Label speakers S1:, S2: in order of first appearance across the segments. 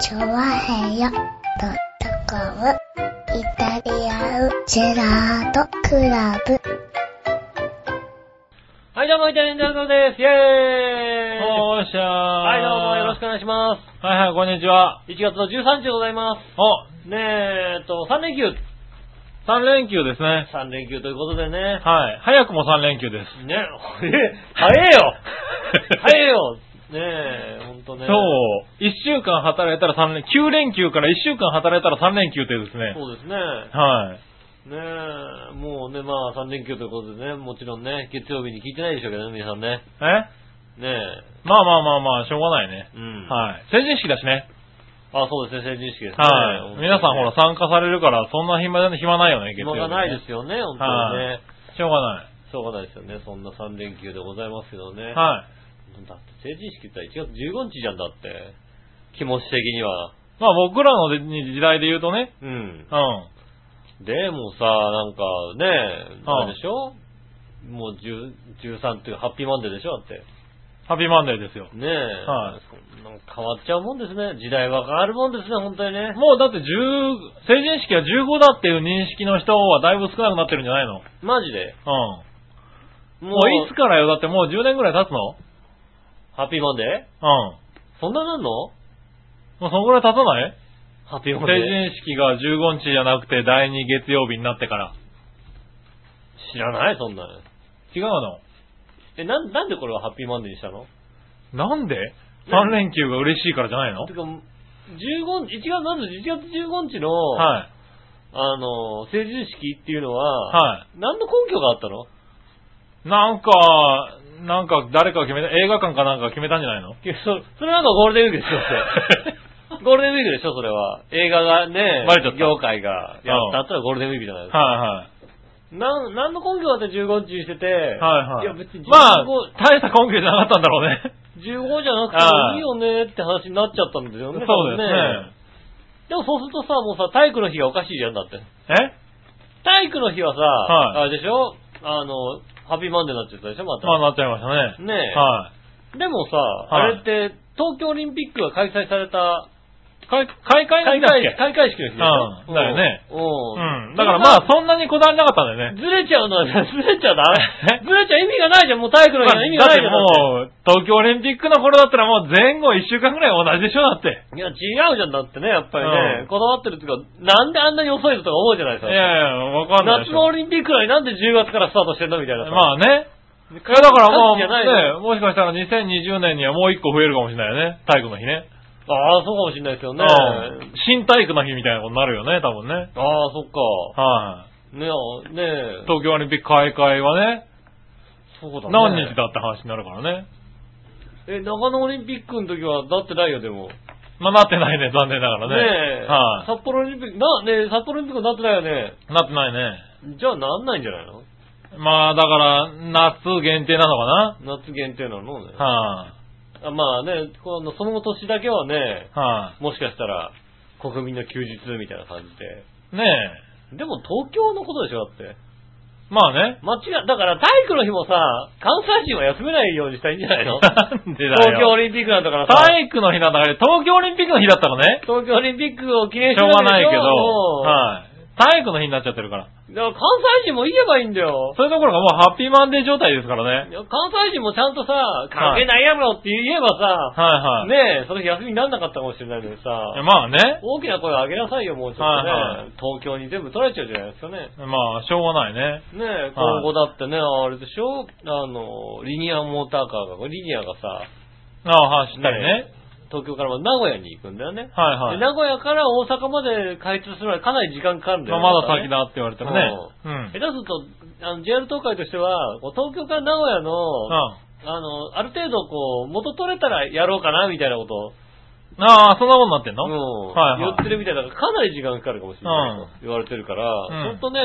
S1: チョワヘヨドットコムイタリアンジェラートクラブ。
S2: はい、どうも、イタリアンジャーです。イェーイ
S3: おーしゃー。
S2: は、
S3: はい
S2: どうも、よろしくお願いします。
S3: く。はいはい、こんにちは。
S2: 1月の13日でございま
S3: お、
S2: す。ねえ、えっと、3連休。
S3: 3連休ですね。
S2: 3連休ということでね。
S3: はい。早くも3連休です。
S2: ね、え、早え よ早えよねえ、ほんとね。
S3: 今日、1週間働いたら3連、9連休から1週間働いたら3連休ってですね。
S2: そうですね。
S3: はい。
S2: ねえ、もうね、まあ3連休ということでね、もちろんね、月曜日に聞いてないでしょうけどね、皆さんね。
S3: え
S2: ねえ、
S3: まあまあまあまあ、しょうがないね。
S2: うん。い。
S3: はい。成人式だしね。
S2: あ、そうですね、成人式ですね。
S3: はい。皆さんほら、参加されるから、そんな暇で暇ないよね、月曜
S2: 暇
S3: 日ね
S2: がないですよね、本当にね。
S3: しょうがな
S2: しょうがないですよね。そんな3連休でございますけどね。
S3: い。はい。
S2: だって成人式って1月15日じゃんだって。気持ち的には。
S3: まあ僕らの時代で言うとね、
S2: うん。
S3: うん。
S2: でもさ、なんかね、
S3: ああ
S2: あれでしょもう10 13っていうハッピーマンデーでしょだって。
S3: ハッピーマンデーですよ。
S2: ねえ。
S3: はい
S2: そんなん変わっちゃうもんですね。時代は変わるもんですね、本当に ね。
S3: もうだって10、成人式は15だっていう認識の人はだいぶ少なくなってるんじゃないの
S2: マジで。
S3: う
S2: も
S3: ん。もういつからよだってもう10年ぐらい経つのうん。
S2: ハッピーマンデーそんななんの
S3: もうそのぐらい経たない
S2: ハッピーマンデー。
S3: 成人式が15日じゃなくて第2月曜日になってから。
S2: 知らないそんなの。
S3: 違うの
S2: え、なん、なんでこれはハッピーマンデーにしたの
S3: なんで ?3 連休が嬉しいからじゃないの
S2: てか、15日、1月、まず1月15日の、
S3: はい。
S2: あの、成人式っていうのは、
S3: は
S2: 何の根拠があったの
S3: い。なんか、なんか誰かが決めた、映画館かなんかが決めたんじゃないの
S2: いやそそれなんかゴールデンウィークでし ょ、それ。ゴールデンウィークでしょ、それは。映画がね、
S3: バレちゃった
S2: 業界がやったったらゴールデンウィークじゃないですか。
S3: は
S2: なん、何の根拠があって15日にしてて、
S3: いはい。はいはい。
S2: や別に15、
S3: まあ、大した根拠じゃなかったんだろうね。
S2: 15じゃなくてもいいよねって話になっちゃったんですよ
S3: そう
S2: ね。
S3: です
S2: 多分
S3: ね。
S2: でもそうするとさ、もうさ、体育の日がおかしいじゃんだって。
S3: え
S2: 体育の日はさ、
S3: はい
S2: あれでしょあの、ハッピーマンデーになっちゃったでしょまた。
S3: まあなっちゃいましたね。
S2: ねえ。
S3: は
S2: でもさ、
S3: はい
S2: あれって、東京オリンピックが開催された、
S3: い。開開会
S2: 開
S3: の日だっけ
S2: 会開会式の日でしょ
S3: うんだよね。
S2: うん。
S3: うん。だからまあそんなにこだわりなかったんだよね。
S2: ずれちゃうのは、ず れちゃダメ。
S3: え
S2: ずれちゃ意味がないじゃん、もう体育の日の意味
S3: だ
S2: が
S3: っ
S2: ないじ
S3: て
S2: ゃん。だっ
S3: もう、東京オリンピックの頃だったらもう前後一週間ぐらい同じでしょだって。
S2: ていや、違うじゃん、だってね、やっぱりね。
S3: うん
S2: こだわってるっていうか、なんであんなに遅いのとか思うじゃないです
S3: い
S2: か。
S3: やいや、わかんないで
S2: 夏
S3: し
S2: のオ
S3: ょ。
S2: リンピックなのになんで10月からスタートしてんのみたいなさ。
S3: まあね。いやだからも
S2: 夏
S3: う、
S2: じゃないの
S3: ね、もしかしたら2020年にはもう一個増えるかもしれないよね。体育の日ね。
S2: ああ、そうかもしれないですよね。
S3: うん新体育の日みたいなことになるよね、多分ね。
S2: ああ、そっか。
S3: は
S2: ねえ、ね
S3: い。
S2: え。
S3: 東京オリンピック開会はね、
S2: そうだね。
S3: 何日だって話になるからね。
S2: え、長野オリンピックの時は、だってないよ、でも。
S3: まあなってないね、残念ながらね。
S2: ねえ。
S3: はい。
S2: 札幌オリンピック、な、ねえ札幌オリンピックになってないよね。
S3: なってないね。
S2: じゃあなんないんじゃないの
S3: まあ、だから、夏限定なのかな
S2: 夏限定なのね。
S3: はい、
S2: あまあね、このその年だけはね、
S3: はい、
S2: もしかしたら、国民の休日みたいな感じ
S3: ねえ。
S2: で。でも東京のことでしょ、だって。
S3: まあね。
S2: 間違い、だから体育の日もさ、関西人は休めないようにしたらいいんじゃ ないの
S3: なんでだよ。
S2: 東京オリンピックなんだからさ、
S3: 体育の日なんだから、東京オリンピックの日だったのね。
S2: 東京オリンピックを記念
S3: し
S2: して
S3: ょうがないけど、
S2: は
S3: はい、体育の日になっちゃってるから。
S2: い。だから関西人も言えばいいんだよ。
S3: そういうところがもうハッピーマンデー状態ですから
S2: い
S3: ね。
S2: や関西人もちゃんとさ、関係ないやろって言えばさ、
S3: はいはい。
S2: ねえ、その日休みになんなかったかもしれないのにさ、
S3: まあね。
S2: 大きな声を上げなさいよ、もうちょっとね。
S3: はいはい
S2: 東京に全部取られちゃうじゃないですかね。
S3: まあ、しょうがないね。
S2: ねえ、今後だってね、あれでしょあの、リニアモーターカーが、リニアがさ、
S3: ああ、走ったりね。
S2: ね東京からまず名古屋に行くんだよね。
S3: はいは
S2: で
S3: い
S2: 名古屋から大阪まで開通するのはかなり時間かかるんだ
S3: ま
S2: よ
S3: あ、
S2: ね。
S3: まだ先
S2: ね
S3: だって言われてもね。う
S2: 下
S3: ん。
S2: 手すると、あの、JR 東海としては、こう東京から名古屋の、あ
S3: あ
S2: の、ある程度こう、元取れたらやろうかな、みたいなことを、
S3: ああ、そんなことになってんの、
S2: うん
S3: はいはい
S2: 言ってるみたいだから、かなり時間かかるかもしれないと言われてるから、
S3: ん
S2: ほんとね、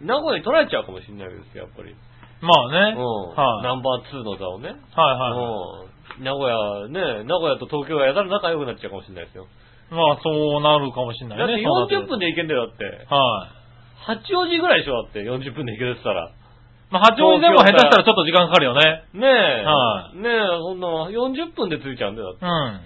S2: 名古屋に取られちゃうかもしれないですよ、やっぱり。
S3: まあね。
S2: うん
S3: はい、
S2: ナンバー2の座をね。
S3: はいはい。
S2: うん名古屋、ね、名古屋と東京がやたら仲良くなっちゃうかもしれないですよ。
S3: まあ、そうなるかもしれ
S2: だ
S3: ないね。
S2: っ
S3: そ
S2: て
S3: うな
S2: 40分
S3: っ
S2: で
S3: て
S2: 行けんだよ、だって
S3: く。る。はい。
S2: 八王子ぐらいでしょ、だって。40分で行けるって言ったら。
S3: まあ、八王子でも下手したらちょっと時間かかるよね。
S2: ねえ。
S3: は
S2: ねえ、そんな、40分で着いちゃうんだよ、だって。
S3: うん。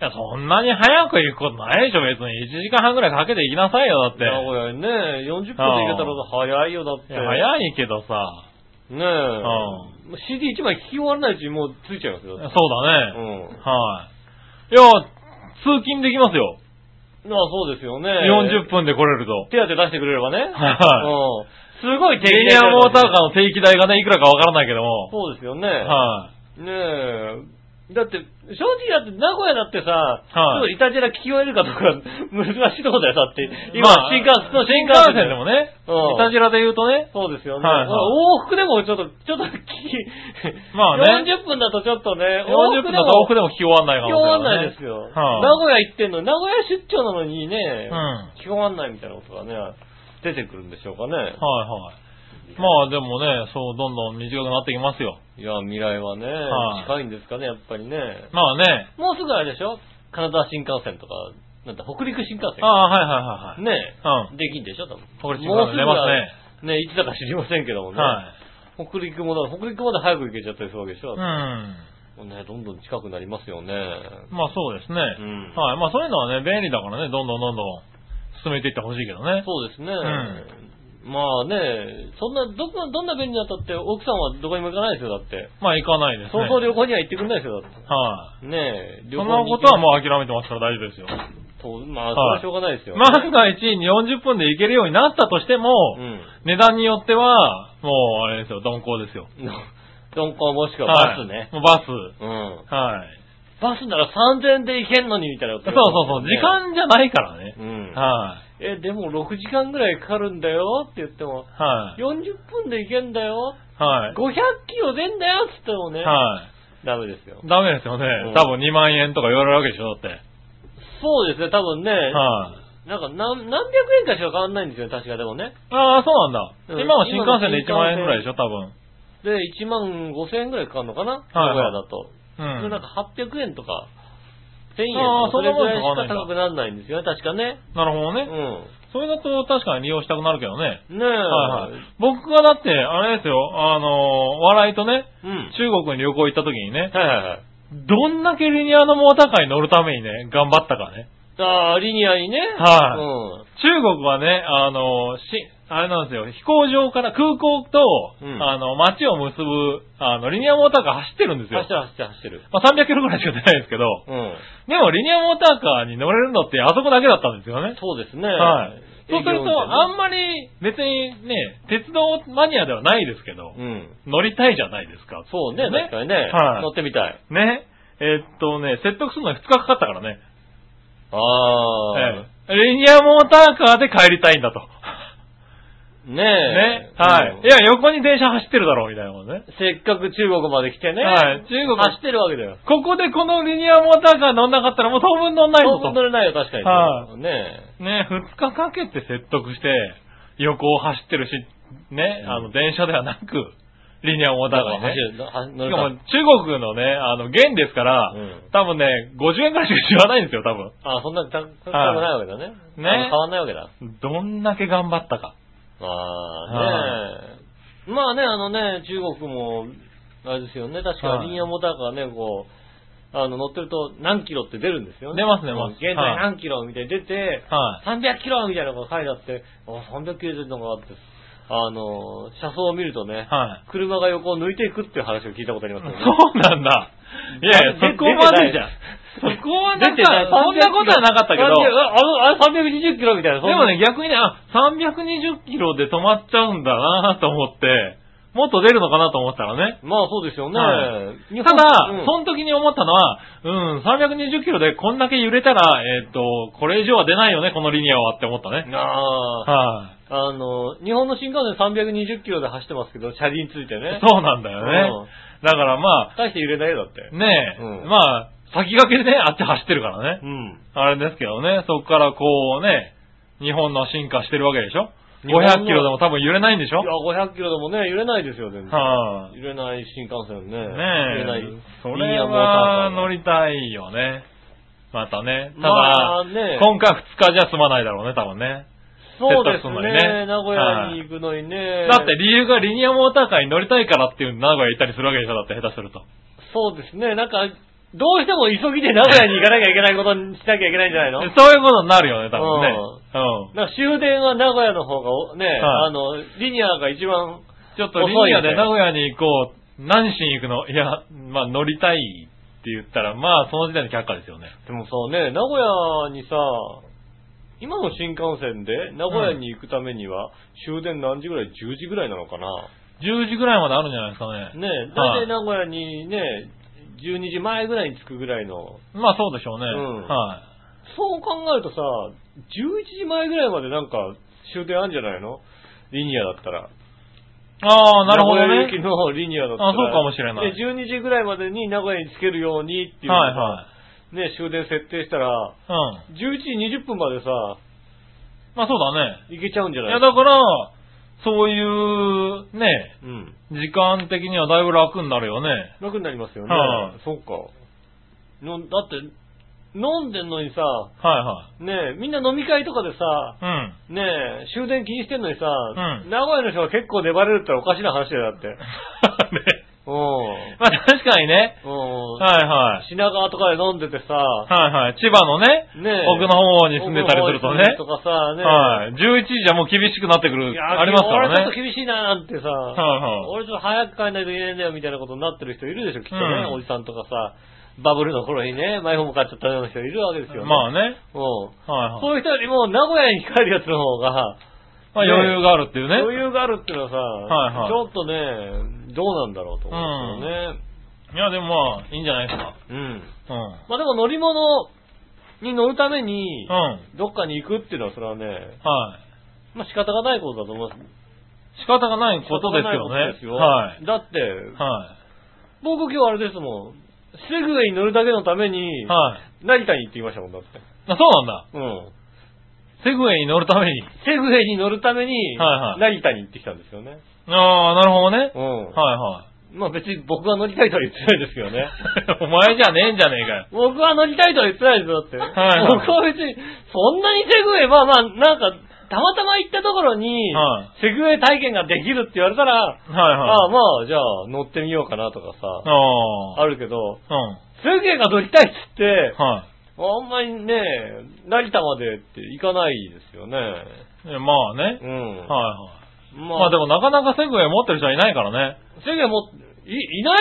S3: や、そんなに早く行くことないでしょ、別に。1時間半くらいかけて行きなさいよ、だって。
S2: 名古屋にね、40分で行けたら早いよ、だって。
S3: いや早いけどさ。
S2: ねえ。CD1 枚聞き終わらないうちにもうついちゃいます
S3: そう
S2: よ。
S3: だね。
S2: うん。
S3: はい。いや、通勤できますよ。
S2: まあそうですよね。
S3: 40分で来れると。
S2: 手当て出してくれればね。う
S3: は
S2: ん。すごい
S3: リニアモーターカーの定期代がね、いくらかわからないけども。
S2: そうですよね。
S3: は
S2: ねえ。だって、正直だって名古屋だってさ、、
S3: はい
S2: イタジェラ聞き終えるか どうか難しいとこだよ、だって
S3: い。。
S2: 今、
S3: まあ
S2: 新幹線の
S3: 新幹線でも
S2: ね。
S3: ね、
S2: うん
S3: いたじらで言うとね、
S2: そうですよね。
S3: はいはい
S2: まあ往復でもちょっと、ちょっと聞き、
S3: まあね
S2: 40分だとちょっとね、
S3: 40分だと往復でも聞き終わんない
S2: 聞
S3: か
S2: き
S3: も
S2: 終
S3: しれ
S2: わん
S3: な、
S2: ないい
S3: ね。
S2: ですよ。
S3: はい
S2: 名古屋行ってんのに、名古屋出張なのにね、
S3: うん。は
S2: 聞き終わんないみたいなことがね、出てくるんでしょうかね
S3: い。はい。まあでもね、そう、どんどん短くなってきますよ。
S2: いや、未来はね、
S3: はい
S2: 近いんですかね、やっぱりね。
S3: まあね、
S2: もうすぐあれでしょカナダ新幹線とか、なんだ、北陸新幹
S3: あ
S2: 線。
S3: あ、はいはいはいはい。
S2: ね
S3: う
S2: え。できんでしょ多
S3: これ
S2: 分。
S3: 新幹線出ますね。
S2: すね。ねいつだか知りませんけどもね。
S3: はい。
S2: 北陸もだ、北陸まで早く行けちゃったりするわけでしょ
S3: う、ん。
S2: ね、どんどん近くなりますよね。
S3: まあそうですね。
S2: うん
S3: はい。まあそういうのはね、便利だからね、どんどんどんどん進めていってほしいけどね。
S2: そうですね。
S3: ん
S2: まあね、そんな、どこ、どんな便利だったって、奥さんはどこにも行かないですよ、だって。
S3: まあ行かないですね。
S2: そうそう旅行には行ってくんないですよ、だって。
S3: はい。
S2: ねえ、
S3: そんなことは
S2: う
S3: もう諦めてますから大丈夫ですよ。。
S2: とまあ、それはしょうがないですよ。
S3: 万が一40分で行けるようになったとしても、
S2: うん。
S3: 値段によっては、もうあれですよ、鈍行ですよ。
S2: 鈍行もしくはバスね。
S3: はい、もうバス。
S2: うん。
S3: はい。
S2: バスなら3000円で行けんのに、みたいなこと
S3: そうそうそう、時間じゃないからね。
S2: うん。
S3: は
S2: え、でも6時間ぐらいかかるんだよって言っても、
S3: い。はい。
S2: 40分で行けんだよ、
S3: は
S2: 500
S3: い。
S2: キロ出んだよって言ってもね、
S3: は
S2: ダメですよ
S3: い。。ダメですよね
S2: うん。
S3: 多分2万円とか言われるわけでしょ、だって。
S2: そうですね、多分ね、
S3: はい。
S2: なんか何何百円かしか変わんないんですよね、確かでもね。
S3: ああ、そうなんだ。
S2: うん
S3: 今も新幹線で1
S2: 今の新幹線
S3: 万円ぐらいでしょ、多分。
S2: で、1万5千円ぐらいかかるのかな、
S3: はいはい
S2: 名古屋だと。
S3: うん。
S2: それなんか800円とか、1000円
S3: あ
S2: とか、そ
S3: ーそんな
S2: れぐ
S3: もん
S2: らいし
S3: 変わんないん
S2: か
S3: だ
S2: 高くならないんですよね、確かね。
S3: なるほど
S2: う
S3: ね、
S2: ん。
S3: それだと確かに利用したくなるけどね。
S2: ねえ。
S3: はいはい。僕がだって、あれですよ、あのーお笑いとね、
S2: うん。
S3: 中国に旅行行った時にね、
S2: はいはいはい。
S3: どんだけリニアのモーターカーに乗るためにね、頑張ったかね。
S2: ああ、リニアにね。
S3: はい
S2: うん。
S3: 中国はね、あのーし、あれなんですよ、飛行場から空港と、
S2: うん
S3: あの、街を結ぶ、あの、リニアモーターカー走ってるんですよ
S2: 走っ。てる走ってる走ってる。
S3: まあ、300キロぐらいしか出ないですけど、
S2: うん。
S3: でもリニアモーターカーに乗れるのってあそこだけだったんですよね。
S2: そうですね。
S3: はい。そうする
S2: 営業運
S3: と、あん
S2: 転
S3: まり別にね、鉄道マニアではないですけど、
S2: ねうん。
S3: 乗りたいじゃないですか。
S2: そうね、確かにね。
S3: はい
S2: 乗ってみたい。
S3: ね。えっとね、説得するのに2日かかったからね。
S2: ああ。
S3: ええリニアモーターカーで帰りたいんだと。
S2: ねえ。
S3: ね。はい。
S2: うん
S3: いや、横に電車走ってるだろう、みたいなことね。
S2: せっかく中国まで来てね。
S3: はい中国
S2: 走ってるわけだよ。
S3: ここでこのリニアモーターカー乗んなかったらもう当分乗んないぞ
S2: そう
S3: と
S2: 乗。れないよ、確かに。
S3: は
S2: ねえ。
S3: ね、2日かけて説得して、横を走ってるし、ね、
S2: うん
S3: あの、電車ではなく、リニアモーターカーね
S2: 走。る、は乗
S3: し
S2: れ
S3: かも
S2: ない。
S3: 中国のね、あの、元ですから、
S2: うん
S3: 多分ね、50円くらいしか知らないんですよ、多分。
S2: あ、そんなに高くないわけだね。
S3: ね
S2: あの変わんないわけだ。
S3: どんだけ頑張ったか。
S2: ああ、ねえ。まあね、あのね、中国も、あれですよね、確か
S3: はい
S2: リニアモーターカーね、こう、あの、乗ってると何キロって出るんですよね。
S3: 出ますね
S2: うん
S3: ます
S2: 現在何キロみたいに出て、
S3: は
S2: 300キロみたいなのが書いてあって、あ、300キロ出るのがあって、あの、車窓を見るとね、
S3: は
S2: 車が横を抜いていくっていう話を聞いたことあります
S3: そ
S2: よね。
S3: うなんだ。いやいや、
S2: で
S3: そこまでじゃん。
S2: 出てない
S3: そこは
S2: 出
S3: なん
S2: て
S3: か、
S2: ない
S3: そんなことはなかったけど、
S2: 300あの、あれ320キロみたいな。そんな
S3: でもね、、逆にね、あ、320キロで止まっちゃうんだなと思って、もっと出るのかなと思ったらね。
S2: まあそうですよね。
S3: は
S2: 日本
S3: ただ、
S2: うん
S3: その時に思ったのは、うん、320キロでこんだけ揺れたら、えっ、と、これ以上は出ないよね、このリニアはって思ったね。
S2: ああ、
S3: は
S2: あの、日本の新幹線320キロで走ってますけど、車輪ついて
S3: い、
S2: ね。
S3: そうなんだよね。だからま
S2: 大して揺れないよ、だって
S3: あ、。ねえ、
S2: うん
S3: まあ、先駆けでね、あっち走ってるからね。
S2: うん。
S3: あれですけどね、そこからこうね、日本の進化してるわけでしょ
S2: 日本の
S3: ?500 キロでも多分揺れないんでし
S2: いや
S3: ょ、
S2: 500キロでもね、揺れないですよ、全然。
S3: はい、
S2: 揺れない新幹線ね。
S3: ねえ
S2: 揺れない。
S3: そ
S2: リニ
S3: れ
S2: アモーターカ
S3: は
S2: ー
S3: 乗りたいよね。またね。ただ、
S2: まあね
S3: 今回2日じゃ済まないだろうね、多分ね。
S2: そうです
S3: 接客するのにね
S2: ね。名古屋に行くのにね。
S3: だって、理由がリニアモーターカーに乗りたいからっていう名古屋行ったりするわけでしょだって下手すると。
S2: そうですね。なんか、どうしても急ぎで名古屋に行かなきゃいけないことにしなきゃいけないんじゃない の
S3: そういうことになるよね、多分ね。うん。
S2: だから終電は名古屋の方がお、ね、
S3: はい
S2: あの、リニアが一番、
S3: ちょっとリニアで名古屋に行こう。何しに行くのいや、まあ乗りたいって言ったら、まあその時点で却下ですよね。
S2: でもさ、ね、名古屋にさ、今の新幹線で名古屋に行くためには、終電何時ぐらい ?10 時ぐらいなのかな
S3: 10時ぐらいまであるんじゃないですかね。
S2: ねえ、大
S3: は
S2: 体
S3: い
S2: 名古屋にね、12時前ぐらいに着くぐらいの、
S3: まあそうでしょうね。
S2: うん
S3: はい。
S2: そう考えるとさ、11時前ぐらいまでなんか終電あるんじゃないのリニアだったら。
S3: ああ、なるほど
S2: 名古屋行き
S3: ね。
S2: のリニアだったら。
S3: あそうかもしれない
S2: で、12時ぐらいまでに名古屋に着けるようにっていう、
S3: はいは
S2: ね、終電設定したら、
S3: い。うん。
S2: 11時20分までさ、
S3: まあそうだね。
S2: 行けちゃうんじゃ
S3: い
S2: ない
S3: やだから、そういう、ね、
S2: うん。
S3: 時間的にはだいぶ楽になるよね。
S2: 楽になりますよね。
S3: はい
S2: そっか。のだって、飲んでんのにさ、
S3: はいはい。
S2: ねえ、みんな飲み会とかでさ、
S3: うん。
S2: ねえ、終電気にしてんのにさ、
S3: ん
S2: 名古屋の人が結構粘れるっておかしな話だよ、だ って。
S3: ね
S2: う
S3: まあ確かにね。
S2: ん。うん。
S3: はいはい。
S2: 品川とかで飲んでてさ、
S3: はいはい。千葉のね、
S2: ねえ
S3: 奥の方に住んでたりするとね。
S2: とかさ、ねえ
S3: はい。11時じゃもう厳しくなってく
S2: い
S3: る、
S2: や
S3: ありますか
S2: 俺
S3: ら
S2: ちょっと
S3: ね。
S2: 厳しいななんてさ、
S3: はい
S2: 俺ちょっと早く帰んないといけないんだよみたいなことになってる人いるでしょ、きっとね。
S3: うん
S2: おじさんとかさ、バブルの頃にね、マイホーム買っちゃったような人いるわけですよ、
S3: まあね。
S2: うん。
S3: はいはい。
S2: そういう人よりも名古屋に帰るやつの方が、
S3: まあ
S2: ね
S3: 余裕があるっていうね。
S2: 余裕があるっていうのはさ、
S3: はいはい
S2: ちょっとね、どうなんだろうと思うんですよね。
S3: いやでもまあ、いいんじゃないですか。
S2: うん。
S3: うん。
S2: まあでも乗り物に乗るために
S3: う、ん。
S2: どっかに行くっていうのはそれはね、
S3: はい。
S2: まあ仕方がないことだと思います。
S3: 仕方がないことですよ
S2: 仕
S3: ね。
S2: 方が
S3: は
S2: ないことですよ
S3: い。
S2: だって、
S3: は
S2: 僕今日あれですもん。セグウェイに乗るだけのために
S3: い。、はい。
S2: 成田に行ってきましたもんだって。
S3: あそうなんだ。
S2: うん。
S3: セグウェイに乗るために。
S2: セグウェイに乗るために、
S3: はいはい
S2: 成田に行ってきたんですよね。
S3: ああ、なるほどね。
S2: うん。
S3: はいは
S2: まあ別に僕が乗りたいとは言ってないですけどね。
S3: い。お前じゃねえんじゃねえかよ。
S2: 僕は乗りたいとは言ってないですよ、だって。
S3: はいはい
S2: 僕は別に、そんなにセグウェイ、まあまあ、なんか、たまたま行ったところに、
S3: は
S2: セグウェイ体験ができるって言われたら、
S3: はい
S2: ああ
S3: はい。
S2: まあ、じゃあ乗ってみようかなとかさ、
S3: ああ。
S2: あるけど、
S3: うん。
S2: セグウェイが乗りたいっつって、
S3: は
S2: あんまりね、成田までって行かないですよね。
S3: い。いやまあね
S2: う。ん。
S3: はいはい。
S2: ま
S3: まあでもなかなかセグウェイ持ってる人はいないからね。
S2: セグウェイも、い、いな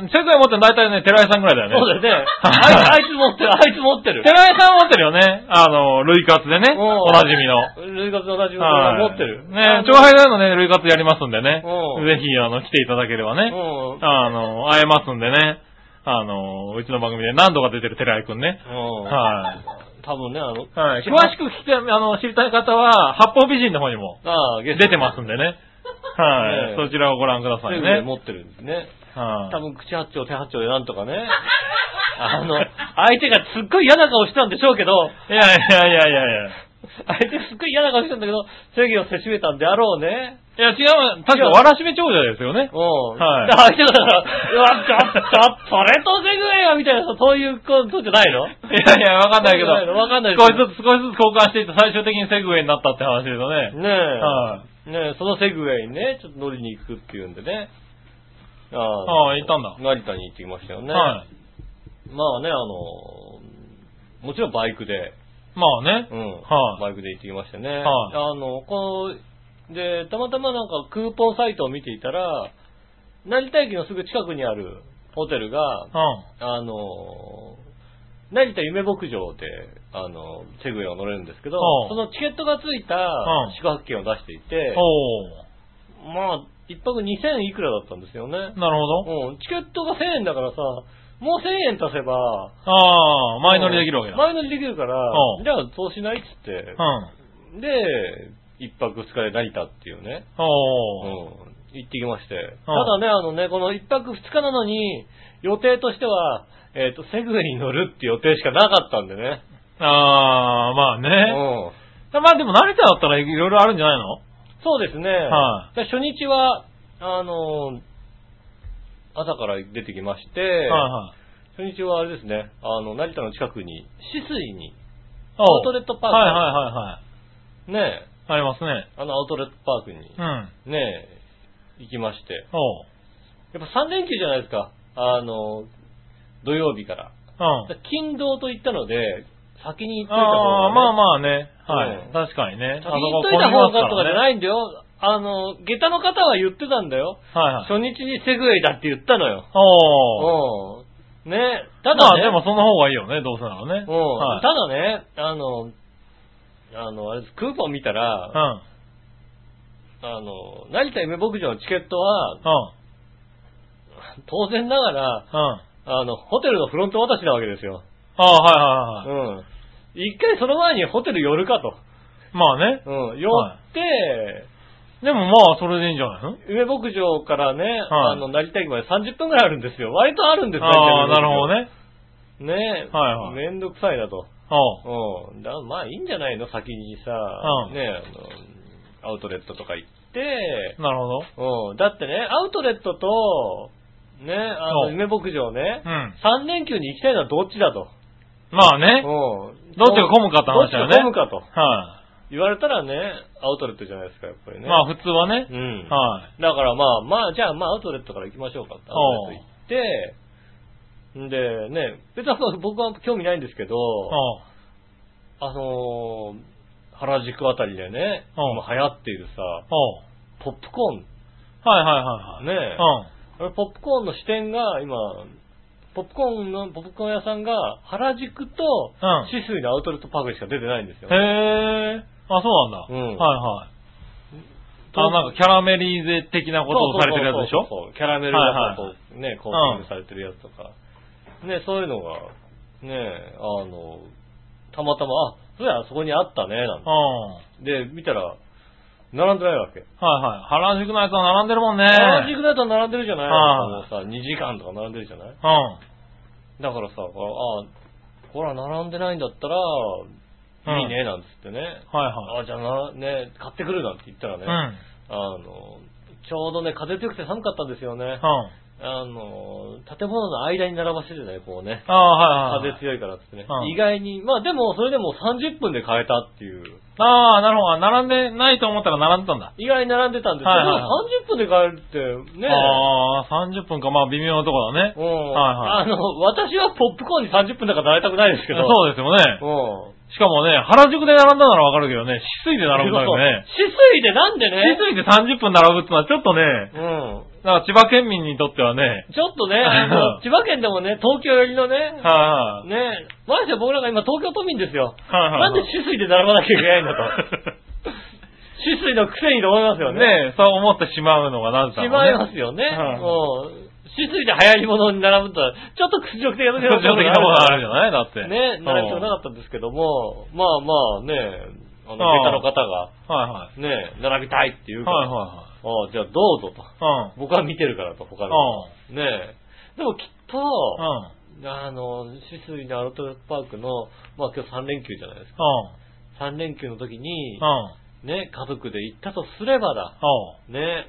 S2: い、
S3: セグウェイ持ってるの大体ね、寺井さんぐらいだよね。
S2: そうだよね。あ
S3: は
S2: い
S3: い
S2: あいつ持ってる、あいつ持ってる。
S3: 寺井さん持ってるよね。あの、類活でね。
S2: うん
S3: おなじみの。
S2: ルイカツの同じも
S3: はい
S2: の持ってる。あ
S3: ね、
S2: の
S3: 長輩大のね、類活やりますんでね。
S2: うん
S3: ぜひ、あの、来ていただければね。
S2: うん。
S3: あの、会えますんでね。あの、うちの番組で何度か出てる寺井くんね。
S2: うん。
S3: はい。
S2: 多分ね、あの、
S3: はい。
S2: し
S3: 詳しく聞きたい、あの、知りたい方は、八方美人の方にも
S2: ああ、ゲ
S3: 出
S2: スト
S3: てますんでね。 は
S2: ね
S3: い。
S2: え
S3: そちらをご覧くだ
S2: セ
S3: さ
S2: グ
S3: い
S2: ウェイ
S3: ね。
S2: 持ってるんですね。
S3: は
S2: 多分口八丁、手八丁でなんとかね。 あの、相手がすっごい嫌な顔してたんでしょうけど、
S3: い。いやいやいやいやいや。
S2: 相手すっごい嫌な顔してたんだけど、正義をせしめたんであろうね。
S3: いや、違う、確か、わらしめ長者ですよね。
S2: うん。
S3: はい
S2: だから 相手がだから、うわ、ちょっと、それとセグウェイはみたいな、そういうことじゃないの
S3: いやいや、わかんないけど、
S2: わかんない
S3: 少
S2: わ
S3: し
S2: かんない
S3: ずつ少しずつ交換していって最終的にセグウェイになったって話ですよね。
S2: ねえ。
S3: は
S2: ねえ、そのセグウェイにね、ちょっと乗りに行くっていうんでね。あ
S3: い。
S2: あ
S3: ああ、行ったんだ。
S2: 成田に行ってきましたよね。
S3: はい。
S2: まあね、あの、もちろんバイクで、
S3: まあね
S2: う。ん。
S3: はい
S2: バイクで行ってきましたね。
S3: はい
S2: あの、この、で、たまたまなんかクーポンサイトを見ていたら、成田駅のすぐ近くにあるホテルが、
S3: う
S2: あの、成田夢牧場で、あの、セグウェイを乗れるんですけど
S3: う、ん
S2: そのチケットがついた
S3: うん
S2: 宿泊券を出していて
S3: ん。、お
S2: まあ、一泊2000いくらだったんですよね
S3: ー。。なるほど。
S2: うん、チケットが1000円だからさ、もう1000円足せば、
S3: ああ、前乗りできるわけだ。
S2: 前乗りできるから
S3: う、ん
S2: じゃあそうしないっつって
S3: う、ん。
S2: で、一泊二日で成田っていうね、うん
S3: おー。、
S2: 行ってきまして。ただね、あのね、この一泊二日なのに、予定としては、えっ、と、セグウェイに乗るって予定しかなかったんでね。
S3: ああ、まあ
S2: う
S3: ね。
S2: ん。
S3: まあでも成田だったらいろいろあるんじゃないの
S2: そうですね。
S3: は
S2: で初日は、あのー朝から出てきまして、
S3: はいはい。
S2: 初日はあれですね、あの、成田の近くに、止水に、
S3: おう
S2: アウトレットパーク
S3: はいはいはいはい。
S2: ねえ、
S3: ありますね。
S2: あのアウトレットパークに、
S3: うん。
S2: ねえ、行きまして。
S3: おう。
S2: やっぱ3連休じゃないですか。あの、土曜日から。
S3: うん。
S2: だから金土と言ったので、先に行っといた
S3: ああ、
S2: 方
S3: ま
S2: が、
S3: あ
S2: ね。
S3: まあね。はい。
S2: うん
S3: 確かにね。
S2: 先に行っといた方がとかじゃ
S3: い。
S2: ないんだよ。あの、下駄の方は言ってたんだよ。
S3: はいはい。
S2: 初日にセグウェイだって言ったのよ。
S3: おお。
S2: うん。ね、た
S3: た
S2: だ
S3: だ、
S2: ね、
S3: でもその方がいいよね、どうせならね。
S2: うん
S3: はい。
S2: ただね、あの、あの、あれですクーポン見たら、
S3: うん。うん。
S2: あの、成田夢牧場のチケットは、当然ながら、
S3: うん。あ
S2: あの、ホテルのフロント渡しなわけですよ。
S3: あ、はいはいはいは
S2: うん。一回その前にホテル寄るかと。
S3: い。まあね。
S2: うん。寄
S3: は
S2: って、
S3: でもまあ、それでいいんじゃないの
S2: 梅牧場からね、
S3: は
S2: あ
S3: い
S2: の、成田駅まで30分くらいあるんですよ。割とあるんですよ。
S3: ああ、なるほどね。
S2: どね。ねえ。
S3: はいはい
S2: めんどくさいなと。
S3: おう
S2: うん。だまあいいんじゃないの先にさ、
S3: うん
S2: ねえ、あの、アウトレットとか行って、
S3: なるほど。
S2: うん。だってね、アウトレットと、ね、あ
S3: う
S2: の、
S3: ん
S2: 夢牧場ね、
S3: うん。
S2: 3連休に行きたいのはどっちだと。
S3: まあね。
S2: うん。
S3: どっちが混むかって話だよね
S2: どっちが混むかと。
S3: は
S2: 言われたらね、アウトレットじゃないですか、やっぱり
S3: い。
S2: ね。
S3: まあ、普通はね
S2: う。ん。
S3: は
S2: だからまあまあ、じゃあまあアウトレットから行きましょうかって、アウトレット行って、んでね、別に僕は興味ないんですけど、
S3: い。おう
S2: あのー原宿あたりでね、
S3: うん
S2: 今流行っているさ、
S3: おう
S2: ポップコーン、
S3: はいはいはいはい。
S2: ねえ
S3: うん。
S2: あのポップコーンの支店が今、ポップコーンの、ポップコーン屋さんが原宿と
S3: うん
S2: シスイのアウトレットパークにしか出てないんですよ。
S3: へえ。あ、そうなんだ。
S2: うん
S3: はいはい。あ、なんかキャラメリーゼ的なことをされてるやつでし
S2: そ
S3: ょ
S2: うそうそうそうキャラメルが
S3: はい
S2: こ
S3: は
S2: うね、コーティングされてるやつとか。ね、そういうのが、ね、あの、たまたま、あ、そうや、そこにあったね、なん
S3: うん。は
S2: て。で、見たら、並んでないわけ。
S3: いはい。原宿のやつは並んでるもんね。
S2: 原宿だと並んでるじゃないも
S3: は
S2: うさ、2時間とか並んでるじゃない
S3: うん。
S2: だからさ、あ、ほら、並んでないんだったら、
S3: うん
S2: いいね、なんつってね。
S3: はい
S2: あ、じゃあな、ね、買ってくるなんて言ったらね、
S3: はい。
S2: あの、ちょうどね、風強くて寒かったんですよね。
S3: うん。うん。
S2: あの、建物の間に並ばせてね、こうね。
S3: ああ、はいはい
S2: 風
S3: は
S2: 強
S3: い。
S2: いからっつってね。
S3: うん
S2: 意外に、まあでも、それでも30分で変えたっていう。
S3: ああ、なるほど。並んでないと思ったら並んでたんだ。
S2: 意外に並んでたんですけど、
S3: はいはいは
S2: 30分で変えるって、ね。
S3: ああ、30分か。まあ、微妙なとこだね
S2: う。ん、
S3: はいはい
S2: あの、私はポップコーンに30分だから並びたくないですけ
S3: そう
S2: ど。
S3: ですよね。
S2: うん。
S3: しかもね、原宿で並んだならわかるけどね、死水で並ぶんだよね。
S2: そうそう。止水でなんでね
S3: 死。水で30分並ぶってのはちょっとね、
S2: うん。
S3: なんか千葉県民にとってはね、
S2: ちょっとね、あ の、千葉県でもね、東京寄りのね、
S3: はいはい。
S2: ね、まして僕らが今東京都民ですよ。
S3: はいはい
S2: な
S3: はい。
S2: んで止水で並ばなきゃいけないんだ と。止水のくせにと思いますよね。
S3: ねえ、そう思ってしまうのがなぜだ
S2: し
S3: ろう
S2: ま
S3: ね。
S2: いますよね。
S3: はい
S2: うん。しすぎて流行り物に並ぶとは、ちょっと屈辱的なとこ
S3: 特徴
S2: ろ
S3: 的なものがあるじ
S2: ゃ
S3: ゃないだって。
S2: ね、並びたくな
S3: は
S2: かったんですけども、まあまあね、あの、
S3: ああ
S2: 下駄の方が、
S3: いは
S2: ね、並びたいってい
S3: い。
S2: うから、
S3: はいは
S2: ああじゃあどうぞと。
S3: いはい。
S2: 僕は見てるからと、他の。
S3: う
S2: ねでもきっ
S3: ん。
S2: と、
S3: うん。うん。
S2: あの、シスイのアウトレットパークの、まあ今日3連休じゃないですか。
S3: う
S2: 3連休の時に、
S3: ん。うん。
S2: ね、家族で行ったとすればだ。
S3: おう。
S2: ね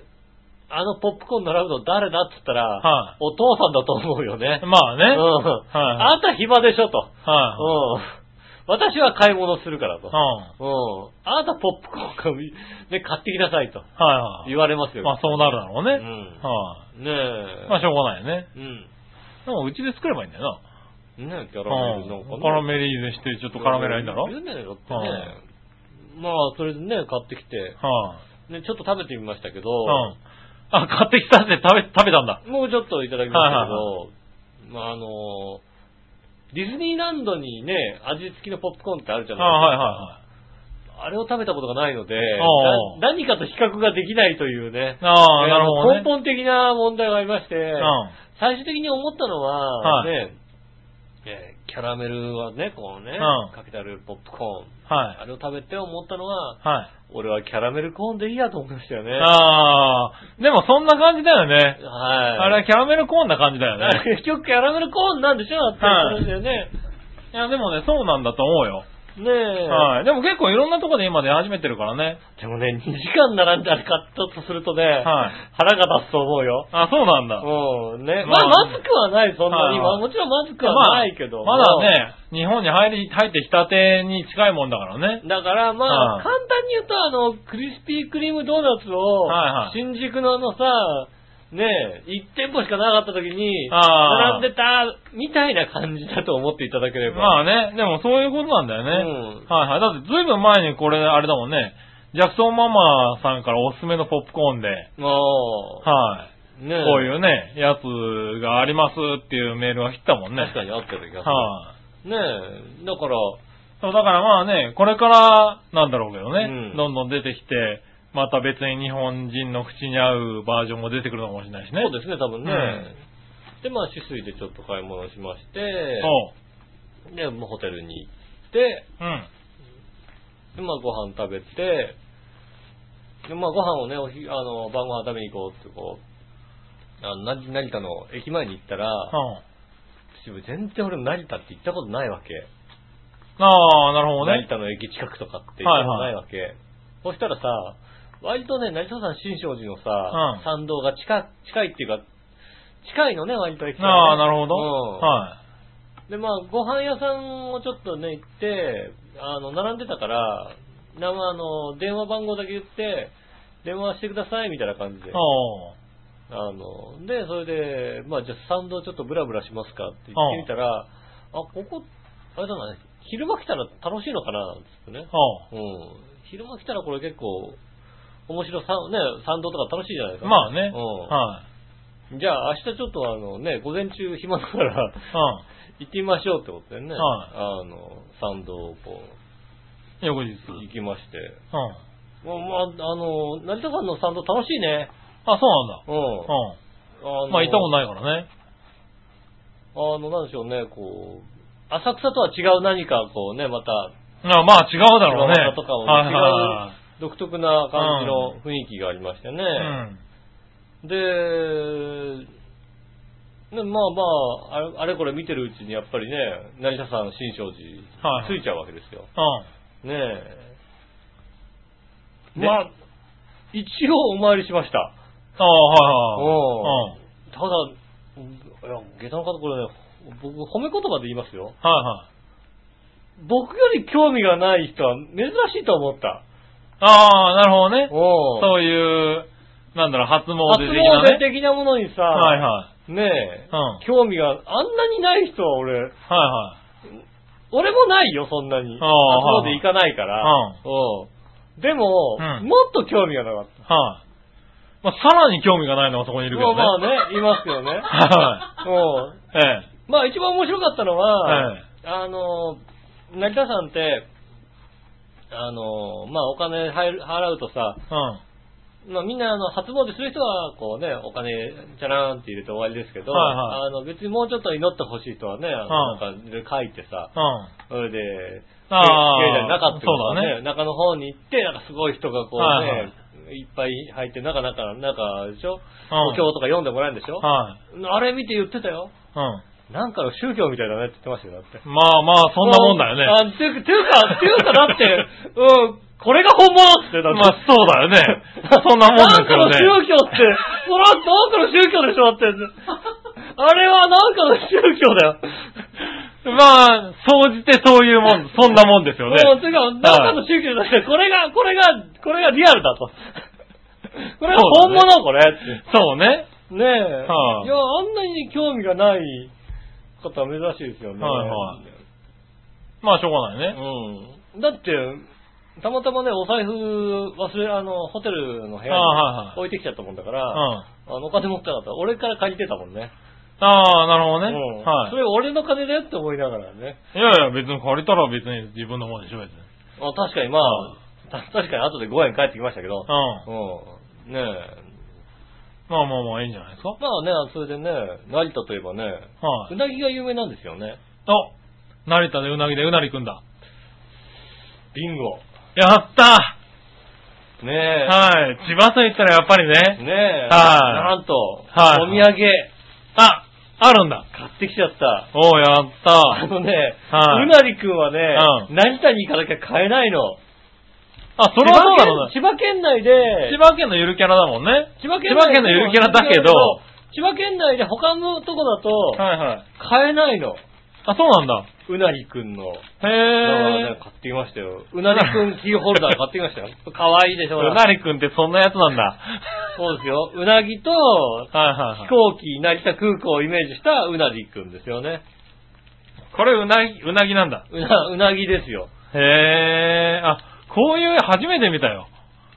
S2: あのポップコーン並ぶの誰だって言ったら、
S3: はい
S2: お父さんだと思うよね。
S3: まあね。
S2: う
S3: はい
S2: ん。
S3: は
S2: あんた暇でしょと。
S3: い。はい。
S2: うん。私は買い物するからと
S3: うん。。は
S2: うん。あなたポップコーン買うね、買ってきなさいと
S3: いはい。
S2: 言われますよ。
S3: まあそうなるだろうね。
S2: う
S3: はい、
S2: ん。ねえ。
S3: まあしょうがないよね。
S2: うん。
S3: でもうちで作ればいいんだよ
S2: ねえ、キャ
S3: な。
S2: ラメル
S3: う
S2: の
S3: ん。カラメリーゼしてちょっと絡めりゃいいんだろ
S2: い
S3: はい、
S2: るねだってね。まあ、それでね、買ってきて、ね、ちょっと食べてみましたけど、
S3: うん。あ、買ってきたって食べ、食べたんだ。
S2: もうちょっといただきましたけど、まああの、ディズニーランドにね、味付きのポップコーンってあるじゃ
S3: あはい
S2: な
S3: はい
S2: ですか。あれを食べたことがないので、
S3: ああ
S2: な何かと比較ができないというね
S3: い。、ああ、なるほど
S2: 根
S3: ね。
S2: 本的な問題がありまして、
S3: うん。
S2: 最終的に思ったのは、
S3: はい
S2: ね、えーキャラメルはね、こうね、
S3: うん
S2: かけてあるポップコーン、
S3: はい。
S2: あれを食べて思ったのは、
S3: はい。
S2: 俺はキャラメルコーンでいいやと思いましたよね。
S3: ああ、でもそんな感じだよね。
S2: はい。
S3: あれはキャラメルコーンな感じだよ
S2: あ
S3: ね。
S2: れ結局キャラメルコーンなんでしょだって
S3: はい
S2: 話だよね。
S3: いや、でもね、そうなんだと思うよ。
S2: ねえ。
S3: はい。でも結構いろんなとこで今出始めてるからね。
S2: でもね、2時間並んであれ買ったとするとね、
S3: はい
S2: 腹が立つと思うよ。
S3: あ、そうなんだ。
S2: うん、ね。ま
S3: まあ
S2: あ、まずくはない、そんなに。
S3: はいはい
S2: まあもちろんまずくはないけど。
S3: まあまだ。ね、日本に入り、入ってきたてに近いもんだからね。
S2: だからまあ、
S3: はい
S2: 簡単に言うと、あの、クリスピークリームドーナツを、
S3: はいはい
S2: 新宿のあのさ、ねえ、1店舗しかなかった時に、
S3: あー
S2: 並んでた、みたいな感じだと思っていただければ。
S3: ま
S2: あ、
S3: あね、でもそういうことなんだよね。
S2: うん
S3: はいはい。だってずいぶん前にこれ、あれだもんね、ジャクソンママさんからおすすめのポップコーンで、
S2: も
S3: はい。
S2: う、ねえ。
S3: こういうね、やつがありますっていうメールが来たもんね。
S2: 確かにあった時が。
S3: はい、
S2: ねえ、だから、
S3: そう、だからまあね、これからなんだろうけどね、
S2: うん
S3: どんどん出てきて、また別に日本人の口に合うバージョンも出てくるのかもしれないしね。
S2: そうですね、多分ね。
S3: うん
S2: で、まあ、止水でちょっと買い物しまして、
S3: そ
S2: で、まあホテルに行って、
S3: う。うん。
S2: で、まあ、ご飯食べて、で、まあ、ご飯をね、おひあの、晩ご飯食べに行こうって、こう、あの、な成田の駅前に行ったら、
S3: うん。
S2: 全然俺成田って行ったことないわけ。
S3: ああ、なるほど
S2: 成
S3: ね。
S2: 田の駅近くとかって行ったことないわけ。そしたらさ、割とね、成田山新勝寺のさ、
S3: うん
S2: 参道が近近いっていうか、近いのね、割と駅からね
S3: ああ、なるほど。
S2: うん
S3: は
S2: で、まあ、ご飯屋さんをちょっとね、行って、あの、並んでたから、なあの、電話番号だけ言って、電話してください、みたいな感じで
S3: い。。おう
S2: あの、で、それで、まあ、じゃあ、参道ちょっとブラブラしますかって言ってみたら、あ、ここ、あれだな、昼間来たら楽しいのかな、なんつってね。
S3: お
S2: う
S3: う
S2: ん。昼間来たらこれ結構、面白さ、ね、参道とか楽しいじゃないですか。
S3: まあね。
S2: うん
S3: は
S2: じゃあ、明日ちょっとあのね、午前中暇だから、
S3: い。
S2: 行ってみましょうってことでね。
S3: はい
S2: あの、参道をこ
S3: うん。翌日。う
S2: う、
S3: ん。
S2: 行きまして。まあ、まあ、あの、成田間の参道楽しいね。
S3: あ、そうなんだ。
S2: うん。
S3: う
S2: あ
S3: ん。まあ、行ったこと
S2: ない。
S3: ないからね。
S2: あの、なんでしょうね、こう、浅草とは違う何か、こうね、また、
S3: あまあ、違うだろうね。
S2: 違う方とかもね
S3: はいは
S2: 独特な感じの雰囲気がありましてね。
S3: いはい。うん。
S2: で、ね、まあまああれ、あれこれ見てるうちにやっぱりね、成田山新勝
S3: はい
S2: 寺、ついちゃうわけですよ。
S3: うん。
S2: ねえ。
S3: で
S2: まあ、一応お参りしました。
S3: ああ、はいはい。うん。
S2: ただ、いや、下駄の方これね、僕褒め言葉で言いますよ。
S3: はいはい。
S2: 僕より興味がない人は珍しいと思った。
S3: ああ、なるほどね。
S2: おう
S3: そういう、なんだろう、初
S2: 初
S3: 詣的な
S2: 詣
S3: ね。
S2: 的なものにさ、
S3: はいは
S2: ねえ
S3: い。、うん。はい
S2: 興味があんなにない人は俺、
S3: は
S2: 俺もないよ、そんなに。
S3: ああ
S2: 初詣行かないから。うんでも、
S3: うん
S2: もっと興味がなかっ
S3: い。はい。まあ、さらに興味がないのはそこにい
S2: た。
S3: るけどね。
S2: まあまあね、いますよね。
S3: は
S2: うん
S3: い。ええ。
S2: まあ一番面白かったのは、
S3: ええ
S2: あの、成田さんって、あの、まあお金入る払うとさ、
S3: うん。
S2: まあみんなあの、初詣する人は、こうね、お金、チャラーンって入れて終わりですけど、
S3: はいは
S2: あの、別にもうちょっと祈ってほしいとはね、あのなんかいろいろ書いてさ、
S3: うん。
S2: それで、
S3: ああ
S2: 境内の中っていうのは
S3: そう
S2: ね
S3: だ
S2: 中の方に行って、なんかすごい人がこうね、
S3: はい
S2: い
S3: は
S2: っぱい入って、中中、中でしょ、
S3: うん
S2: お経とか読んでもらえるんでしょ、
S3: はい。
S2: あれ見て言ってたよ。
S3: うん。
S2: なんかの宗教みたいだねって言ってましたよ、だって。
S3: まあまあ、そんなもんだよね。
S2: あ、ていうか、ていうか、ていうか だって、うん、これが本物っつって、だって。
S3: まあ、そうだよ ね。そんなもんです
S2: なんか
S3: よ
S2: の
S3: ね。
S2: 宗教って、そら、なんかの宗教でしょ、だって。あれはなんかの宗教だよ。
S3: まあ、総じてそういうもん、そんなもんですよね。
S2: うん、ていうか、なんかの宗教だって、これが、これが、これがリアル だと。これが本物、これって。
S3: そうね。
S2: ねえ、。
S3: はいい
S2: や、あんなに興味がない方は珍しいですよね。
S3: はいはいまあ、しょうがないね。
S2: うん。だって、たまたまね、お財布忘れ、あの、ホテルの部屋
S3: ああはいは
S2: に
S3: い
S2: 置いてきちゃったもんだか
S3: うん。
S2: ら、あ
S3: あ
S2: の、お金持ってなかった。俺から借りてたもんね。
S3: あ、なるほどね。
S2: うん
S3: はい
S2: そ。れ俺の金だよって思いながらね。
S3: いやいや、別に借りたら別に自分のもんでしょ、別に。
S2: あ確かにまあ、た確かに後で5円返ってきましたけど
S3: うん。、ま
S2: うん。ねえ。
S3: あまあまあ、いいんじゃないですか。
S2: まあね、それでね、成田といえばね、
S3: は
S2: う
S3: い。
S2: なぎが有名なんですよね。
S3: お成田でうなぎでうなりくんだ。
S2: ビンゴ。
S3: やった
S2: ねえ。
S3: はい。千葉県行ったらやっぱりね。
S2: ねえ。
S3: はい
S2: なんと、
S3: はい
S2: お土産
S3: ああるんだ。
S2: 買ってきちゃった。
S3: おう、やった
S2: あのね、
S3: はいう
S2: なりくんはね、
S3: う
S2: 成田に行かなきゃ買えないの。
S3: あ、それはそうだろうな。
S2: 千葉県千葉県内で、
S3: 千葉県のゆるキャラだもんね。
S2: 千葉
S3: 千葉県のゆるキャラだけど、は
S2: 千葉県内で他のとこだ
S3: い
S2: と、
S3: はい。
S2: 買えないの。
S3: あ、そうなんだ。
S2: うなりくんの。だから
S3: へ
S2: ね
S3: え。
S2: 買ってきま したよ。うなりくんキーホルダー買ってきましたよ。かわいいでしょ、ほら
S3: うなりくんってそんなやつなんだ。
S2: そうですよ。うなぎと、
S3: はいはいは
S2: 飛
S3: い。
S2: 行機、成田空港をイメージしたうなぎくんですよね。
S3: これうなぎ、うなぎなんだ。
S2: うな、うなぎですよ。
S3: へー。あ、こういう初めて見たよ。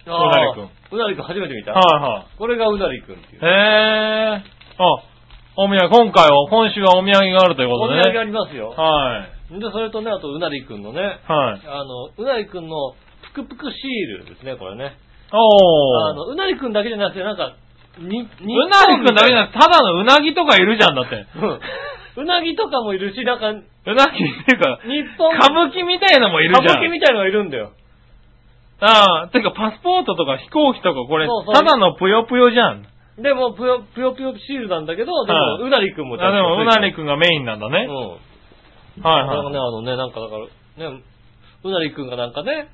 S3: うなぎくん
S2: あー。うなぎくん初めて見た。
S3: は
S2: これがうなぎくんってい。
S3: いうはい。へー。あ、お土産、今回は、今週はお土産があるというこ
S2: お
S3: と
S2: 土
S3: で
S2: 産あ
S3: ね。
S2: りますよ。
S3: はい。
S2: で、それとね、あとうなぎくんのね、
S3: はい。
S2: あの、うなぎくんのぷくぷくシールですね、これね。あ
S3: おー。
S2: の、うなぎくんだけじゃなくて、なんか、に、
S3: うなぎくんだけじ
S2: く
S3: ゃなくて、ただのうなぎとかいるじゃんだって。
S2: て。うなぎとかもいるし、なんか、
S3: うなぎっていうか、
S2: 日本、
S3: 歌舞伎みたいのもいるじゃん。
S2: 歌舞伎みたいのがいるんだよ。
S3: ああ、てかパスポートとか飛行機とかこれ
S2: そう、そう
S3: ただのぷよぷよじゃん。
S2: でも、ぷよ、ぷよぷよシールなんだけど、で
S3: は
S2: も、
S3: いう
S2: なりくんもちゃ
S3: あ、
S2: ん
S3: でも、うなり
S2: く
S3: くんがメインなんだ
S2: ん。
S3: ね。
S2: うん。
S3: はい
S2: なんかね、
S3: はい。
S2: あのね、なんかだから、ね、うなりくんがなんかね、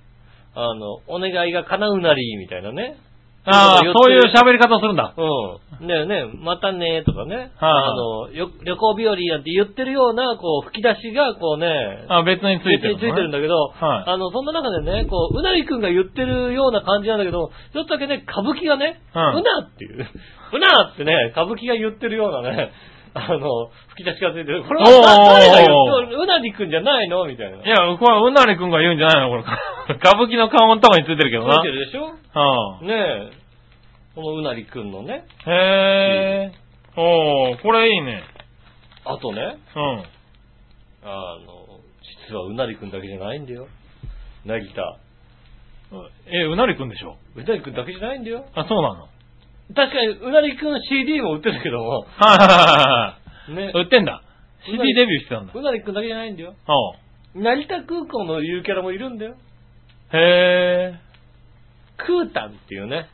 S2: あの、お願いが叶うなり、みたいなね。
S3: ああ、そういう
S2: ゃ
S3: 喋り方するんだ。
S2: うん。ねえねえ、またねとかね。
S3: はい
S2: あの、よ旅行日和なんて言ってるような、こう、吹き出しが、こうね、
S3: あ別についてるのね。
S2: ついてるんだけど、
S3: はい
S2: あの、そんな中でね、こう、うなりくんが言ってるような感じなんだけど、ちょっとだけね、歌舞伎がね、
S3: うん
S2: なっていう、 うなってね、歌舞伎が言ってるようなね、あの、吹き出しがついてる。これは
S3: おー
S2: 誰が言ってるうなりくんじゃないのみたいな。
S3: いや、これ、うなりくんが言うんじゃないのこれ。歌舞伎の顔のとこについてるけど
S2: つい
S3: な
S2: て。るでしょ
S3: うん。
S2: ねえ。このうなりくんのね。
S3: へえ。おー、これいいね。
S2: あとね、
S3: うん。
S2: あの、実はうなりくんだけじゃないんだよ。なぎた。
S3: え、うなりくんでしょ
S2: うなりくんだけじゃないんだよ。
S3: あ、そうなの。
S2: 確かに、うなりくん CD も売ってるけども、
S3: はいは
S2: ね
S3: いはいはい。売ってんだ。
S2: うなり
S3: CD デビューしてたんだ。
S2: うなりくんだけじゃないんだよ。
S3: おう
S2: 成田空港の言うキャラもいるんだよ。
S3: へえ。
S2: クータンっていうね。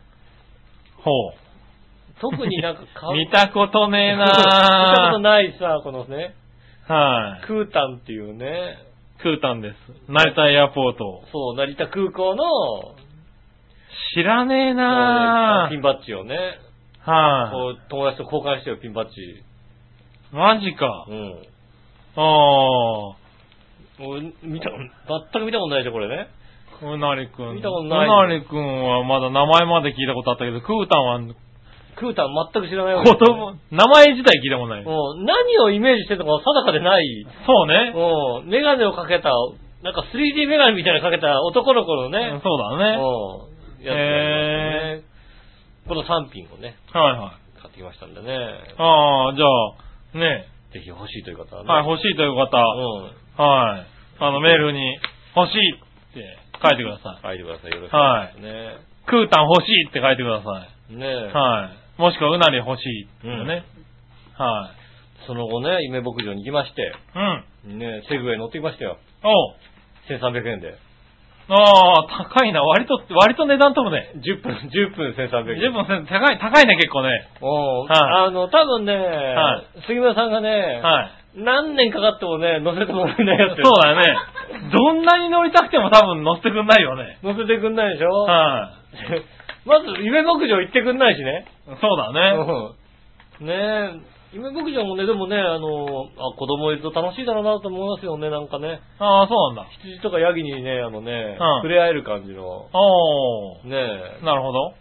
S3: ほう。
S2: 特になんか
S3: 見たことねえ な
S2: 見たことないさ、このね、
S3: はい。
S2: クータンっていうね、
S3: クータンです。成田エアポート。
S2: そう、成田空港の、
S3: 知らねえ
S2: あの
S3: な
S2: ピンバッジをね、
S3: は
S2: こう友達と交換してよ、ピンバッジ。
S3: い。マジか
S2: う。ん。
S3: あ
S2: もう見た、全く見たことないでしょ、これね。
S3: あ。うなりくん。
S2: 見たことないう
S3: なりくんはまだ名前まで聞いたことあったけど、クータンは言
S2: クータン全く知らないわけですね
S3: 葉、名前自体聞いたことない。
S2: もう何をイメージしてるのか定かでない。
S3: そうね。
S2: もうメガネをかけた、なんか 3D メガネみたいなのかけた男の子の
S3: う
S2: ね
S3: ん、そうだね。
S2: うん。やつなんですねこの3品をね、
S3: はいはい。
S2: 買ってきましたんでね。
S3: ああ、じゃあ、ね、
S2: ぜひ欲しいという方はね。
S3: はい、欲しいという方、
S2: うん。
S3: はい。あの、メールに、欲しいって書いてくださ
S2: 書
S3: い。
S2: いてください。よろしくお願いしますね。
S3: クータン欲しいって書いてください。
S2: ねえ
S3: はい。もしくはうなり欲しいっていうね。はい。
S2: その後ね、夢牧場に行きまして、
S3: うん。
S2: ねえセグウェイ乗ってきましたよ。
S3: おう
S2: 1300円で。
S3: ああ、高いな。割と、割と値段ともね。
S2: 10分、10分1300円。
S3: 十分せん高い、高いね、結構ね。
S2: おう
S3: はい
S2: あの、多分ね、
S3: は
S2: 杉村さんがね、
S3: はい。
S2: 何年かかってもね、乗せてもらえないや
S3: そう
S2: つ。
S3: だよね。どんなに乗りたくても多分乗せてくんないよね。
S2: 乗せてくんないでしょ、
S3: は
S2: まず、夢牧場行ってくんないしね。
S3: い。そうだね。
S2: うんねえ、夢牧場もね、でもね、あの、あ子供いると楽しいだろうなと思いますよね、なんかね。
S3: ああ、そうなんだ。
S2: 羊とかヤギにね、あのね、
S3: うん
S2: 触れ合える感じの、
S3: おー。
S2: ねえ、
S3: なるほど。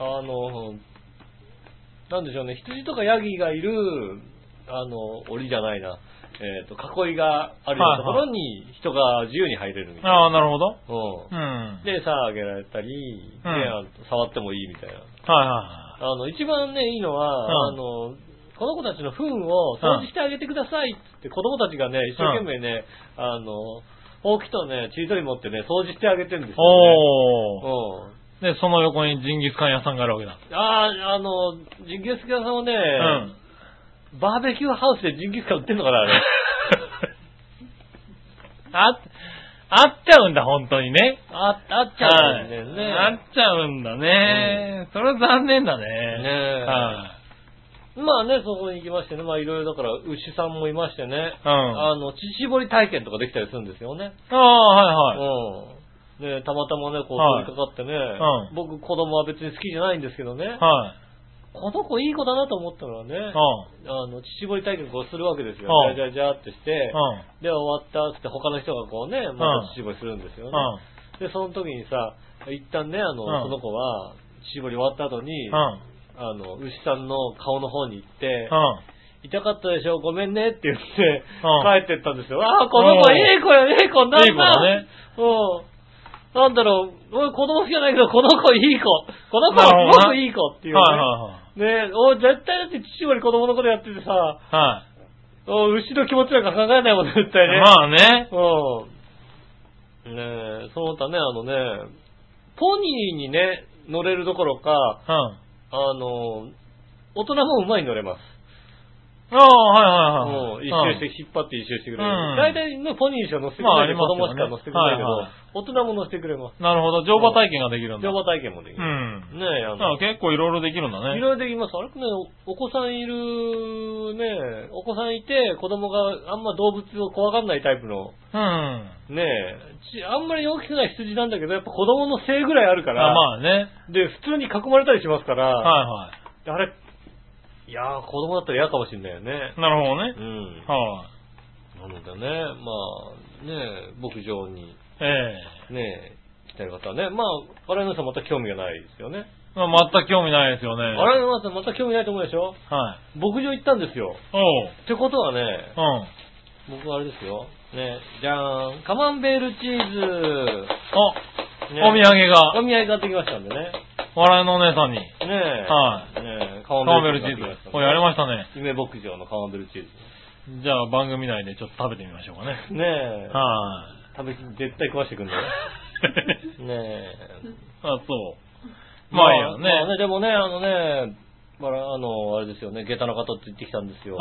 S2: あの、なんでしょうね、羊とかヤギがいる、あの、檻じゃないな、えっ、と、囲いがあるようなところに人が自由に入れるみたいな。
S3: ああ、なるほど。
S2: う
S3: うん。は
S2: ん。
S3: い
S2: で、さ、あげられたり、ね
S3: うん
S2: あの触ってもいいみたいな。
S3: はいは
S2: あの、一番ね、いいのは、
S3: うん
S2: あの、この子たちの糞を掃除してあげてくださいって、子供たちがね、一生懸命ね、あの、ほうきとね、ちりとり持ってね、掃除してあげてるんです
S3: い。
S2: よ、ね。
S3: おー。
S2: うん。
S3: で、その横にジンギスカン屋さんがあるわけだ。
S2: ああ、あの、ジンギスカンさんはね、
S3: うん。
S2: バーベキューハウスでジンギスカン売ってんのかな、あ れ。
S3: あ、あっちゃうんだ、本当にね。
S2: あ、あっちゃうんだよね。
S3: はいあっちゃうんだね。それは残念だね。
S2: ねえ
S3: は
S2: まあね、そこに行きましてね、まあいろいろだから、牛さんもいましてね、
S3: い。うん。あ
S2: あの、乳搾り体験とかできたりするんですよね。
S3: あー、はいはい。
S2: うん。ねたまたまね、こう、
S3: は
S2: 通
S3: い
S2: りかかってね、
S3: う
S2: 僕、子供は別に好きじゃないんですけどね、
S3: はい。
S2: この子いい子だなと思ったのはね、
S3: う
S2: あの、乳搾り体験をこうするわけですよ
S3: は。い
S2: じゃじゃじゃーってして、
S3: ん。うん。
S2: で、終わったっつって他の人がこうね、また乳搾りするんですよね。
S3: うん。
S2: で、その時にさ、一旦ね、あの、
S3: うん
S2: その子は、乳搾り終わった後に、
S3: う
S2: あの、牛さんの顔の方に行って、
S3: うん。
S2: 痛かったでしょごめんねって言って、
S3: うん
S2: 帰ってったんですよ。ああ、この子
S3: うん
S2: いい子よ、いい子、なんだ
S3: いい子だね。
S2: うん。なんだろう、俺子供好きじゃないけど、この子いい子。この子
S3: なる
S2: は
S3: ほど
S2: す
S3: な
S2: ごくいい子っていう、ね。
S3: はいはいはい。
S2: ねえ、お絶対だって父より子供のことやっててさ、
S3: は
S2: お牛の気持ちなんか考えないもんね、絶対
S3: い。
S2: ね。
S3: まあね。
S2: うん。ねえ、その他ね、あのね、ポニーにね、乗れるどころか、
S3: うん。
S2: あの、大人も馬に乗れます。
S3: ああ、
S2: も
S3: は
S2: う
S3: い
S2: 一
S3: はいはい。
S2: 周して、引っ張って一周してくれる。
S3: うん
S2: 大体のポニーしか乗せてくれ
S3: まああ
S2: ない
S3: り
S2: けど、子供
S3: ますよ
S2: し
S3: ね
S2: か乗せてくれないけど、
S3: はいはい
S2: 大人も乗せてくれま
S3: うん。なるほど。乗馬体験ができる
S2: す。
S3: んだ。
S2: 乗馬体験もでき
S3: う
S2: る。
S3: ん。
S2: ねえ、あ
S3: だから
S2: の、
S3: 結構いろいろできるんだ
S2: い
S3: ね。
S2: ろいろできます。あれね、おお子さんいる、ねえ、お子さんいて、子供があんま動物を怖がんないタイプの、
S3: うん。あ
S2: ねえ、ちあんまり大きくない羊なんだけど、やっぱ子供の性ぐらいあるから、
S3: まあね。
S2: で、普通に囲まれたりしますから、
S3: はいは
S2: あれ、いやー、子供だったら嫌かもしんないよね
S3: い。。なるほどね
S2: う。ん。
S3: は
S2: な
S3: い。
S2: のでね、まあ、ねえ、牧場に
S3: ええ。
S2: ねえ、来てる方はね、まあ、我々の人は全く興味がないですよね。
S3: まあ全く興味ないですよね。
S2: 我々の人は全く興味ないと思うでしょ
S3: はい。
S2: 牧場行ったんですよ。
S3: おう。
S2: ってことはね、
S3: うん。
S2: 僕はあれですよ。ねじゃーん、カマンベールチーズ。ね
S3: お、お土産
S2: お土
S3: が、
S2: 産買ってきましたんでね。ね
S3: 笑いのお姉さんに、
S2: え。。
S3: はい
S2: ねえ、カ
S3: カマンベールチ
S2: 買ってきました
S3: ーズ。
S2: んで
S3: お、やりましたね。
S2: 夢牧場のカマンベールチーズ。
S3: じゃあ番組内でちょっと食べてみましょうかね。
S2: ねえ。
S3: は
S2: 食べき、絶対食わして くんだよ。
S3: い。
S2: ねえ。
S3: あ、そう。まあいいよね。
S2: まあでもね、あのね、まあ、あの、あれですよね、下駄の方って言ってきたんですよ。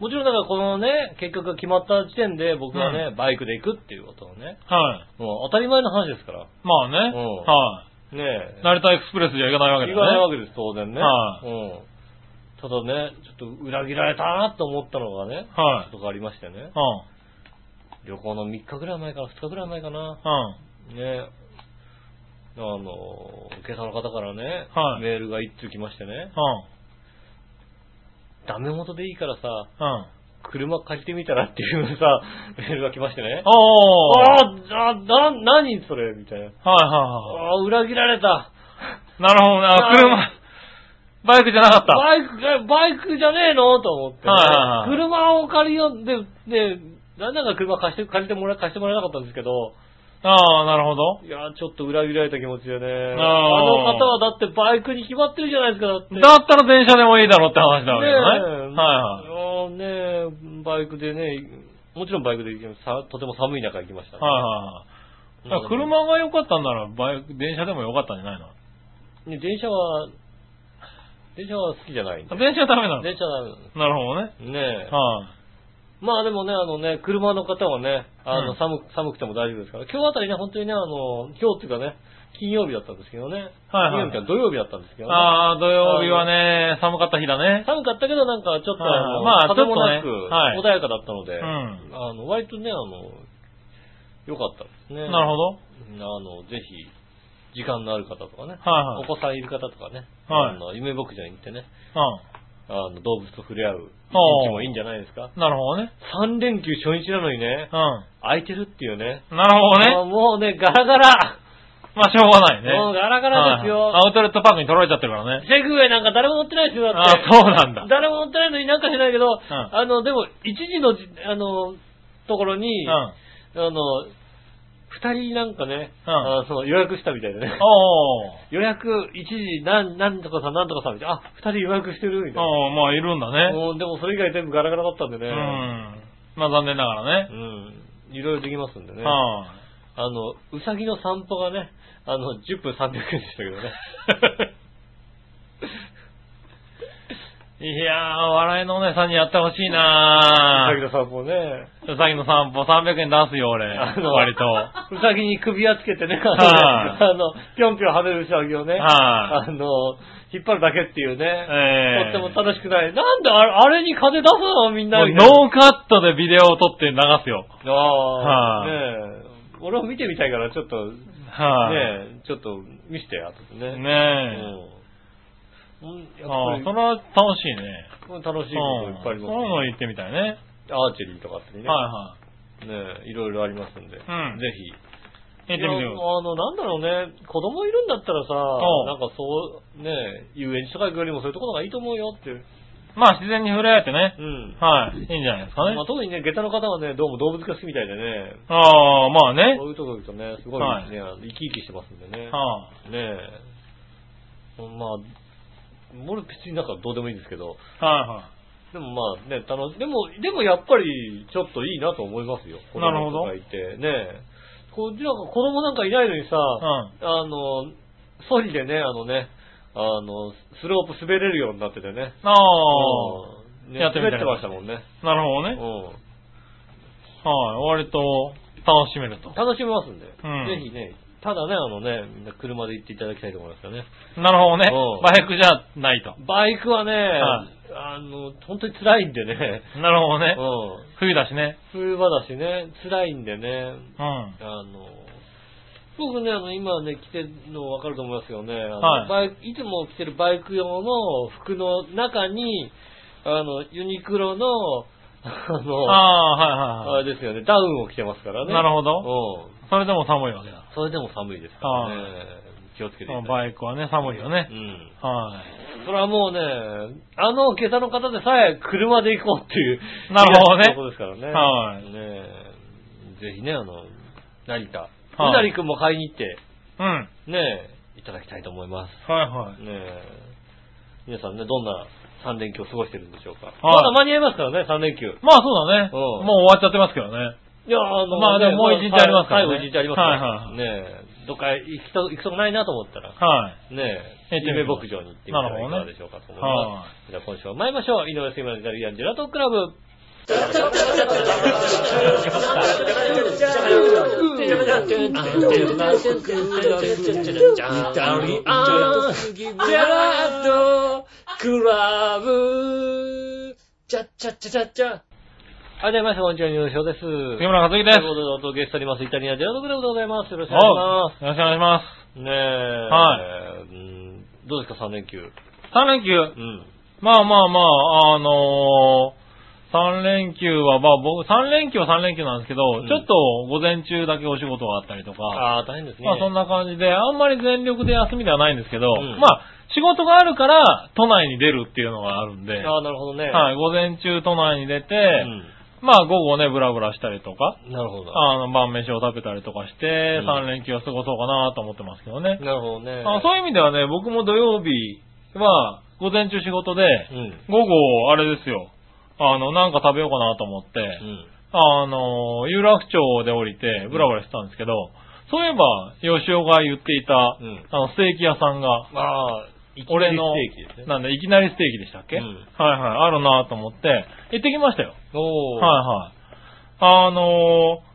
S3: う
S2: もちろんだからこのね、結局決まった時点で僕はね、
S3: う
S2: バイクで行くっていうことをね、
S3: ん。はい。
S2: もう当たり前の話ですから。
S3: まあね。
S2: うん
S3: は
S2: ねえ
S3: い。。成田エクスプレスじゃ行かないわけだ
S2: 言
S3: よ
S2: わないわ
S3: ね。
S2: けです、当然ね。
S3: は
S2: うん。ただね、ちょっと裏切られたなと思ったのがね、
S3: はい
S2: ことがありましてね。
S3: うん。
S2: 旅行の3日ぐらい前から2日ぐらい前かな。
S3: うん。
S2: ねあの、下駄の方からね、
S3: はい
S2: メールが一通来ましてね、
S3: う
S2: ダメ元でいいからさ、
S3: ん。うん。
S2: 車借りてみたらっていうさ、メールが来ましてね。
S3: おー。はい
S2: ああ、な、なにそれみたいな。
S3: はい
S2: あ
S3: は
S2: あ、裏切られた。
S3: い。なるほどね。あ、
S2: あ
S3: 車、バイクじゃなかった。
S2: バイクが、バイクじゃねえのと思って、ね
S3: はいはいはい
S2: 車を借りようで、で、なんだか車貸して、借りてもらえ、貸してもらえなかったんですけど、
S3: ああ、なるほど。
S2: いやー、ちょっと裏切られた気持ちでね。
S3: あー
S2: あの方はだってバイクに決まってるじゃないですか、だって。
S3: だったら電車でもいいだろうって話だわけ
S2: ねえ、
S3: だね。はいはい。
S2: あーねえ、バイクでね、もちろんバイクで行きました。さとても寒い中行きましたね、
S3: はいはいはい。だから車が良かったんなら、バイク、電車でも良かったんじゃないの
S2: ね、電車は、電車は好きじゃないんで。
S3: 電車はダメなの
S2: 電車はダメな
S3: なるほどね。
S2: のねえ。
S3: はい。
S2: まあでもね、あのね、車の方はね、あ
S3: う
S2: の
S3: ん
S2: 寒く、寒くても大丈夫ですから、今日あたりね、本当にね、あの、今日っていうかね、金曜日だったんですけどね。
S3: はいはい
S2: 金曜日か土曜日だったんですけどね。
S3: ああ、土曜日はね、寒かった日だね。
S2: 寒かったけど、なんかちょっと、
S3: はい
S2: あの
S3: まあ
S2: 風もなく、
S3: ちょっとねはい
S2: 穏やかだったので、
S3: うん
S2: あの、割とね、あの、良かったですね。
S3: なるほど。
S2: あの、ぜひ、時間のある方とかね、
S3: はいは
S2: お
S3: い
S2: 子さんいる方とかね、
S3: はい
S2: あの夢牧場に行ってね、
S3: う
S2: あの、動物と触れ合う
S3: ああ
S2: 時もいいんじゃないですか。
S3: ん。なるほどね。
S2: 3連休初日なのにね、
S3: う
S2: 空いてるっていうね。
S3: ん。なるほど
S2: あ
S3: ね。
S2: もうね、ガラガラ。
S3: まあ、しょうがないね。
S2: もうガラガラですよ
S3: はい。アウトレットパークに取られちゃってるからね。
S2: セグウェイなんか誰も乗ってないですよ、だって。
S3: あそうなんだ
S2: 誰も乗ってないのになんかしないけど、
S3: ん
S2: あの、でも、1時のじ、あの、ところに、
S3: う
S2: あ
S3: ん。
S2: の、2人なんかね、
S3: うん
S2: あのその予約したみたいでね。
S3: おー。
S2: 予約1時なん、なんとかさん、なんとかさんみたいな。あ、2人予約してるみたいな。
S3: おー、まあ、いるんだね。
S2: もうでもそれ以外全部ガラガラだったんでね。
S3: うん。まあ、残念ながらね。
S2: うん。いろいろできますんでね。
S3: は
S2: あの、うさぎの散歩がね、あの、10分300円でしたけどね。
S3: い。いやー、笑いのお姉さんにやってほしいう
S2: さ
S3: な
S2: ぎの散歩ね。
S3: ー。うさぎの散歩300円出すよ、俺
S2: あ。の
S3: 割と。
S2: うさぎに首輪つけてね、あ
S3: はい
S2: のねあの、ぴょんぴょん跳ねるうさぎをね、
S3: は
S2: あの、引っ張るだけっていうね、
S3: ええ
S2: とっても楽しくない。なんであれあれに風出すのみんなみたいな。
S3: もうノーカットでビデオを撮って流すよ。
S2: ああ、
S3: は
S2: ねえ。俺も見てみたいから、ちょっと、ね
S3: はい。
S2: え、ちょっと見せてや、後でね。
S3: ね
S2: う
S3: え。
S2: ん。うん、や
S3: ああ、
S2: っ
S3: そ
S2: ぱ
S3: れは楽しいね。
S2: り、楽しいこといっぱいあり
S3: うん
S2: ますね。
S3: そういうの行ってみたいね。
S2: アーチェリーとかってね。
S3: はいは
S2: ねいろいろありますんで、
S3: ん
S2: ぜ
S3: やってみてよ
S2: いやあの、なんだろうね、子供いるんだったらさ、
S3: ん
S2: なんかそう、ね、遊園地とか行くよりもそういうところがいいと思うよっていう。
S3: まあ自然に触れ合えてね
S2: う。ん。
S3: はい。いいんじゃないですかね
S2: まあ、。特にね、下駄の方はね、どうも動物が好きみたいでね、
S3: ああ、まあね
S2: そ。ういうとこ行くとね、すごい
S3: はい
S2: ね、生き生きしてますんでね。
S3: は
S2: ねえ。まあ、俺別になんかどうでもいいんですけど、
S3: い。は
S2: でもまあね、楽しでも、でもやっぱりちょっといいなと思いますよ。
S3: なるほど
S2: 子供とかいて。ねえ。こう、じゃあ子供なんかいないのにさ、
S3: いはい。
S2: あの、ソリでね、あのね、あの、スロープ滑れるようになっててね。
S3: うん。ああ、
S2: うんね
S3: やってみたい
S2: 滑ってましたもんね。
S3: なるほ
S2: う
S3: どね。
S2: ん。
S3: はい。割と楽しめると。
S2: 楽しめますんで、
S3: ん
S2: ぜひね、ただね、あのね、みんな車で行っていただきたいと思いますよね。
S3: なるほどね
S2: うん。
S3: バイクじゃないと。
S2: バイクはね、
S3: はい
S2: あの、本当に辛いんでね、
S3: なるほど
S2: う
S3: ね。
S2: ん。
S3: 冬だしね。
S2: 冬場だしね、辛いんでね、
S3: うん。
S2: あの、僕ね、あの、今ね、着てるの分かると思いますけどね、あの
S3: はい
S2: バイクいつも着てるバイク用の服の中に、あの、ユニクロの、あの、あ
S3: ああー、はいはいはい。
S2: れですよね、ダウンを着てますからね。
S3: なるほど。
S2: ど。うん。
S3: それでも寒いわけだ。
S2: それでも寒いですからね。気をつけていただいて。
S3: バイクはね、寒いよね
S2: う。ん。
S3: は
S2: それはもうね、あの下駄の方でさえ車で行こうっていう。
S3: なるほどね
S2: そういうことですからね。
S3: はい
S2: ねえぜひね、あの、成田。
S3: はいう
S2: なりくんも買いに行って、
S3: い。うん。
S2: ねえいただきたいと思います。
S3: はいはい。
S2: ねえ皆さんね、どんな3連休を過ごしてるんでしょうか。
S3: はい
S2: まだ間に合いますからね、3連休。
S3: まあそうだね。
S2: うん
S3: もう終わっちゃってますけどね。
S2: いや、あの、
S3: まあでも
S2: ね
S3: もう一日ありますから
S2: 最
S3: ね
S2: 後一日ありますから。
S3: はいはい
S2: ねえどっか行きと、行くとこないなと思ったら、
S3: はい。
S2: ねえ、
S3: 行ってみ
S2: 夢
S3: よう
S2: 牧場に行ってみたらいかがでしょうかと思いま
S3: は
S2: す。じゃあ今週は参りましょう。井上杉村のイタリアンジェラートクラブ。はい、どうもこんにちは、井上翔です。
S3: 杉村和樹です。
S2: ということで、お届けしております、イタリアンジェラートクラブでございます。よろしくお願いし
S3: お
S2: ま。
S3: うよろしくお願いします
S2: ねえ。う
S3: は
S2: んどうですか、3連休。
S3: す。3
S2: う
S3: 連休。
S2: ん。
S3: まあまあまあ、あのー、3連休は、まあ僕、3連休は3連休なんですけど、
S2: ん
S3: ちょっと午前中だけお仕事があったりとか、
S2: ああ、大変ですね。
S3: まあそんな感じで、あんまり全力で休みではないんですけど、
S2: ん
S3: まあ仕事があるから都内に出るっていうのがあるんで、
S2: ああ、なるほどね。
S3: はい、午前中都内に出て、
S2: う
S3: まあ午後ね、ブラブラしたりとか、
S2: ん。なるほど。
S3: あの、晩飯を食べたりとかして、
S2: うん
S3: 3連休を過ごそうかなと思ってますけどね。
S2: なるほどね。
S3: あそういう意味ではね、僕も土曜日は午前中仕事で、
S2: うん。うん。
S3: 午後、あれですよ、あの、なんか食べようかなと思って、あの、有楽町で降りて、ブラブラしてたんですけど、そういえば、吉尾が言っていた、
S2: うん
S3: あの、ステーキ屋さんが、
S2: まあ、いきな
S3: 俺
S2: り
S3: の、
S2: ステーキですね。
S3: なんだ、いきなりステーキでしたっけ、
S2: うん
S3: はいはい、あるなと思って、行ってきましたよ。
S2: おー。
S3: はいはい。あのー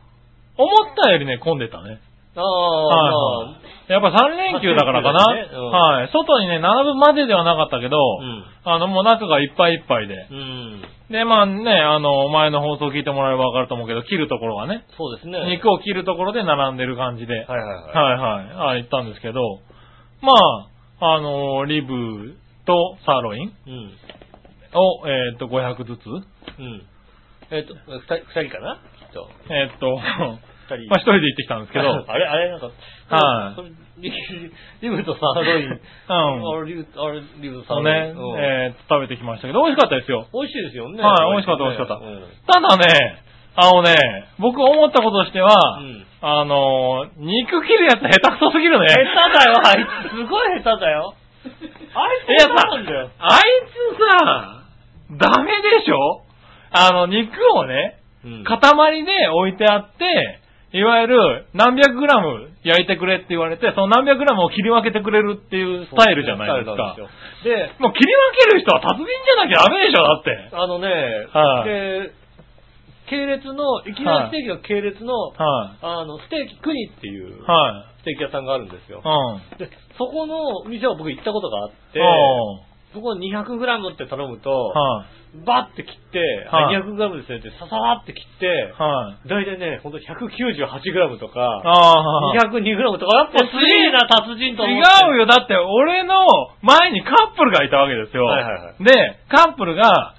S3: 思ったよりね、混んでたね。
S2: あ
S3: はい
S2: あ、まあ、
S3: やっぱ3連休だからかな、
S2: 三連休だねうん
S3: はい。外にね、並ぶまでではなかったけど、
S2: うん。
S3: あの、もう中がいっぱいいっぱいで。
S2: うん。
S3: で、まあね、あの、前の放送聞いてもらえばわかると思うけど、切るところがね、
S2: そうですね。
S3: 肉を切るところで並んでる感じで、はい
S2: はいはいはい。
S3: はい、あ行ったんですけど、まあ、あの、リブとサーロイン
S2: うん。
S3: を、えっ、と、500ずつ
S2: うん。えっと、ふた二人かなきっと。
S3: えっ、と、
S2: 二人。
S3: まあ一人で行ってきたんですけど、
S2: あれあれなんか、
S3: はい
S2: それリ リブとサーロイン。
S3: うん
S2: あれリブ、あれリブとサー
S3: そう
S2: ロイ
S3: ね
S2: ン。うん、
S3: えーと、食べてきましたけど、美味しかったですよ。
S2: 美味しいですよね。
S3: はい美味しかった美味しかった
S2: うん。
S3: ただね、あのね、僕思ったこととしては、
S2: うん
S3: あの、肉切るやつ下手くそすぎるね。
S2: 下手だよ、あいつ。すごい下手だよ。あい
S3: い
S2: つ
S3: や
S2: 下手
S3: さ
S2: なんだよ。、
S3: あいつさ、ダメでしょあの、肉をね、
S2: うん
S3: 塊で置いてあって、いわゆる何百グラム焼いてくれって言われて、その何百グラムを切り分けてくれるっていうスタイルじゃないですか。
S2: スタイルなんですよ
S3: もう切り分ける人は達人じゃなきゃダメでしょ、だって
S2: で、。あのね、
S3: はい
S2: で、系列の、いきなりステーキの系列の、
S3: は
S2: あの、ステーキ国っていう
S3: い。は
S2: ステーキ屋さんがあるんですよ
S3: い。。うん。
S2: で、そこの店を僕行ったことがあって、
S3: おう
S2: そこ 200g って頼むと、
S3: は
S2: バッて切って、
S3: はい
S2: 200g ですねって、ささーって切って
S3: い。、はい。
S2: 大体ね、ほんと 198g とか、
S3: ああ。
S2: 202g とか、やっぱすげえな、達人と思って。
S3: 違うよ。だって、俺の前にカップルがいたわけですよ。
S2: はいはいは
S3: で、カップルが、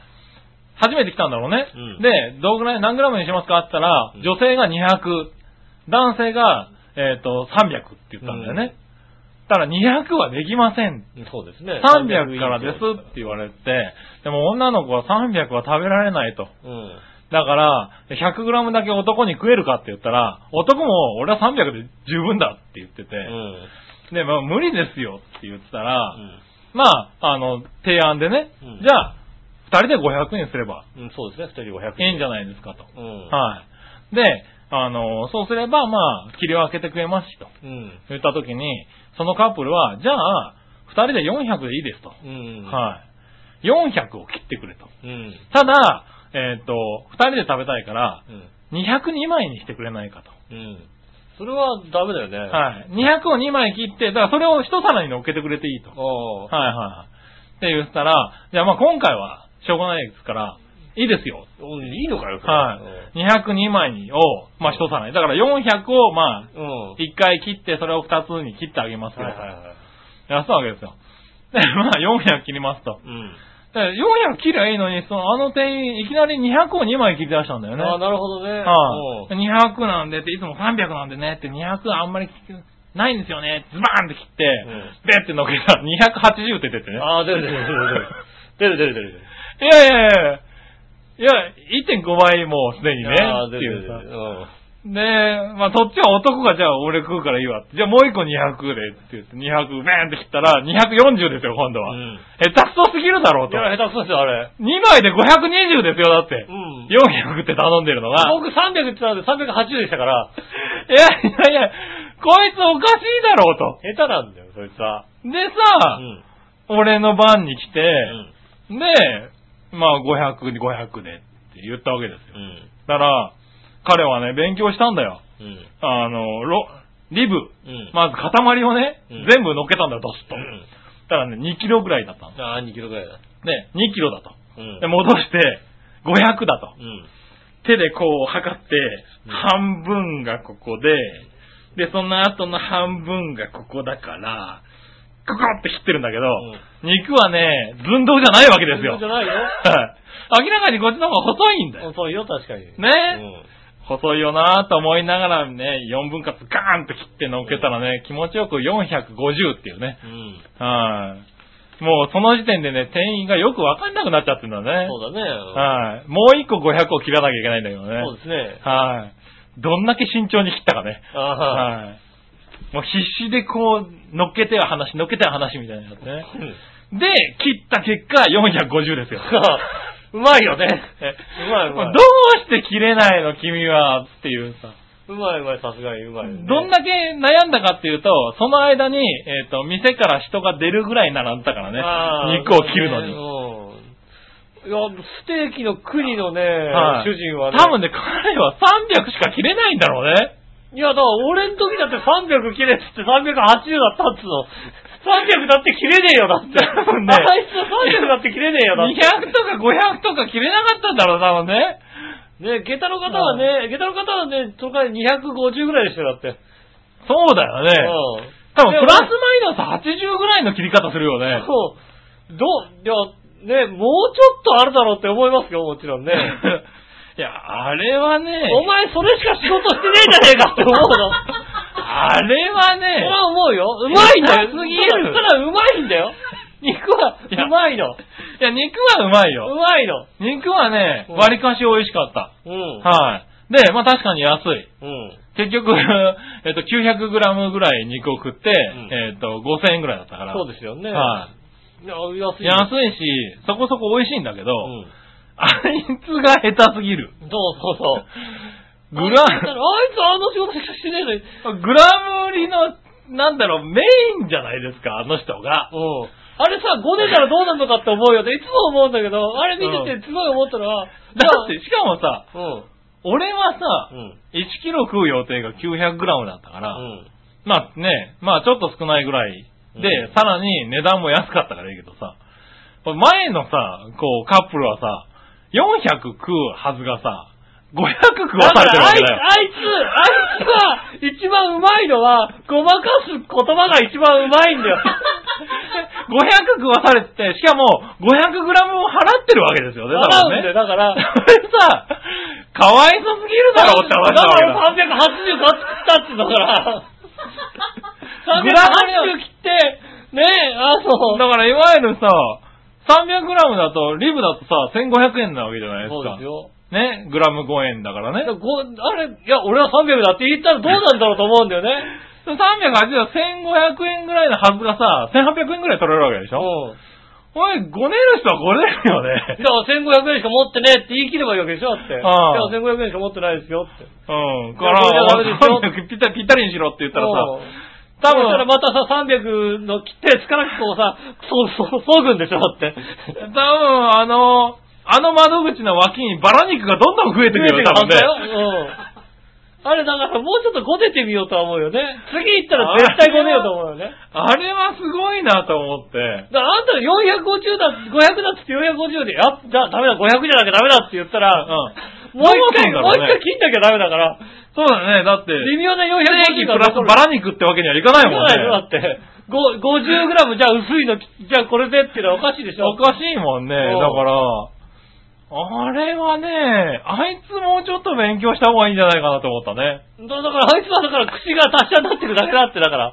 S3: 初めて来たんだろうね。
S2: うん
S3: で、どうぐらい、何グラムにしますかって言ったら、
S2: うん
S3: 女性が200、男性がえっ、と、300って言ったんだよね。ただ200はできません。
S2: そうですね。
S3: 300からですって言われて、でも女の子は300は食べられないと。
S2: うん。
S3: だから、100g だけ男に食えるかって言ったら、男も俺は300で十分だって言ってて、
S2: うん。
S3: で、まあ無理ですよって言ってたら、
S2: うん
S3: まあ、あの、提案でね、
S2: うん
S3: じゃあ、二人で500にすれば
S2: うん、そうですね、二人500
S3: いいんじゃ
S2: ない
S3: ないですかと。
S2: うん。
S3: はい。で、あの、そうすれば、まあ、切り分けてくれますしと
S2: うん。
S3: 言った時に、そのカップルは、じゃあ、二人で400でいいですと。
S2: うん。
S3: はい。400を切ってくれと。
S2: い。うん。
S3: ただ、えっ、と、二人で食べたいから、
S2: うん。
S3: 202枚にしてくれないかと。
S2: うん。それはダメだよね。い。
S3: はい。200を2枚切って、だからそれを一皿に乗っけてくれていいと。は
S2: あ
S3: い
S2: あ。
S3: はいはい。って言ったら、じゃあまあ今回はしょうがないですから、いいですよ。
S2: うんいいのかよ、それ
S3: はい。202枚にを、まあ一皿に。だから400をまあ、
S2: うん。うん。
S3: 一回切って、それを二つに切ってあげます
S2: はい
S3: よ。
S2: はいはい。
S3: やったわけですよ。で、まあ400切りますと。
S2: うん。
S3: で400切りゃいいのに、そのあの店員、いきなり200を2枚切り出したんだよね。
S2: ああ、なるほどね。
S3: は
S2: う
S3: い、
S2: ん
S3: 200なんでって、いつも300なんでねって、200あんまり聞くないんですよね。ズバーンって切って、
S2: うん
S3: ベッてのけたら280って出てね。
S2: ああ、出る出る出る出る。出る出る出る。
S3: いやいやいやいや、1.5倍もうすでにね
S2: ああ、。
S3: って
S2: 出
S3: い
S2: る
S3: う
S2: 出
S3: さ
S2: る。。うん。
S3: で、まあ、そっちは男がじゃあ俺食うからいいわって。じゃあもう一個200でって言って、200ベーンって切ったら240ですよ、今度は。
S2: うん
S3: 下手くそすぎるだろう
S2: い
S3: と。
S2: や、下手くそですよ、あれ。
S3: 2枚で520ですよ、だって
S2: う。ん。
S3: 400って頼んでるのが。
S2: 僕300って言ったんで380でしたから、
S3: いやいやいや、こいつおかしいだろうと。
S2: 下手なんだよ、そいつは。
S3: でさ、
S2: うん。
S3: 俺の番に来て、
S2: うん。
S3: で、まあ500、500でって言ったわけです
S2: う
S3: よ。
S2: ん。
S3: だから、彼はね、勉強したんだよ。
S2: うん。
S3: あの、ロ、リブ、
S2: うん。
S3: まず塊をね、
S2: うん
S3: 全部乗っけたんだよ、ドスッと。
S2: う
S3: だ
S2: ん
S3: からね、2キロぐらいだったの。
S2: ああ、2キロぐらいだ。
S3: で、2キロだと。
S2: うん
S3: で、戻して、500だと。
S2: うん。
S3: 手でこう測って、
S2: うん
S3: 半分がここで、で、その後の半分がここだから、ここって切ってるんだけど、肉はね、寸胴じゃないわけですよ。
S2: 寸胴じゃないよ
S3: はい明らかにこっちの方が細いんだよ。
S2: そうよ、確かに。ね
S3: ね細いよなぁと思いながらね、4分割ガーンと切って乗っけたらね、気持ちよく450っていうね。
S2: うん。うん。
S3: はい。もうその時点でね、店員がよくわかんなくなっちゃってるんだね。
S2: そうだね。
S3: はい。もう一個500を切らなきゃいけないんだけどね。
S2: そうですね。
S3: はい。どんだけ慎重に切ったかね。
S2: ああ。
S3: はい。もう必死でこう、乗っけては話、乗っけては話みたいなやつね。
S2: うん
S3: で、切った結果450ですよ。
S2: うまいよ ね。うまいう
S3: ど。
S2: まいう
S3: して切れないの君はっていうさ。
S2: うまいうまい、さすがにうまいよね。
S3: どんだけ悩んだかっていうと、その間に、えっ、と、店から人が出るぐらい並んだから
S2: あ
S3: ね。
S2: ー
S3: 肉を切るのに。
S2: うんいや、ステーキの国のね、
S3: はい
S2: 主人はね。
S3: 多分ね、彼は300しか切れないんだろうね。
S2: いや、だから俺の時だって300切れっつって380だったっつうの。300だって切れねえよ、だって。
S3: 多分ね
S2: あいつ300だって切れねえよ、だ って。
S3: 200とか500とか切れなかったんだろう、多分ね。
S2: ね、下駄の方はね、下駄の方はね、都会250ぐらいでしたよ、だって。
S3: そうだよね。
S2: うん。
S3: 多分プラスマイナス80ぐらいの切り方するよね。
S2: そう。ど、いや、ね、もうちょっとあるだろうって思いますよ、もちろ んね。
S3: いや、あれはね、
S2: お前それしか仕事してねえじゃねえかって思う の。
S3: あれは
S2: それ
S3: ね、
S2: は思うよ。うまいんだよ。
S3: 下手すぎる
S2: ただ、ただうまいんだよ。肉は、
S3: いや
S2: うまいの。
S3: いや、肉はうまいうよ。
S2: まいの。
S3: 肉はね、
S2: うん
S3: 割りかし美味しかった。
S2: うん。
S3: はい。で、まあ確かに安い。
S2: うん。
S3: 結局、 えっと、900グラムぐらい肉を食って、
S2: ん
S3: えっと、5000円ぐらいだったから。
S2: そうですよね。。
S3: はい
S2: や、安い。
S3: い。安いし、そこそこ美味しいんだけど、
S2: うん。
S3: あいつが下手すぎる。
S2: そうそう そう。
S3: グラ、
S2: あいつあの仕事しかしてねえのに。
S3: グラム売りの、なんだろう、メインじゃないですか、あの人が。
S2: うん。あれさ、5年たらどうなるのかって思うよね。いつも思うんだけど、あれ見ててすごい思ったの は、
S3: だって、しかもさ、
S2: じゃあ、
S3: 俺はさ
S2: う、ん。
S3: 1キロ食う予定が900グラムだったから、
S2: うん。
S3: まあね、まあちょっと少ないぐらいで、
S2: うん
S3: さらに値段も安かったからいいけどさ、これ前のさ、こうカップルはさ、400食うはずがさ、500食わされてるわけだよ。
S2: あいつ、あいつ、あいつは一番うまいのは、ごまかす言葉が一番うまいんだよ。
S3: 500食わされてて、しかも500グラムを払ってるわけですよね、
S2: 笑うんだよ、
S3: だからね。
S2: だから。
S3: それさ、かわいそうすぎるだろうって話
S2: だ
S3: なわ
S2: か
S3: け
S2: ら
S3: だ。
S2: 380買ったってだから。
S3: グラム
S2: 380切って、ねえ、あ、そう。
S3: だからいわゆるさ、300グラムだと、リブだとさ、1500円なわけじゃないで
S2: そうです
S3: す
S2: よ。
S3: か。ね、グラム5円だから
S2: だから
S3: ね。
S2: こうあれ、いや、俺は300だって言ったらどうなんだろうと思うんだよね。
S3: 380は1500円ぐらいのはずがさ、1800円ぐらい取れるわけでし
S2: う
S3: ょ
S2: ん。
S3: おい、ごねる人はごねるよね。
S2: だから1500円しか持ってねえって言い切ればいいわけでしょだって。いや、
S3: ああ
S2: 1500円しか持ってないですよって。
S3: うん。か
S2: いやいやいや
S3: ら、300ぴったりぴったりにしろって言ったら
S2: うん
S3: さ、
S2: 多
S3: 多
S2: 分、そしたら
S3: 分、
S2: またさ、300の切ってつかなくこうさ、そう、そう、そうぐんでしょだって。
S3: 多分あの、あの窓口の脇にバラ肉がどんどん増えてくるよ、多分ね。
S2: よ。うん。あれだからもうちょっとごねてみようとは思うよね。次行ったら絶対ごねようと思うよね。
S3: あれはすごいなと思って。
S2: だからあんたが450だ、500だって言って450で、やっ、だ、ダメだ、500じゃなきゃダメだって言ったら、
S3: うん
S2: もう一回、
S3: どう
S2: もう一
S3: なるんだろうね
S2: 回切んなきゃダメだから、
S3: そうだね。だって、
S2: 微妙な
S3: ステー
S2: 450
S3: キプラスバラ肉ってわけにはいかないもん
S2: いよ、だ
S3: ね。
S2: って。ご50グラムじゃあ薄いの、じゃあこれでっていうのはおかしいでしょ
S3: おかしいもんね。
S2: うん
S3: だから、あれはね、あいつもうちょっと勉強した方がいいんじゃないかなと思ったね。
S2: だだからあいつはだから口が達者になってるだけだって、だから。
S3: い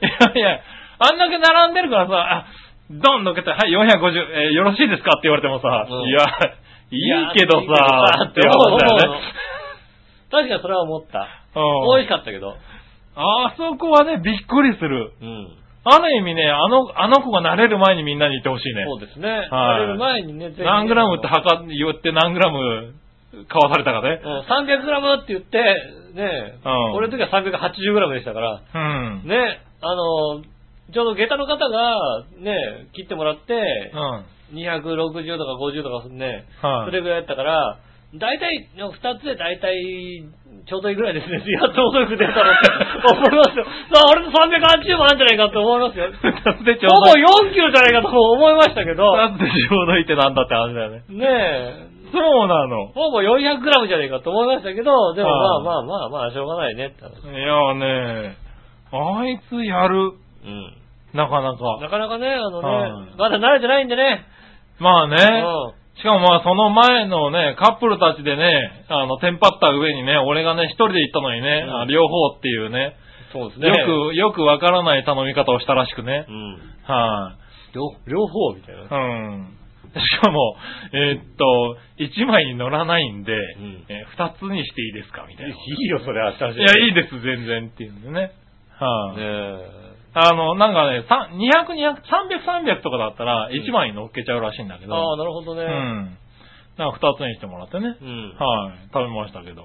S3: やいや、あんだけ並んでるからさ、あドン乗っけて、はい、450、えーよろしいですかって言われてもさ、
S2: うん
S3: いや、いいけど
S2: いや
S3: さ、って言われたよね。
S2: 確かにそれは思った。
S3: う
S2: 美味
S3: ん
S2: しかったけど。
S3: あそこはね、びっくりする。
S2: うん。
S3: ある意味ね、あの、あの子が慣れる前にみんなに言ってほしいね。
S2: そうですね。
S3: はい
S2: 食べる前にね、全員
S3: 何グラムって測って言って何グラム買わされたかね。
S2: うん300グラムって言って、ね、
S3: うん
S2: 俺の時は380グラムでしたから、
S3: うん。
S2: ね、あの、ちょうど下駄の方が、ね、切ってもらって
S3: う、ん。
S2: 260とか50とかね、
S3: はい
S2: それぐらいだったから、大体、2つで大体、ちょうどいいぐらいですね。やっと遅く出たの って思いますよ。まあ、俺の380もあるんじゃないかと思いますよ。
S3: 二つ でちょ
S2: ほ
S3: う
S2: ぼ
S3: どいい。
S2: 4キロじゃないかと思いましたけど、
S3: 二つでちょうどいいってなんだって話だよね。
S2: ねえ、
S3: そうなの。
S2: ほぼ400グラムじゃねえかと思いましたけど、でもま
S3: は
S2: あ
S3: い
S2: まあまあまあ、しょうがないねって話。
S3: いやね、あいつやる。
S2: うん。
S3: なかなか。
S2: なかなかね、あの
S3: は
S2: ね
S3: い、
S2: まだ慣れてないんでね。
S3: まあ
S2: う
S3: ね。
S2: ん。
S3: しかもまあその前のね、カップルたちでね、あの、テンパった上にね、俺がね、一人で行ったのにね、
S2: うん
S3: あ両方っていうね、
S2: そうですね。
S3: よく、よくわからない頼み方をしたらしくね
S2: う。ん。
S3: はい、
S2: 両両方みたいな。
S3: うん。 しかも、えーっと、一枚に乗らないんで、
S2: ん
S3: えー二つにしていいですかみたいな。い
S2: いよ、それ、明日
S3: や、いい
S2: で
S3: です、全然っていうんでね。はい、
S2: ねえ。
S3: あの、なんかね、さ200、200、300、300とかだったら、一枚に乗っけちゃうらしいんだけど。
S2: ああ、なるほどね。
S3: うん。なんか二つにしてもらってね。
S2: うん
S3: はい。食べましたけど。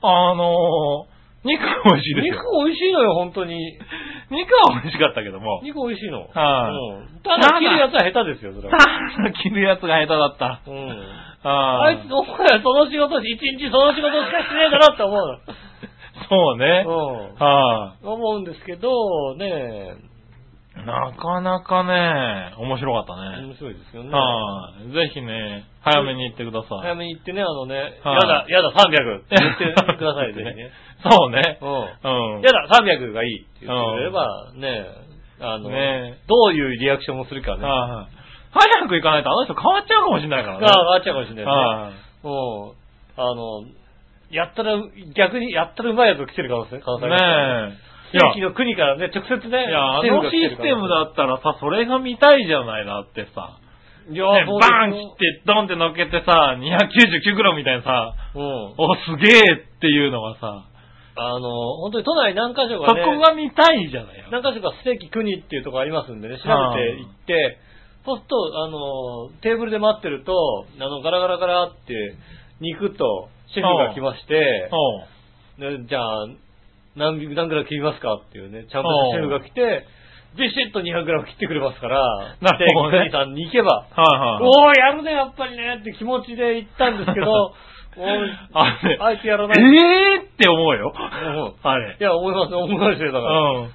S3: あのー、肉美味しいです
S2: 肉
S3: よ。
S2: 美味しいのよ、本当に。
S3: 肉は美味しかったけども。
S2: 肉美味しいの。
S3: はい
S2: うんただ切るやつは下手ですよ、それは。
S3: 切るやつが下手だった。
S2: うん。
S3: あ
S2: あいつ、お前はその仕事し、一日その仕事しかしてねえだなって思
S3: そうね。
S2: うの。
S3: は
S2: うん。思うんですけど、ねえ。
S3: い。なかなかね、面白かったね。
S2: 面白いですよね。
S3: はい。ぜひね、早めに行ってくださ
S2: 早
S3: い。
S2: めに行ってね、あのね、やだ
S3: は、
S2: やだ、300って言ってくだ さいね。ね
S3: そうね。
S2: う
S3: う
S2: ん。
S3: ん
S2: やだ、300がいいって言ってくれれば、ねえ、あの、
S3: ねえ
S2: どういうリアクションもするかね。あ
S3: はい早く行かないとあの人変わっちゃうかもしれないからね。
S2: あ、あっちゃうかもしれない
S3: はい
S2: ですね。うん。あの、やったら、逆に、やったらうまいやつが来てる可能性、可能性あり
S3: ねえ。い
S2: ますね。
S3: や
S2: 地域の国からね、直接ね、
S3: いや、あのシステムだったらさ、それが見たいじゃないなってさ。
S2: いや、
S3: ね、
S2: そうです
S3: バー
S2: よ
S3: ン切って、ドンって乗っけてさ、299グラムみたいなさ、
S2: うん。
S3: お、すげえっていうのがさ、
S2: あの、本当に都内何カ所
S3: そ
S2: かね、
S3: こが見たいじゃないよ。
S2: 何カ所かステーキ国っていうところありますんでね、調
S3: は
S2: べ
S3: い
S2: て行って、そうすると、あの、テーブルで待ってると、あの、ガラガラガラって、肉とシェフが来まして、
S3: おう
S2: でじゃあ、何何グラム切りますかっていうね、ちゃんとしたシェフが来て、ビシッと200グラム切ってくれますから、
S3: なるほどね
S2: ステーキ国さんに行けば、
S3: はい
S2: おー、や
S3: はい。
S2: るね、やっぱりね、って気持ちで行ったんですけ ど、おー
S3: あれ
S2: あいつやらない。
S3: ええーって思うよ。
S2: うん
S3: あれ
S2: い。や、思います、思いますよ、だから。
S3: う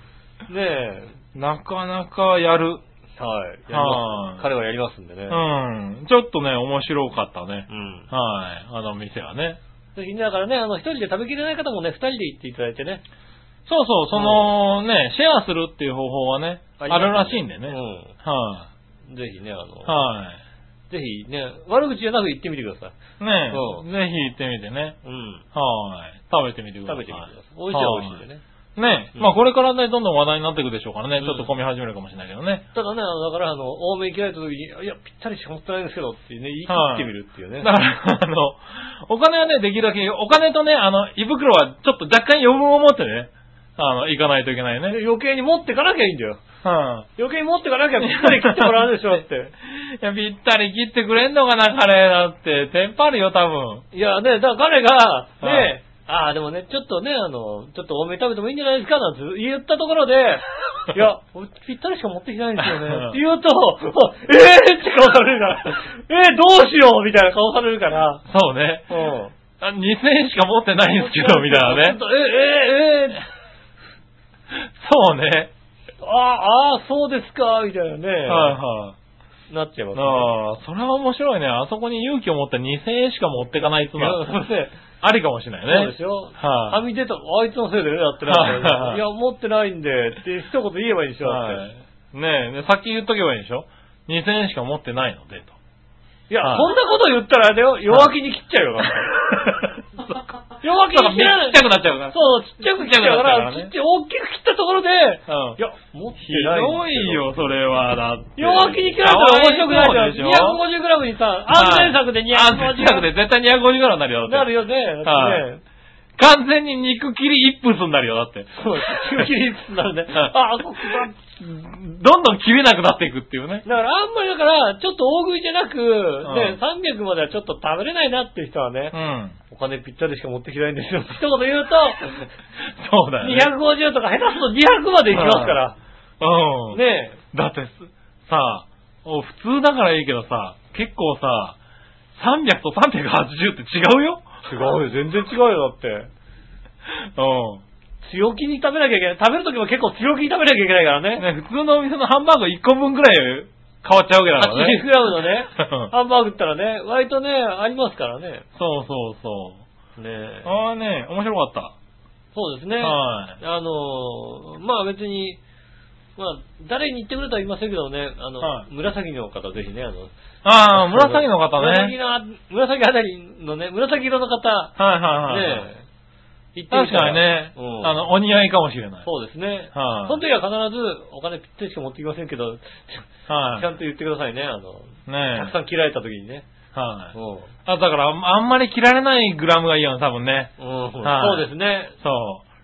S2: ね
S3: ん。なかなかやる。
S2: え。はい。やりま
S3: はい
S2: す。彼はやりますんでね。
S3: う。
S2: うん
S3: ちょっとね、面白かったね。
S2: ん。
S3: はい。あの店はね。
S2: ぜひね、だからね、あの、一人で食べきれない方もね、二人で行っていただいてね。
S3: そうそう、そのね、シェアするっていう方法はね、あるらしいんでね。
S2: う
S3: はい、
S2: ん。ぜひね、あの、
S3: はい、
S2: ぜぜひね、悪口じゃなく行ってみてください。
S3: ねえ、
S2: うん
S3: ぜひ行ってみてね。
S2: うん。
S3: はーい。食べてみてく
S2: 食
S3: ださ
S2: べ
S3: い。
S2: てみてください。美味しいは美味しいんでね。
S3: ねえ、
S2: うん
S3: まあこれからね、どんどん話題になっていくでしょうからね、
S2: うん
S3: ちょっと混み始めるかもしれないけどね。
S2: ただね、あのだから、あの、多めに切られた時に、いや、ぴったりしか持ってないんですけどってね、言い切ってみるっていうね。
S3: だから、あの、お金はね、できるだけ、お金とね、あの、胃袋はちょっと若干余分を持ってね、あの、行かないといけないね。
S2: 余計に持ってかなきゃいいんだよ。
S3: うん。
S2: 余計に持ってかなきゃぴったり切ってもらうでしょって。
S3: いや、ぴったり切ってくれんのかな、カレーだって。テンパるよ、多分。
S2: いやね、だから彼が、
S3: は
S2: ね、ああ、でもね、ちょっとね、あの、ちょっと多めに食べてもいいんじゃないですか、なんて言ったとこ ろで、いや、俺ぴったりしか持ってきてないんですよね。って言うと、 ええー、って顔されるから、えー、どうしようみたいな顔されるから、
S3: そうね。
S2: うん。
S3: あ2000円しか持ってないんですけど、みたいな
S2: ちょっ
S3: ね。
S2: とえ、え、え
S3: そうね。
S2: ー、ああー、そうですか、みたいなね。
S3: はいはい。
S2: なっちゃいますね。
S3: ああ、それは面白いね。あそこに勇気を持って2000円しか持ってかないって
S2: い
S3: の
S2: や
S3: は、
S2: そうね
S3: ありかもしれないね。
S2: そうでしょは
S3: はい
S2: み出た、あいつのせいでね、だって
S3: は
S2: ないいや、持ってないんで、って一言言えばいいんでしょ、だって
S3: はい。ねえ、ねさっき言っとけばいいでしょ ?2000 円しか持ってないので、と。
S2: いや、
S3: はい
S2: そんなこと言ったらあれだよ、弱気に切っちゃうよ、だって 弱気に切らない
S3: ちっちゃくなっちゃうから。
S2: そう、ちっちゃく切っちゃうから、
S3: ちっちゃくなっちゃうからね
S2: ちっちゃい大きく切ったところで、
S3: うん
S2: いや、持って
S3: ひ
S2: ないん
S3: ど
S2: です
S3: いよ、それは。だって。
S2: 弱気に切られたら面白くないじゃん。
S3: 250
S2: 250グラムにさ、安全策で
S3: 安全
S2: 250
S3: 策で絶対250ぐらいになるよ、だ
S2: な
S3: っ
S2: る。
S3: て
S2: よね。だ
S3: はい
S2: ってね
S3: 完全に肉切り一分になるよ、だって。
S2: そう、急になるね。あ、ここが
S3: どんどん切れなくなっていくっていうね。
S2: だからあんまりだから、ちょっと大食いじゃなく、ね
S3: ん、
S2: 300まではちょっと食べれないなっていう人はね
S3: う、ん。
S2: お金ぴったりしか持ってきてないんですよ。一言言うと、
S3: そうだよね。
S2: 250とか下手すると200までいきますから。
S3: うん。
S2: ね
S3: だってす、さ、お普通だからいいけどさ、結構さ、300と380って違うよ
S2: 違うよ、全然違うよ、だって。
S3: う
S2: 強気に食べなきゃいけない。食べるときも結構強気に食べなきゃいけないから
S3: ん。
S2: ね。
S3: ね、普通のお店のハンバーグ1個分くらい変わっちゃうわけだから
S2: 80
S3: ね。
S2: グラムのね
S3: うん、
S2: ハンバーグったらね、割とね、ありますからね。
S3: そうそうそう。
S2: ねえ
S3: ああね、面白かっ
S2: そうですね。
S3: た。はい。
S2: あのーまあ別に、まあ誰に言ってくれとは言いませんけどね、あの、
S3: はい
S2: 紫の方ぜひね、あの、
S3: ああ、紫の方
S2: 紫
S3: ね。
S2: のあ、紫あたりのね、紫色の方、
S3: はいはいはい。
S2: ね、行ってみ
S3: 確
S2: た
S3: からにね、
S2: うん
S3: あの、お似合いかもしれない。
S2: そうですね。
S3: はい
S2: その時は必ずお金ぴったりしか持ってきませんけど、ちゃ
S3: は
S2: ん
S3: い。
S2: と言ってくださいね、あの、たくさ
S3: ね
S2: ん切られた時にね。
S3: え。はい。
S2: うん
S3: あ、だから、あんまり切られないグラムがいいよね、多分ね。
S2: うん
S3: は
S2: そう
S3: い
S2: ですね。
S3: そ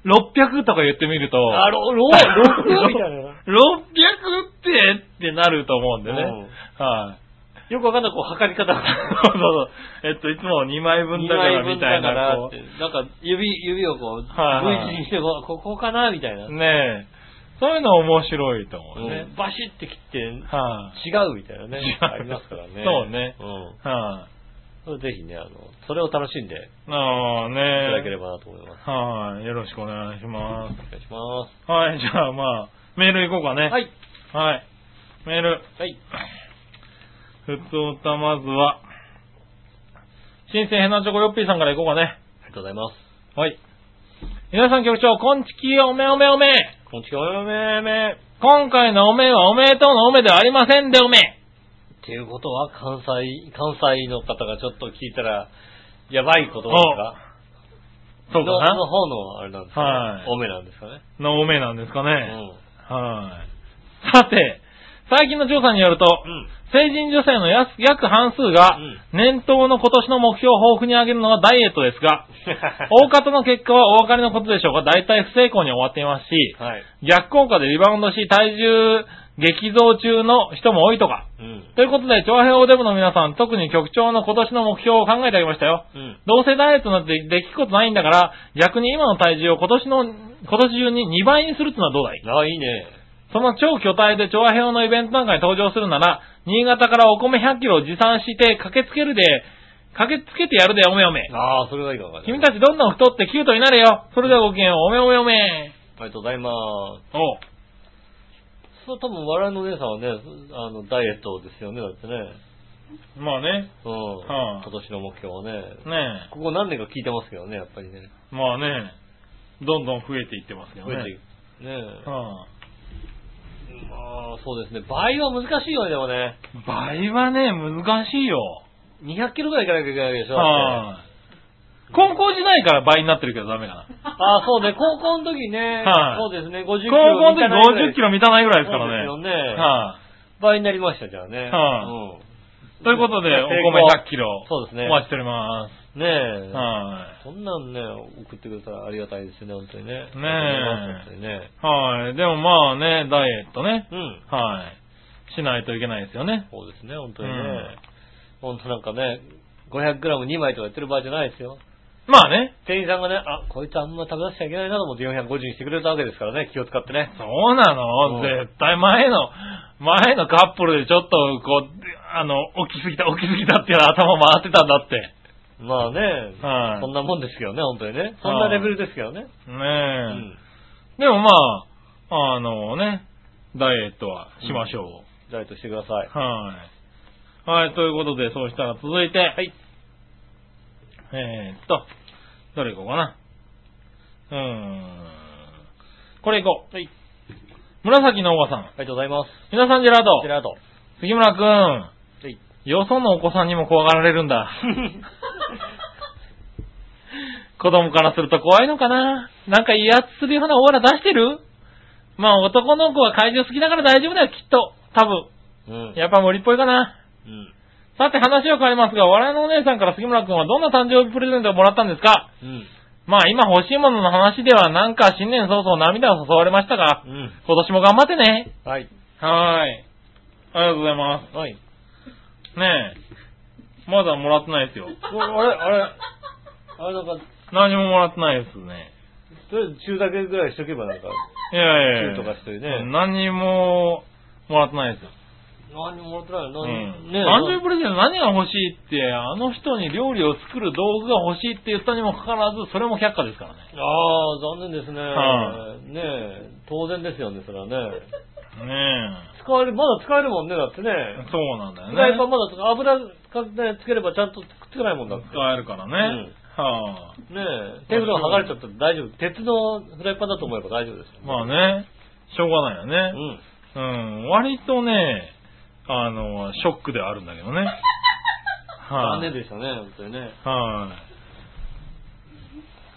S3: う。600とか言ってみると、
S2: あ、ろ、ろ、ろくみたいな。
S3: 600ってってなると思うんでね。はい。
S2: よくわかんない、こう、測り方が。
S3: そうそうそう。えっと、いつも2枚分
S2: 二
S3: だか
S2: 枚
S3: ら
S2: 分
S3: み
S2: だ
S3: たい
S2: か
S3: な
S2: らっ。て。なんか、指、指をこう、V
S3: はいはい
S2: 字にして、こここかなみたいな。
S3: こうねえ。そういうの面白いと思うね。
S2: うんバシッて切って、違
S3: は
S2: うみたいなね
S3: 違。う
S2: ありますからね。
S3: そうね
S2: うん
S3: い、はい、
S2: それぜひね、あの、それを楽しんでい
S3: あ。ああね
S2: ただければなと思います。
S3: はい、よろしくお願いし
S2: お
S3: ま
S2: 願いします。
S3: す。はい、じゃあまあ、メール行こうかね。。
S2: はいい。
S3: はい。メール。
S2: はい。
S3: ふつおたまずは、新鮮ヘナチョコヨッピーさんから行こうかね。
S2: ありがとうございます。
S3: はい。皆さん局長、こんちきおめおめおめ。
S2: こんにちは、おめおめ。
S3: 今回のおめはおめでとうのおめではありませんでおめ。
S2: っていうことは、関西、関西の方がちょっと聞いたら、やばいことですか
S3: そうか
S2: のの
S3: な。
S2: 方の、あれなんですかね。
S3: はい
S2: おめなんですかね。
S3: のおめなんですかね。
S2: うん。
S3: はい。さて、最近の調査によると、
S2: うん。
S3: 成人女性のやす約半数が
S2: うん、
S3: 年頭の今年の目標を豊富に上げるのはダイエットですが、大方の結果はお分かりのことでしょうが、大体不成功に終わっています し、
S2: はい。
S3: 逆効果でリバウンドし、体重激増中の人も多いとか。
S2: うん。
S3: ということで、長編おデブの皆さん、特に局長の今年の目標を考えてあげましたよ。
S2: うん。
S3: どうせダイエットなんてできることないんだから、逆に今の体重を今年の、今年中に2倍にするってのはどうだい
S2: ああ、いいね。
S3: その超巨体で調和平和のイベントなんかに登場するなら、新潟からお米100キロを持参して駆けつけるで、駆けつけてやるで、おめおめ。
S2: ああ、それがいいかもね。
S3: 君たちどんどん太ってキュートになれよ。それではごきげんよう、おめおめおめ。
S2: ありがとうございます。
S3: おう
S2: そう、多分、笑いのお姉さんはね、あの、ダイエットですよね、だってね。
S3: まあね、
S2: うん。
S3: はあ
S2: 今年の目標はね。
S3: ね
S2: ここ何年か聞いてますけどね、やっぱりね。
S3: え、まあね、どんどん増えていってますけど
S2: 増
S3: ね。
S2: えていく。ねえ。
S3: うん
S2: まあ、あーそうですね。倍は難しいよね、でもね。
S3: 倍はね、難しいよ。
S2: 200キロぐらい行かなきゃいけないわけでしょ。だって
S3: はい。高校時代から倍になってるけどダメかな。
S2: ああ、そうね、高校の時ね。
S3: はい
S2: そうですね、50キロ。
S3: 高校の時50キロ満たないぐらいですからね。
S2: そうですよね
S3: は
S2: 倍になりました、じゃあね。う
S3: はい
S2: ん
S3: い。ということで、
S2: 成
S3: お
S2: 功
S3: 米100キロ。
S2: そうですね
S3: お待ちしておりま
S2: ねえ。
S3: す。は
S2: そんなんね、送ってくれたらありがたいですよね、本当にね。ね本当にね。
S3: い。はい。でもまあね、ダイエットね。
S2: うん。
S3: はい。しないといけないですよね。
S2: そうですね、本当に
S3: う
S2: ね。
S3: ん
S2: 本当なんかね、500g2 枚とかやってる場合じゃないですよ。
S3: まあね。
S2: 店員さんがね、あ、こいつあんま食べさせちゃいけないなと思って450にしてくれたわけですからね、気を使ってね。
S3: そうなの
S2: うん
S3: 絶対前の、前のカップルでちょっと、こう、あの、起きすぎた、起きすぎたっていう頭回ってたんだって。
S2: まあね、
S3: はい
S2: そんなもんですけどね、本当にね。そんなレベルですけどね。
S3: ねえ。
S2: うん。
S3: でもまあ、あのね、ダイエットはしましょう。
S2: ダイエットしてください。
S3: はい。はい、ということで、そうしたら続いて。はい。えーっと、どれ行こうかな。うーん。これ行こう。はい。紫のおばさん。
S2: ありがとうございます。
S3: 皆さん、ジェラ
S2: ジ
S3: ー
S2: ェ
S3: ト。
S2: ラート。
S3: 杉村くん。
S2: はい。
S3: よそのお子さんにも怖がられるん だ。子供からすると怖いのかななんか威圧するようなオーラ出してるまあ男の子は怪獣好きだから大丈夫だよ、きっと。多分。
S2: うん。
S3: やっぱ無理っぽいかな。
S2: うん。
S3: さて話は変わりますが、笑いのお姉さんから杉村くんはどんな誕生日プレゼントをもらったんですか
S2: うん。
S3: まあ今欲しいものの話ではなんか新年早々涙を誘われましたが、
S2: うん。
S3: 今年も頑張ってね。
S2: はい。
S3: はーい。ありがとうございま
S2: はい。
S3: す。ねえ。まだもらってないですよ。
S2: おあれ、あれ、あれなんか、
S3: 何ももらってないですね。
S2: とりあえず中だけぐらいしとけばなんか、
S3: いやいやいや。
S2: チューとかしてね
S3: 何ももらってないですよ。
S2: 何にもらってないの
S3: う
S2: 何、
S3: ん
S2: ねえ
S3: 誕生日プレゼント何が欲しいって、あの人に料理を作る道具が欲しいって言ったにもかかわらず、それも却下ですからね。
S2: ああ、残念ですね。
S3: は
S2: ねえ、当然ですよね、それはね。
S3: ね
S2: 使
S3: え。
S2: える、まだ使えるもんね、だってね。
S3: そうなんだよね。
S2: フライパンまだ使油か、ね、つければちゃんとくっつかないもんだって。
S3: 使えるからね。はあ、
S2: ねえ、テーブルが剥がれちゃったら大丈夫。鉄のフライパンだと思えば大丈夫です。
S3: まあね、しょうがないよ
S2: う
S3: ね。
S2: ん。
S3: うん、割とね、あの、ショックではあるんだ けどね。はい、
S2: 残念でしたね、本当にね。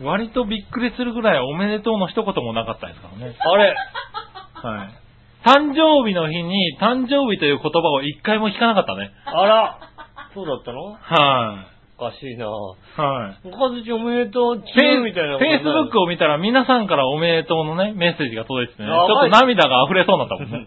S3: はい、割とびっくりするぐらいおめでとうの一言もなかったですから ね。
S2: あれ
S3: はい、誕生日の日に誕生日という言葉を一回も聞かなかったね。
S2: あらそうだったの
S3: はい、
S2: おかしいなお
S3: はい、
S2: かずちおめでとう、チ
S3: フェ
S2: ューみたいな
S3: イスブック
S2: を。
S3: を見たら皆さんからおめでとうのね、メッセージが届いててね、ち
S2: やばい
S3: ょっと涙が溢れそうになった もんね。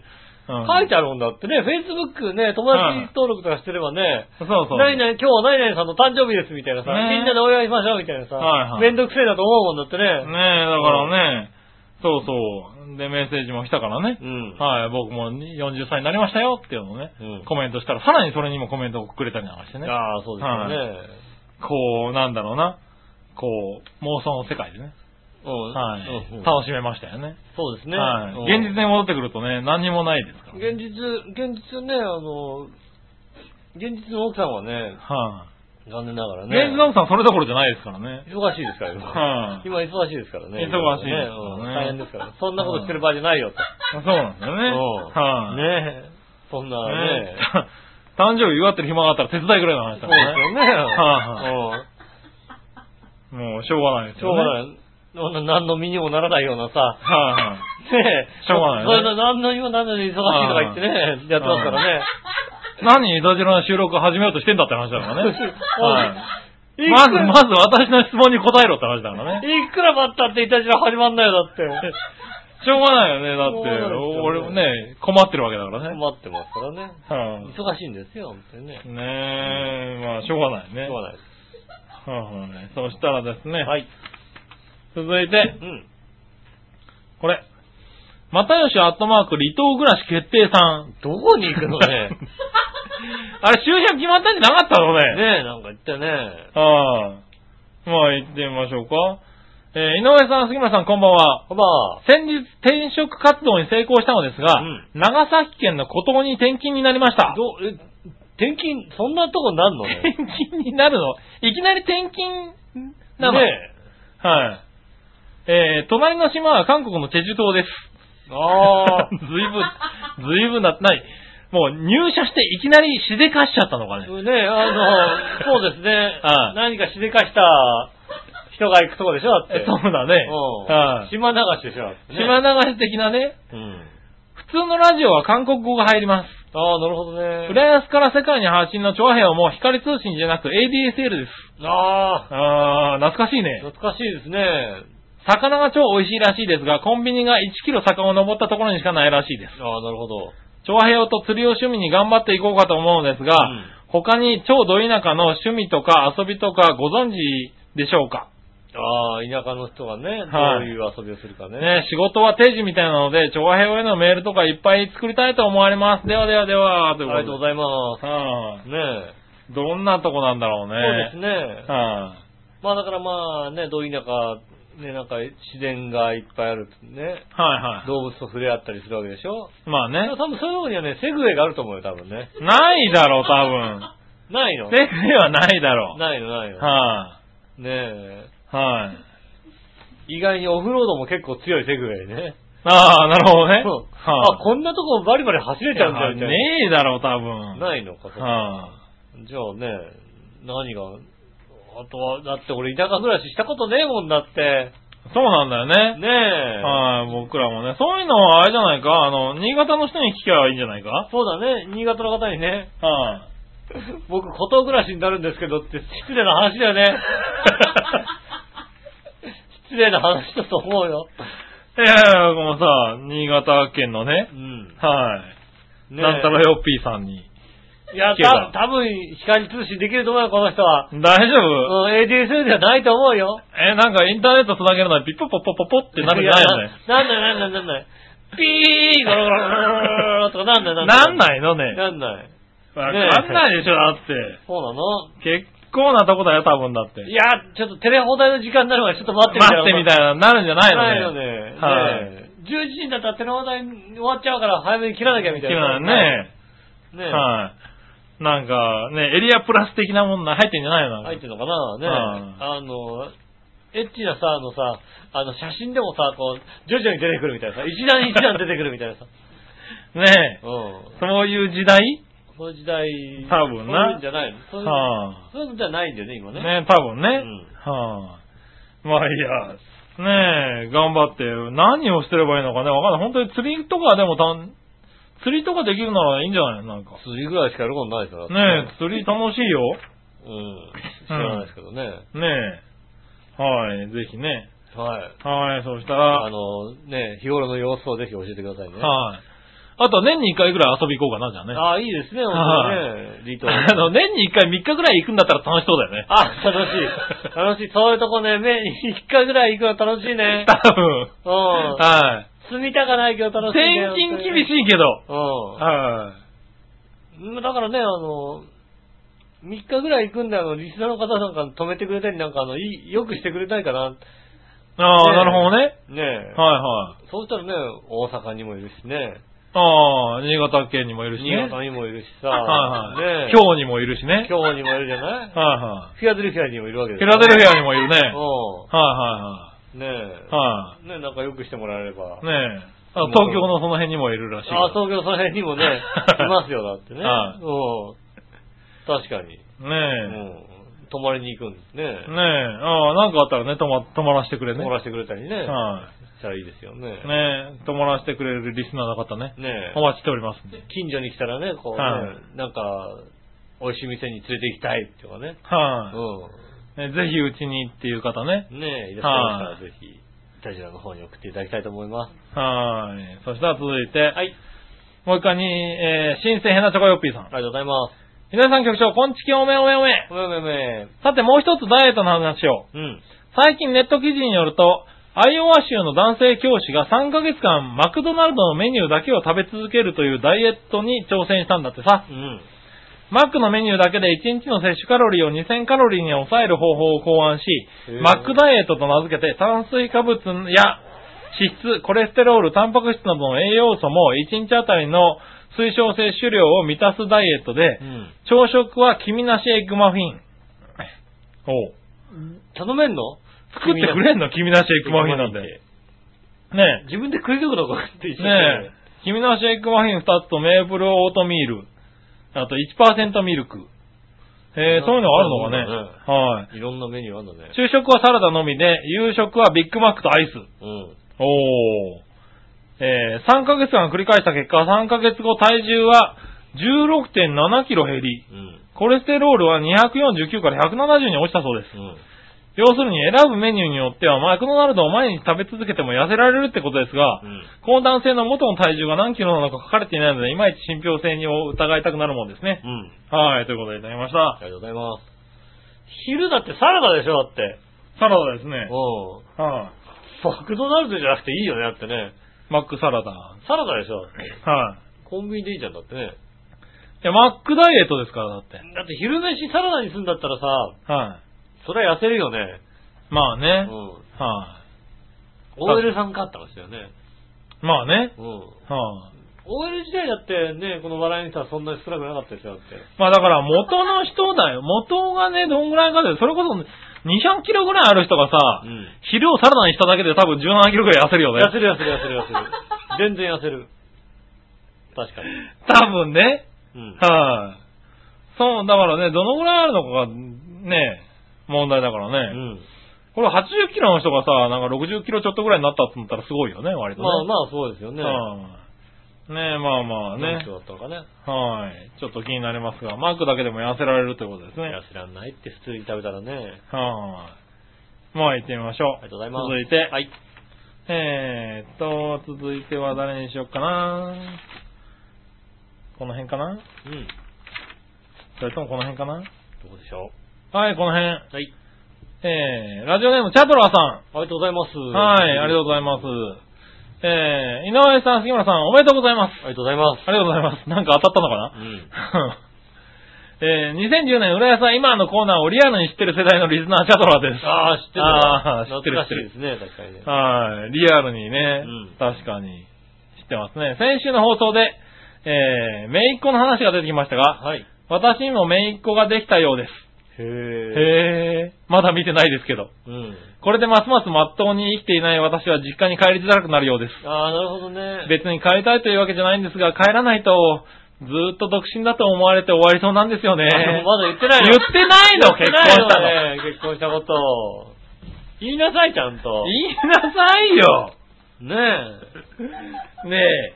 S3: うん
S2: 書いてあるもんだってね、Facebook ね、友達登録とかしてればね、
S3: そうそう。
S2: 何々、今日は何々さんの誕生日ですみたいなさ、
S3: ね
S2: みんなでお祝いしましょうみたいなさ、
S3: はいはい
S2: めんどくせえなと思うもんだって
S3: ねえ、だか
S2: ね。
S3: らね、そうそう。で、メッセージも来たからね
S2: う。ん。
S3: はい、僕も40歳になりましたよっていうのをね、
S2: うん
S3: コメントしたら、さらにそれにもコメントをくれたりなんかしてね。
S2: ああ、そうですよね。
S3: こう、なんだろうな。こう、妄想の世界でね。
S2: うん
S3: はい
S2: うんうん。
S3: 楽しめましたよね。
S2: そうですね。
S3: はい
S2: うん
S3: 現実に戻ってくるとね、何にもないですから。
S2: 現実、現実ね、あの、現実の奥さんはね、
S3: はい、
S2: 残念ながらね。
S3: 現実の奥さんそれどころじゃないですからね。
S2: 忙しいですから、今。
S3: はい
S2: 今忙しいですからね。
S3: 忙しいですからね
S2: うん大変ですから。そんなことしてる場合じゃないよと。
S3: そうなんだよね。はい、
S2: ね。ねえ。そんなね
S3: ね。 誕生日祝ってる暇があったら手伝いぐらいの話
S2: そ
S3: だ
S2: う
S3: か
S2: です
S3: ら
S2: よ
S3: ね。
S2: ね。
S3: はい
S2: うん
S3: もうしょうがないです
S2: しょう
S3: よね。
S2: がない。そんな何の身にもならないようなさ。
S3: はいはい。
S2: ねえ。
S3: しょうがないね
S2: それの何の身もならないで忙しいとか言ってね、やってますからね。
S3: 何イタジラの収録を始めようとしてんだって話 だからね。はいまず、ま
S2: ず、
S3: ず私の質問に答えろって話だからね。
S2: いくら待ったっていたじら始まんないよ、だって。
S3: しょうがないよね。だって、
S2: そう
S3: 俺
S2: なんですよね
S3: もね、困ってるわけだからね。
S2: 待ってますからね。
S3: はい
S2: 忙しいんですよ、本当にね。
S3: ねえ、まあ、しょうがないね。
S2: しょうがないで
S3: はいはいそしたらですね、
S2: す。はい。
S3: 続いて
S2: う、ん。
S3: これ。またよしアットマーク離島暮らし決定さん。
S2: どこに行く の ね。
S3: あれ、終着決まったんじゃなかったのね。
S2: ねえ、なんか言ってね。
S3: ああ。まあ、行ってみましょうか。えー井上さん、杉村さん、こんばんは。
S2: ほば
S3: 先日、転職活動に成功したのですが、
S2: うん
S3: 長崎県の孤島に転勤になりました。
S2: ど、え、転勤、そんなとこなんの
S3: 転
S2: ね。
S3: 勤になるのいきなり転勤なの、
S2: ねえ
S3: はい。えー隣の島は韓国のチェジュ島です。
S2: ああ
S3: ずいぶん、ずいぶんな、ない。もう入社していきなりしでかしちゃったのかね。
S2: ねあの、そうですね。
S3: はい
S2: 何かしでかした人が行くとこでしょだって。
S3: そうだね。
S2: うん
S3: はい
S2: 島流しでしょ、だってね
S3: 島流し的なね、
S2: うん。
S3: 普通のラジオは韓国語が入ります。
S2: ああ、なるほどね。
S3: 浦安から世界に発信の長編はもう光通信じゃなく ADSL です。
S2: ああ、
S3: あー、懐かしいね。
S2: 懐かしいですね。
S3: 魚が超美味しいらしいですが、コンビニが1キロ坂を登ったところにしかないらしいです。
S2: ああ、なるほど。
S3: 長平と釣りを趣味に頑張っていこうかと思うのですが、
S2: うん
S3: 他に超ど田舎の趣味とか遊びとかご存知でしょうか
S2: ああ、田舎の人がね、どういう遊びをするかね。
S3: ね、仕事は定時みたいなので、長平へのメールとかいっぱい作りたいと思われます。ではではでは、
S2: あ
S3: と
S2: り
S3: いう
S2: がとう
S3: こ
S2: ございます
S3: と。で。は
S2: ねえ。
S3: いどんなとこなんだろうね。
S2: そうですね。
S3: は
S2: まあだからまあね、どう田舎、ね、なんか自然がいっぱいあるね。
S3: いはいは
S2: 動物と触れ合ったりするわけでしょ
S3: い。ま
S2: 多
S3: あね。
S2: 分そういうとこにはね、セグウェイがあると思うよ、多分ね。
S3: ないだ ろう、多
S2: ないの
S3: 分。セグウェイはないだろう。
S2: ないの、ないの。
S3: は
S2: ねえ。
S3: い、はい、
S2: 意外にオフロードも結構強いセグウェイね。
S3: ああ、なるほどね。
S2: そう
S3: は
S2: あ、こんなとこバリバリ走れちゃうんだよ、みたいな。
S3: ねえだろう、多分。
S2: ないのか、そこ
S3: は
S2: じゃあね、何が、あとは、だって俺田舎暮らししたことねえもんだって。
S3: い。そうなんだよね。
S2: ねえ。
S3: はい、僕らもね。そういうのはあれじゃないかあの、新潟の人に聞けばいいんじゃないかは
S2: そうだね、新潟の方にね、
S3: い。
S2: 僕、孤島暮らしになるんですけどって失礼な話だよ ね。失礼な話だと思うよ。
S3: いやいや、もうさ、新潟県のね
S2: う、ん。
S3: はい。
S2: ねえ
S3: なんたらよっぴーさんに。
S2: いや、
S3: 聞けば
S2: た多分光通信できると思うよ、この人は。
S3: 大丈
S2: う
S3: 夫、
S2: ん、ADSL じゃないと思うよ。
S3: え、なんかインターネット繋げるのにピッポッポッポッポッポってなるんじゃないよね。
S2: いやななんないなんないなんない。ピーゴロゴロゴロゴロとかなんない
S3: なん
S2: い。
S3: ないのね。
S2: なんない。
S3: わ
S2: ねえ
S3: かんないでしょ、だって。
S2: そうなの
S3: 結構なとこだよ、多分だって。
S2: いや、ちょっとテレ放題の時間になるまでちょっと待ってみたい
S3: 待
S2: な。
S3: ってみたいな、なるんじゃないのね。
S2: ないよね。
S3: はい
S2: ねえ11時になったらテレ放題終わっちゃうから早めに切らなきゃみたいな。
S3: 君らね。
S2: ねえ
S3: はい。なんか、ね、エリアプラス的なもんな入ってんじゃないの
S2: 入ってんのかなねえ
S3: は
S2: あの、エッチなさ、あのさ、あの写真でもさ、こう、徐々に出てくるみたいなさ、一段一段出てくるみたいなさ。
S3: ねえ。
S2: うん。
S3: そういう時代
S2: その時代、
S3: 多分な
S2: そういうんじゃないのそういう、
S3: は
S2: そういうのじゃないんだよね、今
S3: あ、
S2: ね。
S3: ね多分ね。
S2: うん
S3: はあ、まあいいや、ねえ、頑張って、何をしてればいいのかね、わかんない。本当に釣りとかでもたん、釣りとかできるならいいんじゃないのなんか。
S2: 釣りぐらいしかやることないですよ。だって
S3: ねえ、釣り楽しいよ。
S2: うん。知らないですけどね。
S3: ねえ。はい、ぜひね。
S2: はい。
S3: はい、そうした
S2: あ
S3: ら、
S2: の、ね、日頃の様子をぜひ教えてくださいね。
S3: はい。あと年に1回ぐらい遊び行こうかな、じゃあね。
S2: ああ、いいですね、本当にね。離島。
S3: あの、年に1回3日ぐらい行くんだったら楽しそうだよね。
S2: あ、楽しい。楽しい。そういうとこね、目に一回ぐらい行くの楽しい ね。
S3: 多分。
S2: うん。
S3: は
S2: 住みたかないけど
S3: い。
S2: 楽しいね。
S3: 転勤厳し
S2: い。
S3: いけど。
S2: う
S3: は
S2: ん。だからね、あの、3日ぐらい行くんだよ、リスナーの方なんか止めてくれたり、なんかあの、いい、よくしてくれないかな。
S3: い。ああ、
S2: ねえ
S3: なるほどね。
S2: ねえ。
S3: はいはい。
S2: そうしたらね、大阪にもいるしね。
S3: ああ、新潟県にもいるしね。
S2: 新潟にもいるしさ。
S3: はいはい。
S2: ねえ。
S3: 今日にもいるしね。
S2: 今日にもいるじゃない
S3: はいは
S2: フィアデルフィアにもいるわけ
S3: い。
S2: で
S3: フ
S2: す
S3: ィ
S2: よ
S3: ラデルフィアにもいるね。はいは
S2: うん。ね
S3: いは
S2: え。ねえ、なんかよくしてもらえれば。
S3: い。はい。ねえ。あ東京のその辺にもいるらしいよ。
S2: あ、東京その辺にも ね、いますよ、だってね。
S3: はい
S2: うん。確かに。
S3: ね
S2: う
S3: え。ね
S2: ん。泊まりに行くんですね。
S3: え。ああ、なんかあったらね、泊ま、泊まらせてくれね。
S2: 泊まらせてくれたりね。
S3: は
S2: したらいいですよね。
S3: い。ねえ、泊まらせてくれるリスナーの方ね。
S2: ねえ
S3: お待ちしておりますんで。
S2: 近所に来たらね、こうね、
S3: は
S2: なんか、美味しい店に連れて行きたいっていうかね。
S3: はい。
S2: う
S3: ねぜひうちにっていう方ね。
S2: ん。ねえ、いらっしゃいましたら、ぜひ、イタジラの方に送っていただきたいと思います。
S3: はーい。そしたら続いて、
S2: はい。
S3: もう一回に、えー、新鮮ヘナチョコヨッピーさん
S2: あ。りがとうございます。
S3: 皆さん局長、こんちきおめおめおめ。
S2: ごめんごめんごめん。
S3: さてもう一つダイエットの話を。
S2: うん。
S3: 最近ネット記事によると、アイオワ州の男性教師が3ヶ月間マクドナルドのメニューだけを食べ続けるというダイエットに挑戦したんだってさ
S2: う。ん。
S3: マックのメニューだけで1日の摂取カロリーを2000カロリーに抑える方法を考案し
S2: へー、
S3: マックダイエットと名付けて炭水化物や脂質、コレステロール、タンパク質などの栄養素も1日あたりの推奨摂取量を満たすダイエットで
S2: う、ん。
S3: 朝食は黄身なしエッグマフィン。おう
S2: 頼めんの
S3: 作ってくれんの黄身なしエッグマフィンなん
S2: 君
S3: で
S2: だ。
S3: ね
S2: 自分で食いたくなくなって
S3: え、
S2: 一緒
S3: ねえ、君のシェイクマフィン2つとメープルオートミール、あと1%ミルク。えー、そういうのがあるの
S2: そうなん
S3: か
S2: だ
S3: ね。はい。
S2: いろんなメニューあるんだね。
S3: 昼食はサラダのみで、夕食はビッグマックとアイス。
S2: うん。
S3: おー。えー、3ヶ月間繰り返した結果、3ヶ月後体重は16.7キロ減り、
S2: うん。
S3: コレステロールは249から170に落ちたそうです。
S2: うん。
S3: 要するに選ぶメニューによってはマクドナルドを毎日食べ続けても痩せられるってことですが、
S2: うん。
S3: この男性の元の体重が何キロなのか書かれていないので、いまいち信憑性に疑いたくなるもんですね。
S2: うん。
S3: はい、ということでいただきまし
S2: あ
S3: た。
S2: りがとうございます。昼だってサラダでしょだって。
S3: サラダですね。
S2: うん。
S3: はい、
S2: マクドナルドじゃなくていいよね、だってね。
S3: マックサラダ。はい、
S2: サラダでしょだってコンビニでいいじゃん、だってね。
S3: いや、マックダイエットですから、だって。
S2: だって昼飯サラダにするんだったらさ、
S3: はい、
S2: それは痩せるよね。
S3: まあ
S2: う
S3: ね。
S2: ん。
S3: はい、
S2: OL さんかって話だよね。
S3: まあね。
S2: うん。
S3: はい、
S2: OL 時代だってね、この笑いの人はそんなに少なくなかったですよ、だって。
S3: まあだから元の人だよ。元がね、どんぐらいかで、それこそ200キロぐらいある人がさ、
S2: うん
S3: 昼をサラダにしただけで多分17キロぐらい痩せるよね。
S2: 痩せる痩せる痩せる痩せる。全然痩せる。確かに。
S3: 多分ね。
S2: うん。
S3: はい、そう、だからね、どのぐらいあるのかが、ね、問題だから
S2: う
S3: ね。
S2: ん。
S3: これ80キロの人がさ、なんか60キロちょっとぐらいになったって思ったらすごいよね、割とね。
S2: まあまあそうですよね。
S3: はいねまあまあ
S2: 何
S3: ね
S2: キ。ロだったのかね。
S3: はい。ちょっと気になりますが、マークだけでも痩せられるということですね。
S2: 痩せらんないって普通に食べたらね。
S3: はい。まあ行ってみましょう。
S2: ありがとうございます
S3: 続いて。
S2: はい。
S3: えーっと、続いては誰にしようかなこの辺かな
S2: うん。
S3: それともこの辺かな
S2: どうでしょ
S3: はい、この辺。
S2: う。はい。
S3: えー、ラジオネームチャトラさ
S2: ありがとうございます。
S3: ん。はい、ありがとうございます。えー、井上さん、杉村さん、おめでとうございます。
S2: ありがとうございます。
S3: ありがとうございます。なんか当たったのかな
S2: うん。
S3: えー、2010年、浦安は今のコーナーをリアルに知ってる世代のリスナーチャトラです。
S2: ああ、知ってる
S3: あー知ってる
S2: 懐かしいですね、確かにね。
S3: はい、リアルにね、
S2: うん
S3: 確かに、知ってますね。先週の放送で、えー、めいっ子の話が出てきましたが、
S2: はい。
S3: 私にもめいっ子ができたようです。
S2: へえ。
S3: へー、まだ見てないですけど。
S2: うん。
S3: これでますますまっとうに生きていない私は実家に帰りづらくなるようです。
S2: ああ、なるほどね。
S3: 別に帰りたいというわけじゃないんですが、帰らないと、ずーっと独身だと思われて終わりそうなんですよね。
S2: あでもまだ言ってないの
S3: 言ってないの、
S2: 言っ
S3: 結
S2: て
S3: 婚
S2: ない
S3: したの。
S2: ね結婚したことを。言いなさい、ちゃんと。
S3: 言いなさいよ。
S2: ねえ。
S3: ねえ。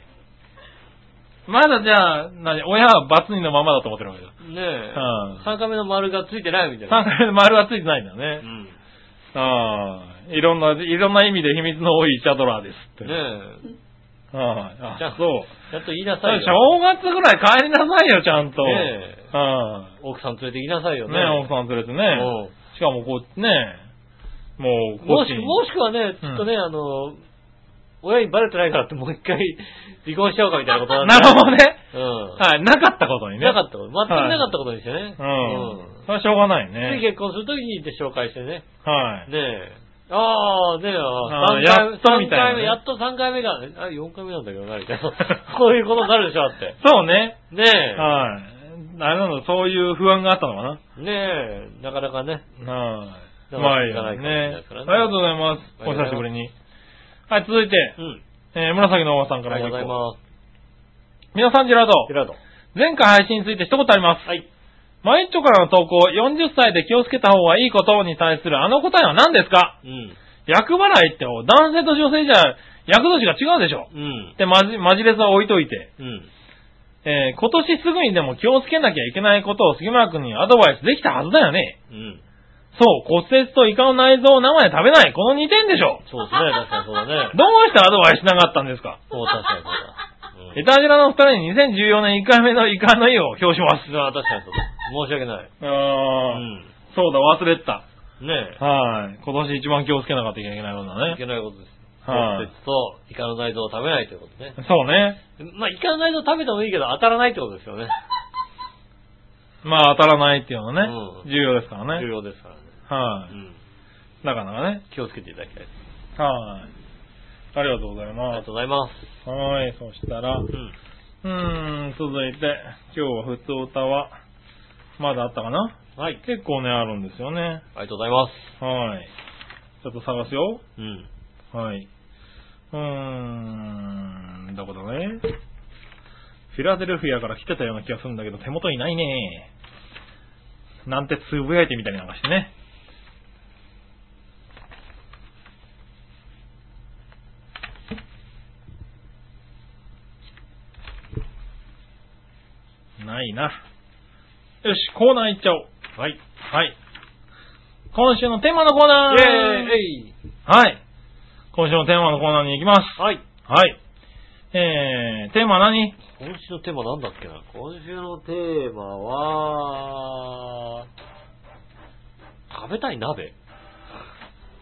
S3: まだじゃあ、何、親はバツ2のままだと思ってるわけだ。
S2: ねえ
S3: は。い
S2: 3回目の丸がついてないみたい
S3: 3
S2: な。
S3: 回目の丸はついてないんだよね。
S2: うん。ね
S3: ああ、いろんな、いろんな意味で秘密の多いチャドラーです。
S2: え。
S3: はいあ
S2: ちゃん
S3: そう。
S2: ちゃんと言いなさいよ。
S3: 正月ぐらい帰りなさいよ、ちゃんと。
S2: ねえ
S3: は
S2: 奥さん連れて行きなさい
S3: い
S2: よ
S3: ね
S2: ね。
S3: え奥さん連れてね。
S2: うん
S3: しかもこう、ねえもう、こ
S2: も
S3: っち
S2: し、
S3: に
S2: もしくはね、ちょっとね、あの、親にバレてないからってもう一回 離婚しちゃおうかみたいなこと
S3: なるほどね。
S2: ど。
S3: はい、なかったことに
S2: うん。
S3: ね。
S2: なかったこと。全くなかったことですよね。
S3: うん。
S2: うん
S3: それはしょうがない
S2: 次
S3: ね。
S2: 結婚するときにで紹介してね。
S3: はい。
S2: ねえ。ああ、ねえ、
S3: あー
S2: 三回
S3: やっとみたい
S2: 三
S3: なね
S2: 回目やっと3回目が、あ、4回目なんだけどな、みたいな。 こういうことになるでしょ、だって。
S3: そうね。
S2: ねえ。
S3: はい。あれなの、そういう不安があったのか
S2: ねえ、なかなかね。
S3: なはい。
S2: だ
S3: ま
S2: か
S3: あ
S2: ら
S3: いい
S2: 聞かな
S3: よ
S2: いかもしれない
S3: ね
S2: ですか。らね
S3: ありがとうございます。
S2: ありがと
S3: お
S2: うございます
S3: 久しぶりに。はい、続いて
S2: う、ん。
S3: えー、紫のおばさん
S2: あ
S3: か
S2: りがとう
S3: らご
S2: ございます。
S3: 皆さん、ジェラード
S2: ジェ。ラード。
S3: 前回配信について一言あります。
S2: はい。
S3: マイッチョからの投稿、40歳で気をつけた方がいいことに対するあの答えは何ですか
S2: うん。
S3: 役払いって男性と女性じゃ役年が違うでしょ
S2: うん
S3: っ。てマジ、マジレスは置いといて、
S2: うん。
S3: えー、今年すぐにでも気をつけなきゃいけないことを杉村君にアドバイスできたはずだよね。
S2: うん。
S3: そう、骨折とイカの内臓を生で食べない。この2点でしょ。
S2: そうですね、確かにそうだね。
S3: どうしてアドバイスしなかったんですか
S2: そう、確かにそうだ。
S3: エタジラのお二人に2014年1回目のイカの意を表します。
S2: うん。ああ、確かにそうだ。申し訳ない。
S3: あ
S2: う
S3: ー、
S2: ん。
S3: そうだ、忘れてた。
S2: ね
S3: はい。今年一番気をつけなかったいけないこと
S2: え。
S3: だ
S2: い
S3: ね。
S2: けないことです。
S3: はい
S2: 骨折とイカの内臓を食べないということね。
S3: そうね。
S2: まあ、イカの内臓食べてもいいけど当たらないってことですよね。
S3: まあ当たらないっていうのはね、
S2: うん
S3: 重要ですから
S2: 重
S3: ね。
S2: 要ですからね。
S3: は
S2: う
S3: い。
S2: ん。
S3: なかなかね。
S2: 気をつけていただきたいです。
S3: はい。ありがとうござい
S2: ありが
S3: ま
S2: とうございます。
S3: す。はい。そしたら、う
S2: うん。
S3: ーん、続いて、今日は普通歌は、まだあったかな
S2: はい。
S3: 結構ね、あるんですよね。
S2: ありがとうございます。
S3: はい。ちょっと探すよ。
S2: うん。
S3: はい。うーん、どこだね。フィラデルフィアから来てたような気がするんだけど、手元にないね。なんてつぶやいてみたりなんかしてね。ないな。よし、コーナー行っちゃおう。はい。はい。今週のテーマのコーナ
S2: イ
S3: ー
S2: ェーイ
S3: はい。今週のテーマのコーナーに行きます。
S2: はい。
S3: はい。えー、テーマは何
S2: 今週のテーマなんだっけな今週のテーマは、食べたい鍋って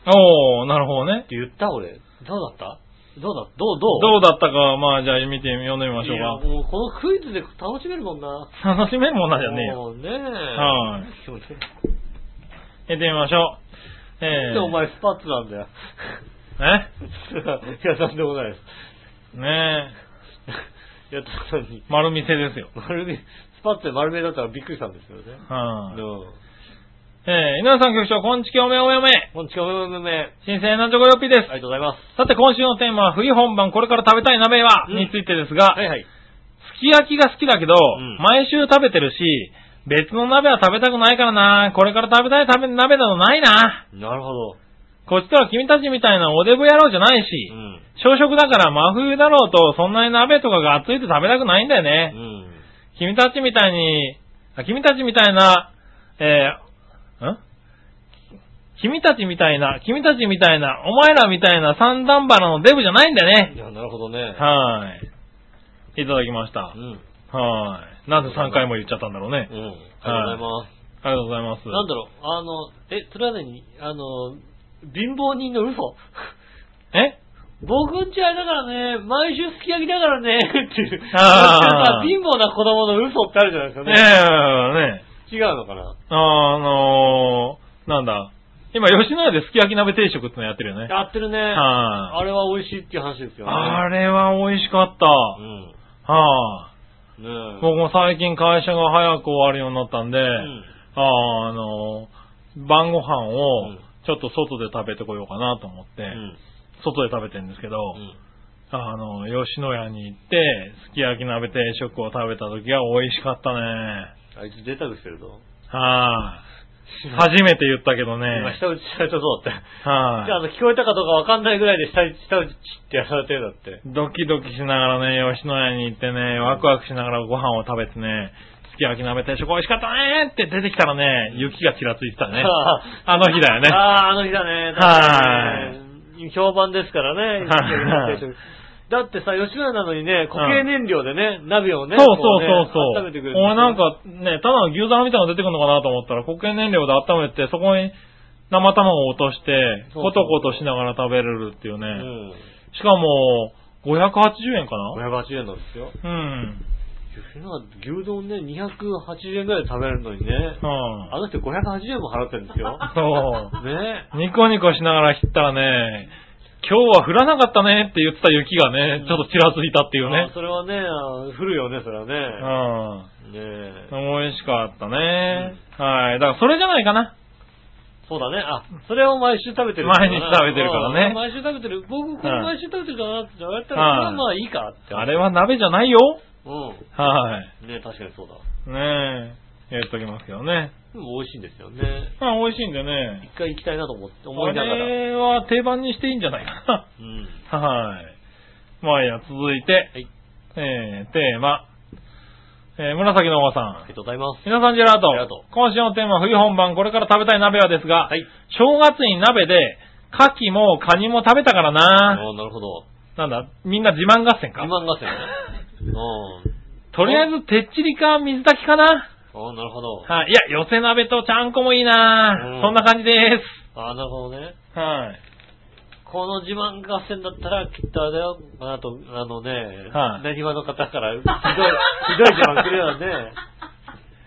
S3: おー、なるほどね。
S2: 言った俺。どうだったどうだどうどう
S3: ど
S2: う
S3: うだったか、まあじゃあ見て、読んでみましょ
S2: いや、
S3: う
S2: もうこのクイズで楽しめるもんな。
S3: か。楽しめるもんなんじゃねえよ。
S2: もうねえ。
S3: はい
S2: そうね。
S3: やってみましょう。
S2: な
S3: え
S2: ん
S3: ー、
S2: でお前スパッツなんだよ。 いや、なんでもないです。
S3: えね
S2: いや、確かに
S3: え、、丸見せですよ。
S2: 丸め、スパッツで丸めだったらびっくりしたんですよね。
S3: はい、
S2: うん。
S3: えー、稲田さん局長、こんちきおめおめおめ。
S2: こんちきおめおめおめ。
S3: 新鮮なチョコヨッピーです。
S2: ありがとうございます。
S3: さて今週のテーマは冬本番これから食べたい鍋は、
S2: うん
S3: についてですが、
S2: はいはい。
S3: すき焼きが好きだけど、
S2: ん
S3: 毎週食べてるし、別の鍋は食べたくないからな。これから食べたい食べ鍋などないな。
S2: なるほど。
S3: こっちとは君たちみたいなおデブ野郎じゃないし、
S2: うん。
S3: 朝食だから真冬だろうと、そんなに鍋とかが熱いと食べたくないんだよ
S2: う
S3: ね。
S2: ん。
S3: 君たちみたいに、あ君たちみたいな、えー、ん君たちみたいな、君たちみたいな、お前らみたいな三段腹のデブじゃないんだよね。
S2: いや、なるほどね。
S3: はい。いただきました。
S2: うん。
S3: はい。なんで3回も言っちゃったんだろうね
S2: う。ん。ありがとうございま
S3: ありがとうございます。
S2: す。なんだろう、あの、え、それは何あの、貧乏人の 嘘。
S3: え
S2: 僕んちあれだからね、毎週すき焼きだからね、っていう。
S3: あー
S2: 貧乏な子供の嘘ってあるじゃないですか
S3: ねえ、
S2: ね。
S3: ね
S2: 違うのかな
S3: え、あのー、なんだ。今、吉野家ですき焼き鍋定食ってのやってるよね。
S2: やってるね。
S3: は
S2: あ
S3: い。
S2: れは美味しいっていう話ですよね。
S3: あれは美味しかった。
S2: うん。ね
S3: は
S2: え。
S3: い。僕も最近会社が早く終わるようになったんで、
S2: うん。
S3: あーあのー、晩ご飯
S2: う
S3: を
S2: ん
S3: ちょっと外で食べてこようかなと思って、
S2: うん。
S3: 外で食べてるんですけど、
S2: うん
S3: あの、吉野家に行って、すき焼き鍋定食を食べた時は美味しかったね。
S2: あいつ贅沢してるぞ。
S3: はい、初めて言ったけどね。
S2: 今、下打ちされたぞって。じゃあ、
S3: は
S2: あの、聞こえたかどうかわかんないぐらいで下打ち、下打ちってやられてるんだって。
S3: い、ドキドキしながらね、吉野家に行ってね、ワクワクしながらご飯を食べてね、すき焼き鍋定食美味しかったねって出てきたらね、雪がちらついてた ね。あの日だよね。
S2: ああ、あの日だね。
S3: はい
S2: い、評判ですからね。
S3: はい
S2: だってさ、吉野家なのにね、固形燃料でね、鍋をね、
S3: そうそう
S2: こね
S3: そうそう。
S2: 温めてくれる。
S3: 俺なん、かね、ただの牛皿みたいなの出てくるのかなと思ったら、固形燃料で温めて、そこに生卵を落として、
S2: そうそう
S3: コトコトしながら食べれるっていう
S2: う
S3: ね。
S2: ん。
S3: しかも、580円かな
S2: 580円なんですよ。
S3: うん。
S2: 吉野家牛丼ね、280円ぐらいで食べれるのにね。
S3: うん。
S2: あの人580円も払ってるんです よ。
S3: そう。
S2: ね
S3: ニコニコしながら切ったらね、今日は降らなかったねって言ってた雪がね、ちょっとちらついたっていう
S2: あ
S3: ね。
S2: それはね、あ降るよね、それは
S3: う
S2: ね。
S3: ん。
S2: ねえ
S3: 美味しかったね。はい。だからそれじゃないかな。
S2: そうだね。あ、それを毎週食べてる
S3: 毎日食べてるからね
S2: うん毎週食べてる。僕、これ毎週食べてるかなって言われたら、
S3: はい
S2: それはまあいいかって。
S3: あれは鍋じゃないよ。
S2: う
S3: はい。
S2: ん。ね確かにそうだ。
S3: ねえ、やっときますけどね。
S2: でも美味しいんですよね。
S3: まあ、美味しいんで
S2: 一
S3: ね。
S2: 回行きたいなと思って、
S3: あ
S2: 思いながら。
S3: れは定番にしていいんじゃないか
S2: うん。
S3: な。はい。まあ、いいや、続いて、
S2: はい
S3: えー、テーマ。えー、紫のおばさ
S2: あり
S3: ん。
S2: がとうございます。
S3: 皆さん、ジェラー
S2: ジェラー
S3: ト
S2: ト。
S3: 今週のテーマは冬本番、これから食べたい鍋はですが、
S2: はい。
S3: 正月に鍋で、牡蠣もカニも食べたから
S2: あ
S3: な。
S2: ーなるほど。
S3: なんだ、みんな自慢合戦か
S2: 自。慢合戦ね。
S3: とりあえず、てっちりか水炊きかな。
S2: うん。あーなるほど。
S3: はい。いや、寄せ鍋とちゃんこもいいな。
S2: うん
S3: そんな感じで
S2: あーなるほどね。
S3: す。はい。
S2: この自慢合戦だったら、きっとあれだよ。あと、あのね、
S3: はい
S2: 何話の方から、ひどい、ひどい自慢来るよ ね。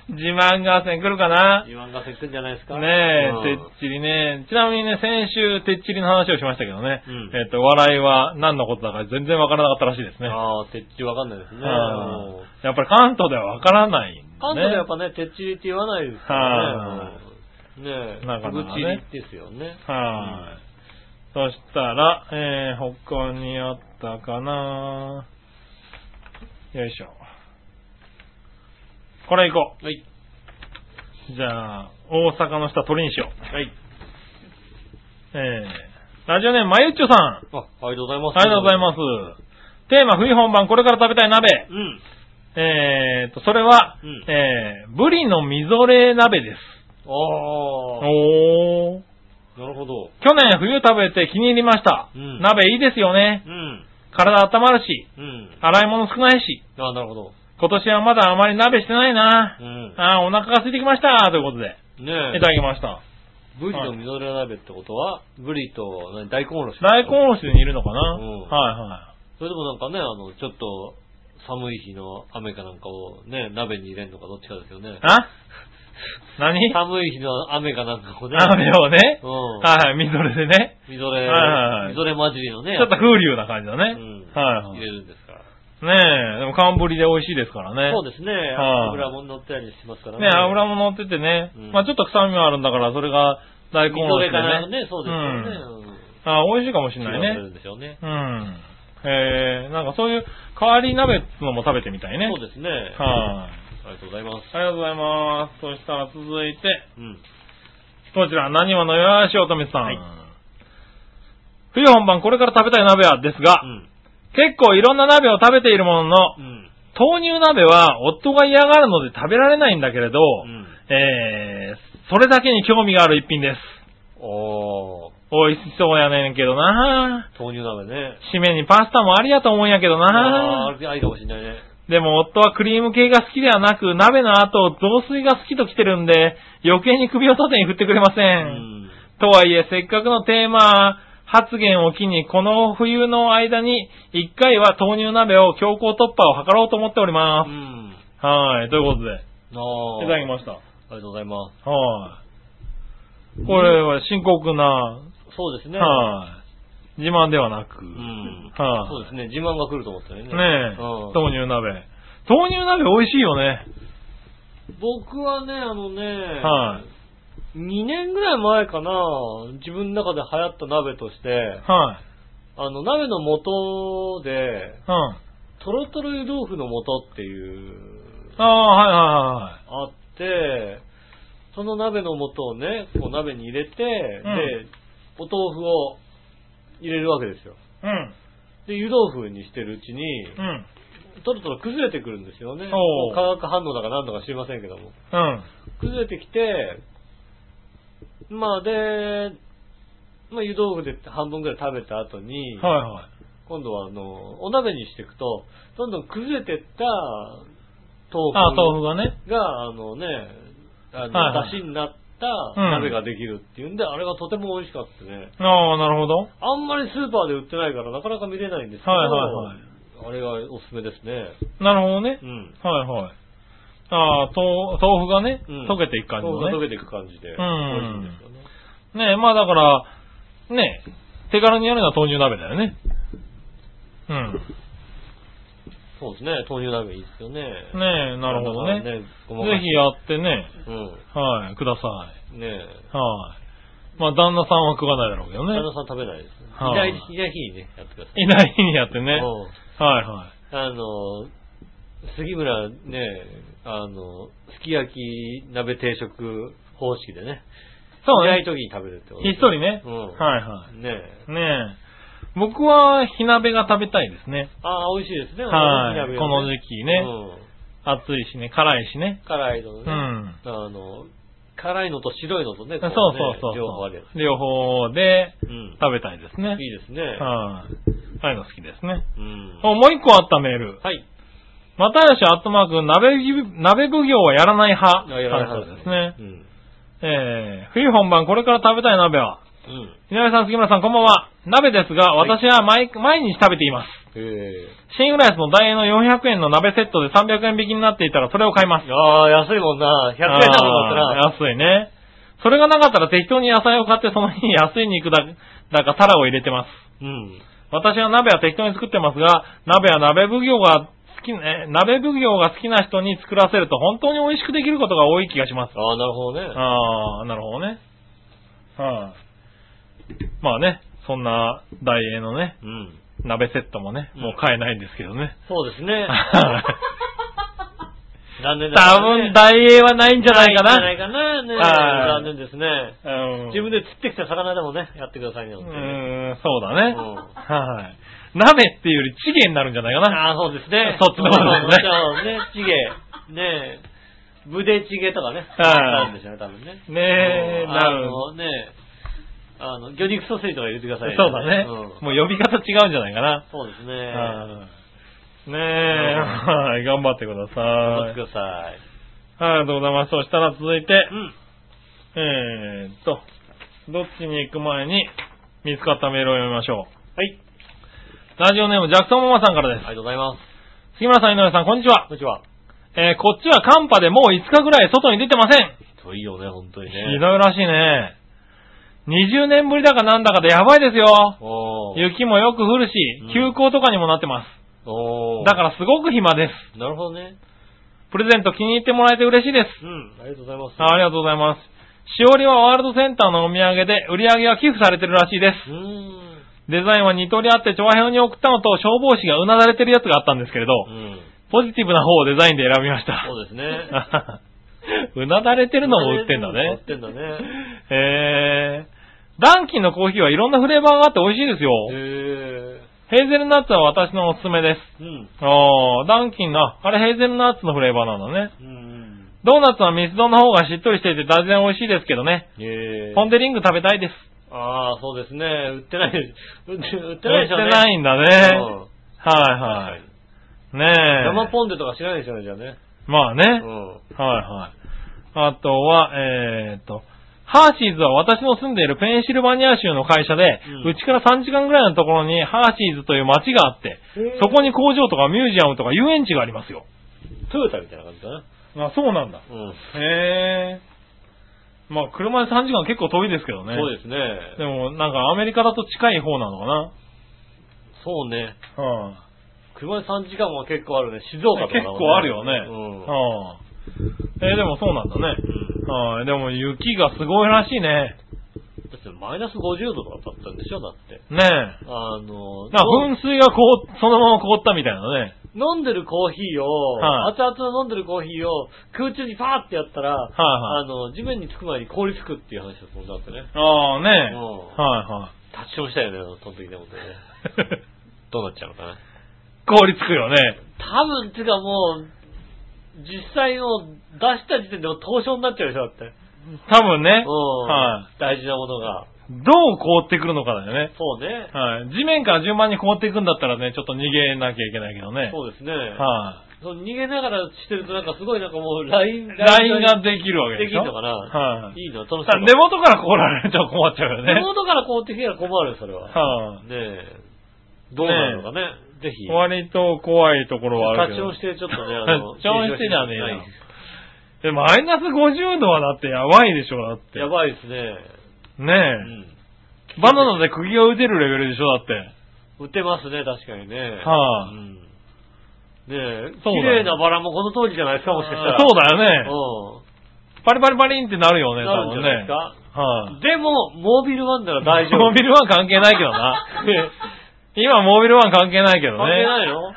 S3: 自慢合戦来るかな
S2: 自慢合戦来るんじゃないですか。
S3: ねえ、
S2: うん
S3: てっちりね。ちなみにね、先週、てっちりの話をしましたけどね。
S2: うん
S3: えっと、笑いは何のことだか全然わからなかったらしいですね。
S2: ああ、鉄柱わかんないですね。
S3: は
S2: うん
S3: いやっぱり関東ではわからないんだね。
S2: 関東ではやっぱね、鉄柱って言わないですからね。うんねえ、
S3: なかなかね
S2: ブチリですよね。
S3: はい。そしたら、えー、他にあったかなよいしょ。これいこう。はい。じゃあ、大阪の下鳥にしよう。はい。えー、ラジオネーム、まゆっちょさん。あ
S2: あ、ありがとうございます。
S3: りがとうございます。テーマ、冬本番、これから食べたい鍋。
S2: す。うん。
S3: えーと、それは、
S2: うん
S3: えー、ブリのみぞれ鍋です。
S2: あ
S3: おー。
S2: あ、なるほど。
S3: 去年冬食べて気に入りました。
S2: うん
S3: 鍋いいですよね
S2: う。ん。
S3: 体温まるし、
S2: うん。
S3: 洗い物少ないし、
S2: ああ、なるほど。
S3: 今年はまだあまり鍋してないな。
S2: うん。
S3: あーお腹が空いてきました。ということで、
S2: ね
S3: いただきました。
S2: え。ブリのみぞれ鍋ってことは、ブリと何大根おろし。
S3: 大根おろしで煮るのかな、
S2: うん
S3: はいは
S2: それでもなんかね、あの、ちょっと、寒い日の雨かなんかをね、鍋に入れるのかどっちかですよね
S3: い。。あ何
S2: 寒い日の雨かなんかをね。
S3: 鍋をね、
S2: うん。
S3: はいはい、みぞれでね、
S2: みぞれ、
S3: はいはいはい
S2: みぞれ混じりのね。
S3: ちょっと風流な感じだね。
S2: うん
S3: はいはい
S2: 入れるんですから。
S3: ねえ、でも寒ぶりで美味しいですからね。
S2: そうですね。
S3: はい
S2: 油も乗ったりしてますから
S3: ね、油も乗っててね、
S2: うん
S3: まあちょっと臭みはあるんだから、それが大根
S2: み
S3: お
S2: ぞ
S3: ろ
S2: れ
S3: し
S2: かな
S3: でね。
S2: ね。そうですよね。うん
S3: あ美味しいかもしれ
S2: 火が
S3: ない
S2: 取れる
S3: ね。
S2: んでしょうね。
S3: うん。へえ、なんかそういう代わり鍋っつのも食べてみたいね。
S2: そうですね。
S3: はい、
S2: ありがとうございます。
S3: ありがとうございます。そしたら続いて、
S2: うん。
S3: こちら、何話のよしおとみさん。
S2: はい
S3: 冬本番これから食べたい鍋はですが、
S2: うん。
S3: 結構いろんな鍋を食べているものの、
S2: うん。
S3: 豆乳鍋は夫が嫌がるので食べられないんだけれど、
S2: うん。
S3: えー、それだけに興味がある一品です。
S2: おー、
S3: 美味しそうやねんけどな
S2: 豆乳鍋ね。
S3: 締めにパスタもありやと思うんやけど
S2: あ
S3: な
S2: ー、ありかもしれないね。
S3: でも夫はクリーム系が好きではなく、鍋の後、雑炊が好きと来てるんで、余計に首を縦に振ってくれませ。
S2: うんん。
S3: とはいえ、せっかくのテーマ発言を機に、この冬の間に、一回は豆乳鍋を強行突破を図ろうと思っており
S2: う
S3: ます。
S2: ん。
S3: はい、ということで、
S2: あー。
S3: いただきました。
S2: ありがとうございます。
S3: はい。これは深刻な、
S2: そうですね。
S3: はい。自慢ではなく、
S2: うん。
S3: はい
S2: そうですね。自慢が来ると思ったよね。
S3: ねえ、
S2: うん
S3: 豆乳鍋。豆乳鍋美味しいよね。
S2: 僕はね、あのね、
S3: はい
S2: 2年ぐらい前かな、自分の中で流行った鍋として、
S3: は
S2: あの、鍋の素で、
S3: い。うん。あ
S2: とろとろ湯豆腐の素っていう、
S3: あ、はいはいはいはい。
S2: あって、その鍋の素をね、こう鍋に入れて、
S3: うん
S2: で、お豆腐を入れるわけですよ。
S3: うん。
S2: で、湯豆腐にしてるうちに、
S3: うん。
S2: とろとろ崩れてくるんですよね。
S3: おう
S2: もう化学反応だかなんだか知りませんけども。
S3: うん。
S2: 崩れてきて、まあで、まあ湯豆腐で半分ぐらい食べた後に、
S3: はいはい。
S2: 今度はあの、お鍋にしていくと、どんどん崩れてった
S3: ああ、
S2: 豆
S3: 豆腐がね。
S2: 腐が、あのね、あの、
S3: はいはい
S2: 出汁になった
S3: うん
S2: 鍋ができるっていうんで、あれがとても美味しかったね。
S3: ああ、なるほど。
S2: あんまりスーパーで売ってないからなかなか見れないんですけど、
S3: はいはい
S2: あれがおすすめですね。
S3: なるほどね
S2: う。ん。
S3: はいはい。ああ、豆豆腐がね、
S2: うん
S3: 溶けていく感じ
S2: 豆腐が
S3: の
S2: 溶
S3: ね。
S2: けていく感じで、美味し
S3: ん
S2: いんですよね。
S3: ねえ、まあだから、ねえ、手軽にやるのは豆乳鍋だよね。うん。
S2: そうですね、豆乳鍋いいですよね。
S3: ねえ、なるほどね。ぜ
S2: ごまかし
S3: ひやってね、
S2: う
S3: はい、くださ
S2: ん。ねえ。
S3: い。はい。まあ、旦那さんは食わないだろうけどね
S2: 旦。那さん食べないです。いな
S3: はい
S2: い、いない日にね、やってください。
S3: いない日にやってね。はい
S2: うん
S3: は
S2: あの、杉村ね、あの、すき焼き鍋定食方式でね。
S3: い。そう
S2: いない
S3: ね。
S2: 時に食べるってこと
S3: ひっそりね。
S2: うん
S3: はいは
S2: ねえ。
S3: い。ねえ。僕は火鍋が食べたいですね。
S2: ああ、美味しいですね。お好
S3: は
S2: み
S3: い。
S2: 鍋
S3: この
S2: は
S3: 時期ね。暑いしね、辛いしね
S2: うん。。辛いのね。
S3: うん
S2: あの、辛いのと白いのとね、こ
S3: そう
S2: ね
S3: そうそう
S2: 両方あるや
S3: そう。両方で
S2: つ。うん。
S3: 食べたいですね。
S2: いいですね。
S3: はい。ああいうの好きですね。
S2: うん。
S3: お、もう一個あったメール。
S2: はい。
S3: またよしアットマーク、鍋ぎ、鍋奉行はやらない派。
S2: あやらない
S3: ですね。
S2: うん。
S3: えー、冬本番これから食べたい鍋は、
S2: うん。
S3: 井上さん、杉村さん、こんばんは。鍋ですが、
S2: はい
S3: 私は毎、毎日食べています。
S2: へえ。
S3: シングライスのダイエーの400円の鍋セットで300円引きになっていたらそれを買います。
S2: ああ、安いもんな。100円だもんだったら。
S3: あー安いね。それがなかったら適当に野菜を買ってその日に安い肉だ、だかタラを入れてます。
S2: うん。
S3: 私は鍋は適当に作ってますが、鍋は鍋奉行が好き、え、鍋奉行が好きな人に作らせると本当に美味しくできることが多い気がします。
S2: ああ、なるほどね。
S3: あー、なるほどね。はい、まあね、そんな、ダイエーのね、
S2: うん。
S3: 鍋セットもね、
S2: うん
S3: もう買えないんですけど ね。
S2: そうです ね。残念
S3: 多分、ダイエーはないんじゃないか
S2: じゃな
S3: な。
S2: いかな。ね
S3: は
S2: 残
S3: い
S2: 念ですね。
S3: うん
S2: 自分で釣ってきた魚でもね、やってくださいね。本当にね
S3: うーん、そうだね。
S2: うん
S3: はい。鍋っていうよりチゲになるんじゃないかな。
S2: ああ、そうですね。
S3: そっちの方で
S2: そ
S3: すね
S2: うね。チゲ。ねえ。ブデチゲとかね。
S3: はい
S2: あるんでしょうね、多分ね。
S3: ねえ、
S2: うん
S3: な
S2: あ
S3: る。
S2: のねえ、あの、魚肉ソーセージとか入れてください
S3: そうだね
S2: うん。
S3: もう呼び方違うんじゃないかな。
S2: そうですね。
S3: はいねえ、はい、頑張ってくださ
S2: 頑張って
S3: い。
S2: ください。
S3: はい、ありがとうございます。そしたら続いて
S2: う、ん。
S3: えーっと、どっちに行く前に見つかったメールを読みましょう。はい。ラジオネーム、ジャクソンママさんから
S2: あり
S3: です。
S2: がとうございます。
S3: 杉村さん、井上さん、こんに
S2: こ
S3: ちは
S2: ん。にちは。
S3: えー、こっちは寒波でもう5日ぐらい外に出てません。
S2: 遠いよね、本当にね。
S3: ひどいらしいね。20年ぶりだかなんだかでやばいですよ。
S2: おー。
S3: 雪もよく降るし
S2: うん、
S3: 休校とかにもなってます。
S2: おー。
S3: だからすごく暇です。
S2: なるほどね。
S3: プレゼント気に入ってもらえて嬉しいです。
S2: うん。ありがとうございます。
S3: あありがとうございます。しおりはワールドセンターのお土産で売り上げが寄付されてるらしいで
S2: う
S3: す。
S2: ーん。
S3: デザインは二通りあって長編に送ったのと消防士がうなだれてるやつがあったんですけれど
S2: う、ん。
S3: ポジティブな方をデザインで選びまし
S2: そうですね。
S3: た。 うなだれてるのも売ってんだ
S2: 売っ
S3: ね。
S2: てんだね。
S3: えー、ダンキンのコーヒーはいろんなフレーバーがあって美味しいですよ。
S2: へえ。
S3: ヘーゼルナッツは私のおすすめです。
S2: うん。
S3: あー、ダンキンな、あれヘーゼルナッツのフレーバーなんだね。
S2: うん。
S3: ドーナツはミスドの方がしっとりしていて大然美味しいですけどね。
S2: へえ。
S3: ポンデリング食べたいです。
S2: ああ、そうですね。売ってない、売って売ってない
S3: 売っ
S2: でしてょうね。。
S3: ないいんだね。はいはい。ねえ。
S2: 生ポンデとか知らないでしょうね、じゃあね。
S3: まあ
S2: う
S3: ね。はい
S2: ん。
S3: はい。あとは、えーっと、ハーシーズは私の住んでいるペンシルバニア州の会社で
S2: うん、
S3: うち、から3時間ぐらいのところにハーシーズという街があって
S2: へー、
S3: そこに工場とかミュージアムとか遊園地がありますよ。
S2: トヨタみたいな感じかな。
S3: あ、そうなんだ。
S2: うん。
S3: へえ。まあ、車で3時間結構遠いですけどね。
S2: そうですね。
S3: でも、なんかアメリカだと近い方なのかな。
S2: そうね。
S3: うん。
S2: 車で3時間は結構あるね。静岡とかだ
S3: 結
S2: もん
S3: 構あるよね。
S2: うん。
S3: はあえーでもそうなんだね。
S2: うん
S3: はい、でも雪がすごいらしいね。
S2: だってマイナス50度とかだったんでしょだって。
S3: ねえ。
S2: あの、
S3: なんか噴水がこう、そのまま凍ったみたいなね。
S2: 飲んでるコーヒーを、
S3: はい
S2: 熱々の飲んでるコーヒーを空中にパーってやったら、
S3: はい
S2: あの、地面につく前に氷つくっていう話だったもんだってね。
S3: ああね
S2: う
S3: え。
S2: ん
S3: は
S2: 立ちションしたよね、その時でもね。
S3: いはい。
S2: どうなっちゃうのかな。
S3: 氷つくよね。
S2: 多分、てかもう、実際の出した時点でもう凍傷になっちゃうでしょ、だって。
S3: 多分ね
S2: うん。。
S3: は
S2: 大事なものが。
S3: どう凍ってくるのかだよね。
S2: そうね。
S3: はい。地面から順番に凍っていくんだったらね、ちょっと逃げなきゃいけないけどね。
S2: そうですね。
S3: は
S2: その逃げながらしてるとなんかすごいなんかもうライン、
S3: い。ラインができるわけでしょ。
S2: できんのかな
S3: はい。
S2: いいの、楽し
S3: さ
S2: い。
S3: 根元から凍られちゃ困っちゃうよね。
S2: 根元から凍ってきたら困るよ、それは。
S3: は
S2: ねえ。どうなるのかね。ぜひ。
S3: い。割と怖いところはあ
S2: 立
S3: るけ
S2: ち
S3: ど。
S2: をして、ちょっとね、あ の、
S3: 立ちをしてじゃねえよ
S2: はい
S3: で、マイナス50度はだってやばいでしょ、だって。
S2: やばいですね。
S3: ね
S2: う
S3: え、
S2: ん。
S3: バナナで釘を打てるレベルでしょ、だって。
S2: 売ってますね、確かにね。
S3: はあ
S2: うん。ねえ、綺
S3: そうだね
S2: 麗なバラもこの当時じゃないですか、もしかしたら。
S3: そうだよね。
S2: う
S3: パリパリパリンってなるよ
S2: ん。
S3: ね、
S2: なるん
S3: 多
S2: じゃ
S3: 分
S2: ないです
S3: ね。
S2: か。
S3: はい、
S2: でも、モービルワンなら大丈夫。。
S3: モービルワン関係ないけどな
S2: ね
S3: 今、モービルワン関係ないけどね。
S2: 関係ないの
S3: はい、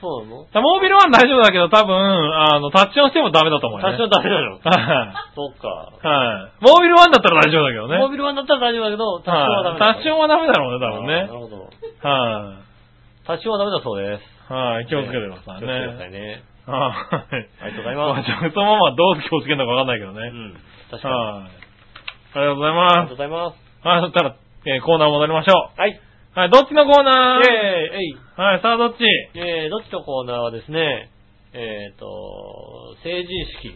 S2: そうなの
S3: だからモービルワン大丈夫だけど、多分、あの、タッチオンしてもダメだと思うよ、
S2: 多
S3: ね。
S2: 少ダメなの。
S3: はい、
S2: そっか。
S3: はい、モービルワンだったら大丈夫だけどね。
S2: モービルワンだったら大丈夫だけど、多少はダメ
S3: はい。多少はダメだろうね、多
S2: あ
S3: 分
S2: ーな
S3: ね。
S2: るほど。
S3: は
S2: 多少はダメだそうです。
S3: い。はい、気をつけてください
S2: 気をつけてくださ
S3: ね。
S2: いね。
S3: はい。
S2: ありがとうございます
S3: まあ、そのままどう気をつけるのかわかんないけど
S2: う
S3: ね。
S2: ん。確かに。あ
S3: はい。ありがとうござい
S2: りが
S3: ま
S2: とう
S3: す。
S2: ございます。
S3: はい、そしたら、えーコーナー戻りましょ
S2: はい。
S3: う。はい、どっちのコーナー
S2: えい、えい。
S3: はい、さあどっち
S2: えー、どっちのコーナーはですね、えっ、と、成人式。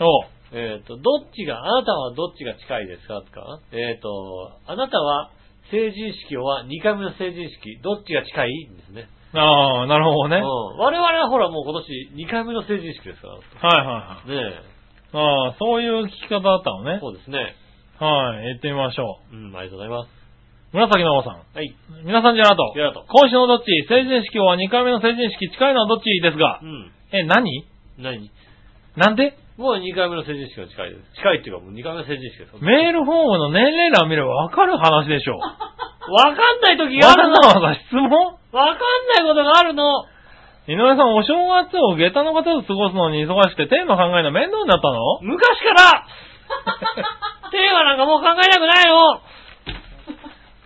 S3: おう
S2: えっ、と、どっちが、あなたはどっちが近いですかとか、えっ、と、あなたは成人式は2回目の成人式、どっちが近いんですね。
S3: ああ、なるほど
S2: う
S3: ね。は
S2: ん我
S3: い
S2: 々はほらもう今年2回目の成人式ですから。ね
S3: はいは
S2: え。
S3: い。ああ、そういう聞き方だったのね。
S2: そうですね。
S3: はい、行ってみましょ
S2: うん、ありがとうございます。
S3: う。紫の王さん。
S2: はい。
S3: 皆さん、ジェラート。
S2: ジェラート
S3: 今週のどっち成人式は2回目の成人式近いのはどっちですが
S2: う、ん。
S3: え、何
S2: 何
S3: なんで
S2: もう2回目の成人式が近いです。近いっていうかもう2回目の成人式です。
S3: メールフォームの年齢欄見ればわかる話でしょ。わ
S2: わかんない時が
S3: ざ
S2: あるのわか
S3: わざ質
S2: ん
S3: 問
S2: ないことがあるの
S3: 井上さん、お正月を下駄の方と過ごすのに忙しくて、テーマ考えるの面倒になったの
S2: 昔から テーマなんかもう考えたくないの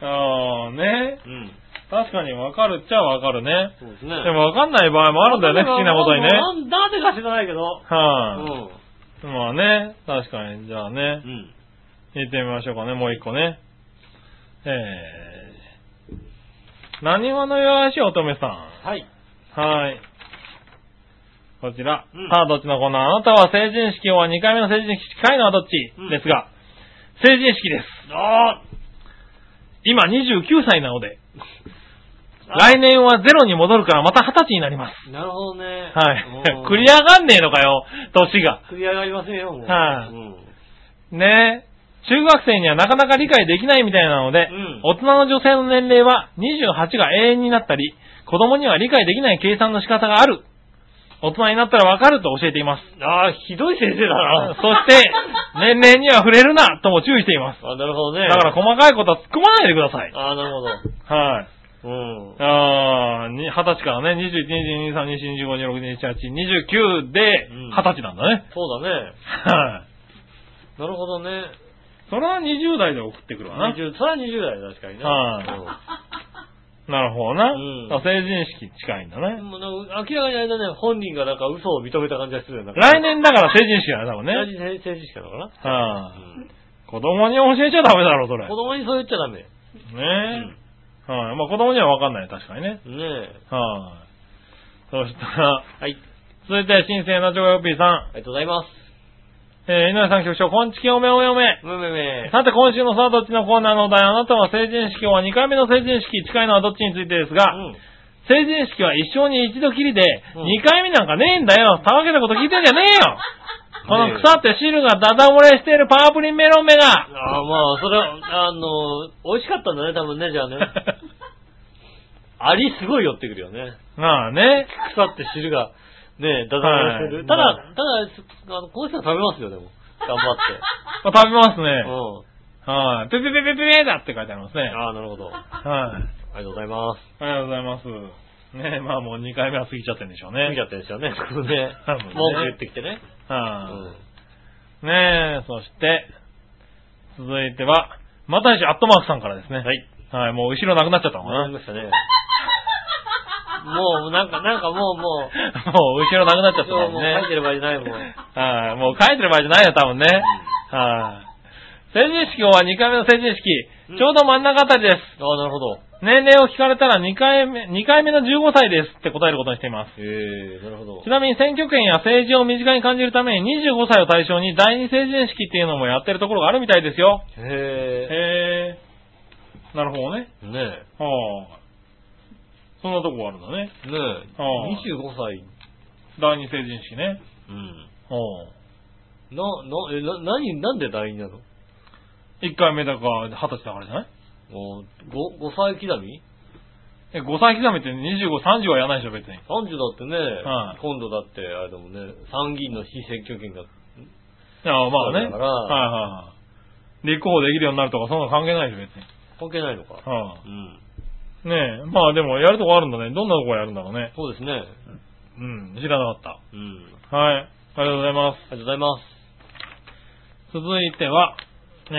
S3: ああ、ね。
S2: うん。
S3: 確かにわかるっちゃわかるね。
S2: そうです
S3: で
S2: ね。
S3: もわかんない場合もあるんだよね、不思議なことにね。
S2: なんなんでか知らないけど。
S3: はい、まあね、確かに。じゃあね
S2: う、ん。
S3: 行ってみましょうかね、もう一個ね。えー、何話のよやし乙女さん。
S2: はい。
S3: はい。こちら。
S2: うん
S3: さあ、どっちのコーナーあなたは成人式は2回目の成人式近いのはどっち、
S2: うん
S3: ですが、成人式です。
S2: あ
S3: 今29歳なので、
S2: あ
S3: 来年はゼロに戻るからまた20歳になります。
S2: ーなるほどね。
S3: はい。 繰
S2: ク
S3: り
S2: リ
S3: 上がんねえのかよ、年が。
S2: ア。繰り上がりませんよ、もう。
S3: はい
S2: うん。
S3: ねえ。中学生にはなかなか理解できないみたいなので、
S2: うん
S3: 大人の女性の年齢は28が永遠になったり、子供には理解できない計算の仕方がある。大人になったらわかると教えています。
S2: ああ、ひどい先生だな。
S3: そ して、年齢には触れるな、とも注意しています。
S2: あなるほどね。
S3: だから細かいことは突っ込まないでください。
S2: ああ、なるほど。
S3: はい。
S2: うん。
S3: あーに、20歳からね、21、22、23、24、25、26、28、29で
S2: うん、
S3: 20歳なんだね。
S2: そうだね。
S3: はい。
S2: なるほどね。
S3: それは20代で送ってくるわな。
S2: 20、それは20代だ確かにね。
S3: はなるほどな。
S2: うん
S3: あ成人式近いんだ
S2: うん
S3: ね。
S2: もうなんか明らかにあれだね、本人がなんか嘘を認めた感じがするよね。
S3: 来年だから成人式だね、多分ね。
S2: 来年成人式なのかな
S3: は
S2: う
S3: い
S2: ん
S3: 子供に教えちゃダメだろ、それ。
S2: 子供にそう言っちゃダメ。
S3: ねえ。はい。まあ子供にはわかんない、確かにね。
S2: うんねえ。
S3: はい。そしたら、
S2: はい。
S3: 続いて、新鮮なジョコヨッピーさん。
S2: ありがとうございます。
S3: えー、井上さん局長、こんちきおめおめおめ。
S2: めめめ。
S3: さて、今週のさあどっちのコーナーのお題、あなたは成人式は2回目の成人式近いのはどっちについてですが、
S2: うん
S3: 成人式は一生に一度きりで、
S2: うん
S3: 2回目なんかねえんだよ。たわけたこと聞いてんじゃねえよ。この腐って汁がダダ漏れしているパープリンメロン目が。
S2: ああ、まあ、それは、あの、美味しかったんだね、多分ね、じゃあね。 アリすごい寄ってくるよね。
S3: まあね。
S2: 腐って汁が、ねえ、だだだして
S3: はい
S2: る。ただ
S3: ま、
S2: ただ、あの、この人は食べますよ、でも。頑張って。
S3: まあ食べます ね。
S2: う
S3: はい。ペペペペペペだって書いてあります
S2: ん。
S3: ね。
S2: ああ、なるほど。あ
S3: はい。
S2: りがとうございます。
S3: ありがとうございます。ねまあもう2回目は過ぎちゃってるんでしょうね。
S2: 見ちゃってるんですよね、ここね
S3: 多分ね。
S2: 文句言ってきてね。う
S3: は
S2: ん。
S3: い。ねえ、そして、続いては、またしアットマークさんからですね。はい。はい、もう後ろなくなっちゃったのか
S2: わか
S3: な。
S2: りま
S3: もう
S2: したね。もう、なんか、なんかもう、 もう、
S3: 後ろなくなっちゃった
S2: 今日もう
S3: も
S2: ん書いて
S3: ね。
S2: る場合じゃないもん。
S3: はい、もう書いてる場合じゃないよ、多分ね。はい。成人式は2回目の成人
S2: う
S3: 式。
S2: ん
S3: ちょうど真ん中あたりです。
S2: ああ、なるほど。
S3: 年齢を聞かれたら2回目、2回目の15歳ですって答えることにしています。
S2: ええなるほど
S3: ち。なみに選挙権や政治を身近に感じるために25歳を対象に第二成人式っていうのもやってるところがあるみたいですよ。
S2: へ
S3: へえ。なるほどね。
S2: え。ねえ。ね
S3: はあ。そんなとこあるんだね。
S2: え。
S3: ああ
S2: 25歳。
S3: 第二成人式ね。
S2: うん。
S3: はあ。
S2: な、な、え、な、何、なんで第二なの
S3: 1回目だから二十歳だからじゃない
S2: おご 5, 歳刻み
S3: え、5歳刻みって25、30はやらないでしょ、別に。
S2: ?30 だってね、
S3: はい
S2: 今度だって、あれだもんね、参議院の非選挙権が、
S3: ああ、まあ
S2: そ
S3: ね。
S2: うだから
S3: はいはいはい。立候補できるようになるとか、そんなの関係ないでしょ、別に。
S2: 関係ないのか。
S3: はあ。
S2: うん。
S3: ねえ。まあでも、やるとこあるんだね。どんなとこやるんだろうね。
S2: そうですね。
S3: うん、知らなかっ
S2: うん。
S3: た。はい。ありがとうございます。
S2: ありがとうございます。
S3: 続いては、え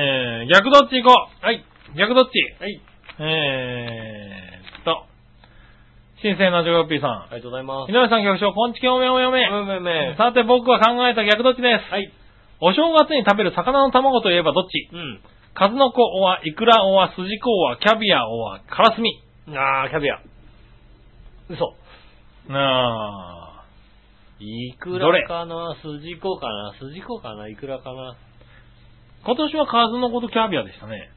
S3: ー、逆どっち行こうはい。逆どっち
S2: はい。
S3: えーっと、新鮮なジョヨッピーさ
S2: ありがとうございま
S3: ん。
S2: す
S3: 井。上さん局長、こんちきおめおめおめ。
S2: めめめ。
S3: さて僕が考えた逆どっちです。
S2: はい。
S3: お正月に食べる魚の卵といえばどっち
S2: うん。
S3: 数の子おわ、イクラおわ、スジコおわ、キャビアおわ、カラスミ。
S2: あー、キャビア。嘘。
S3: あ
S2: いく
S3: どれ
S2: らかなすじこかなすじこかないくらかな
S3: ー今年は数の子とキャビアでしたね。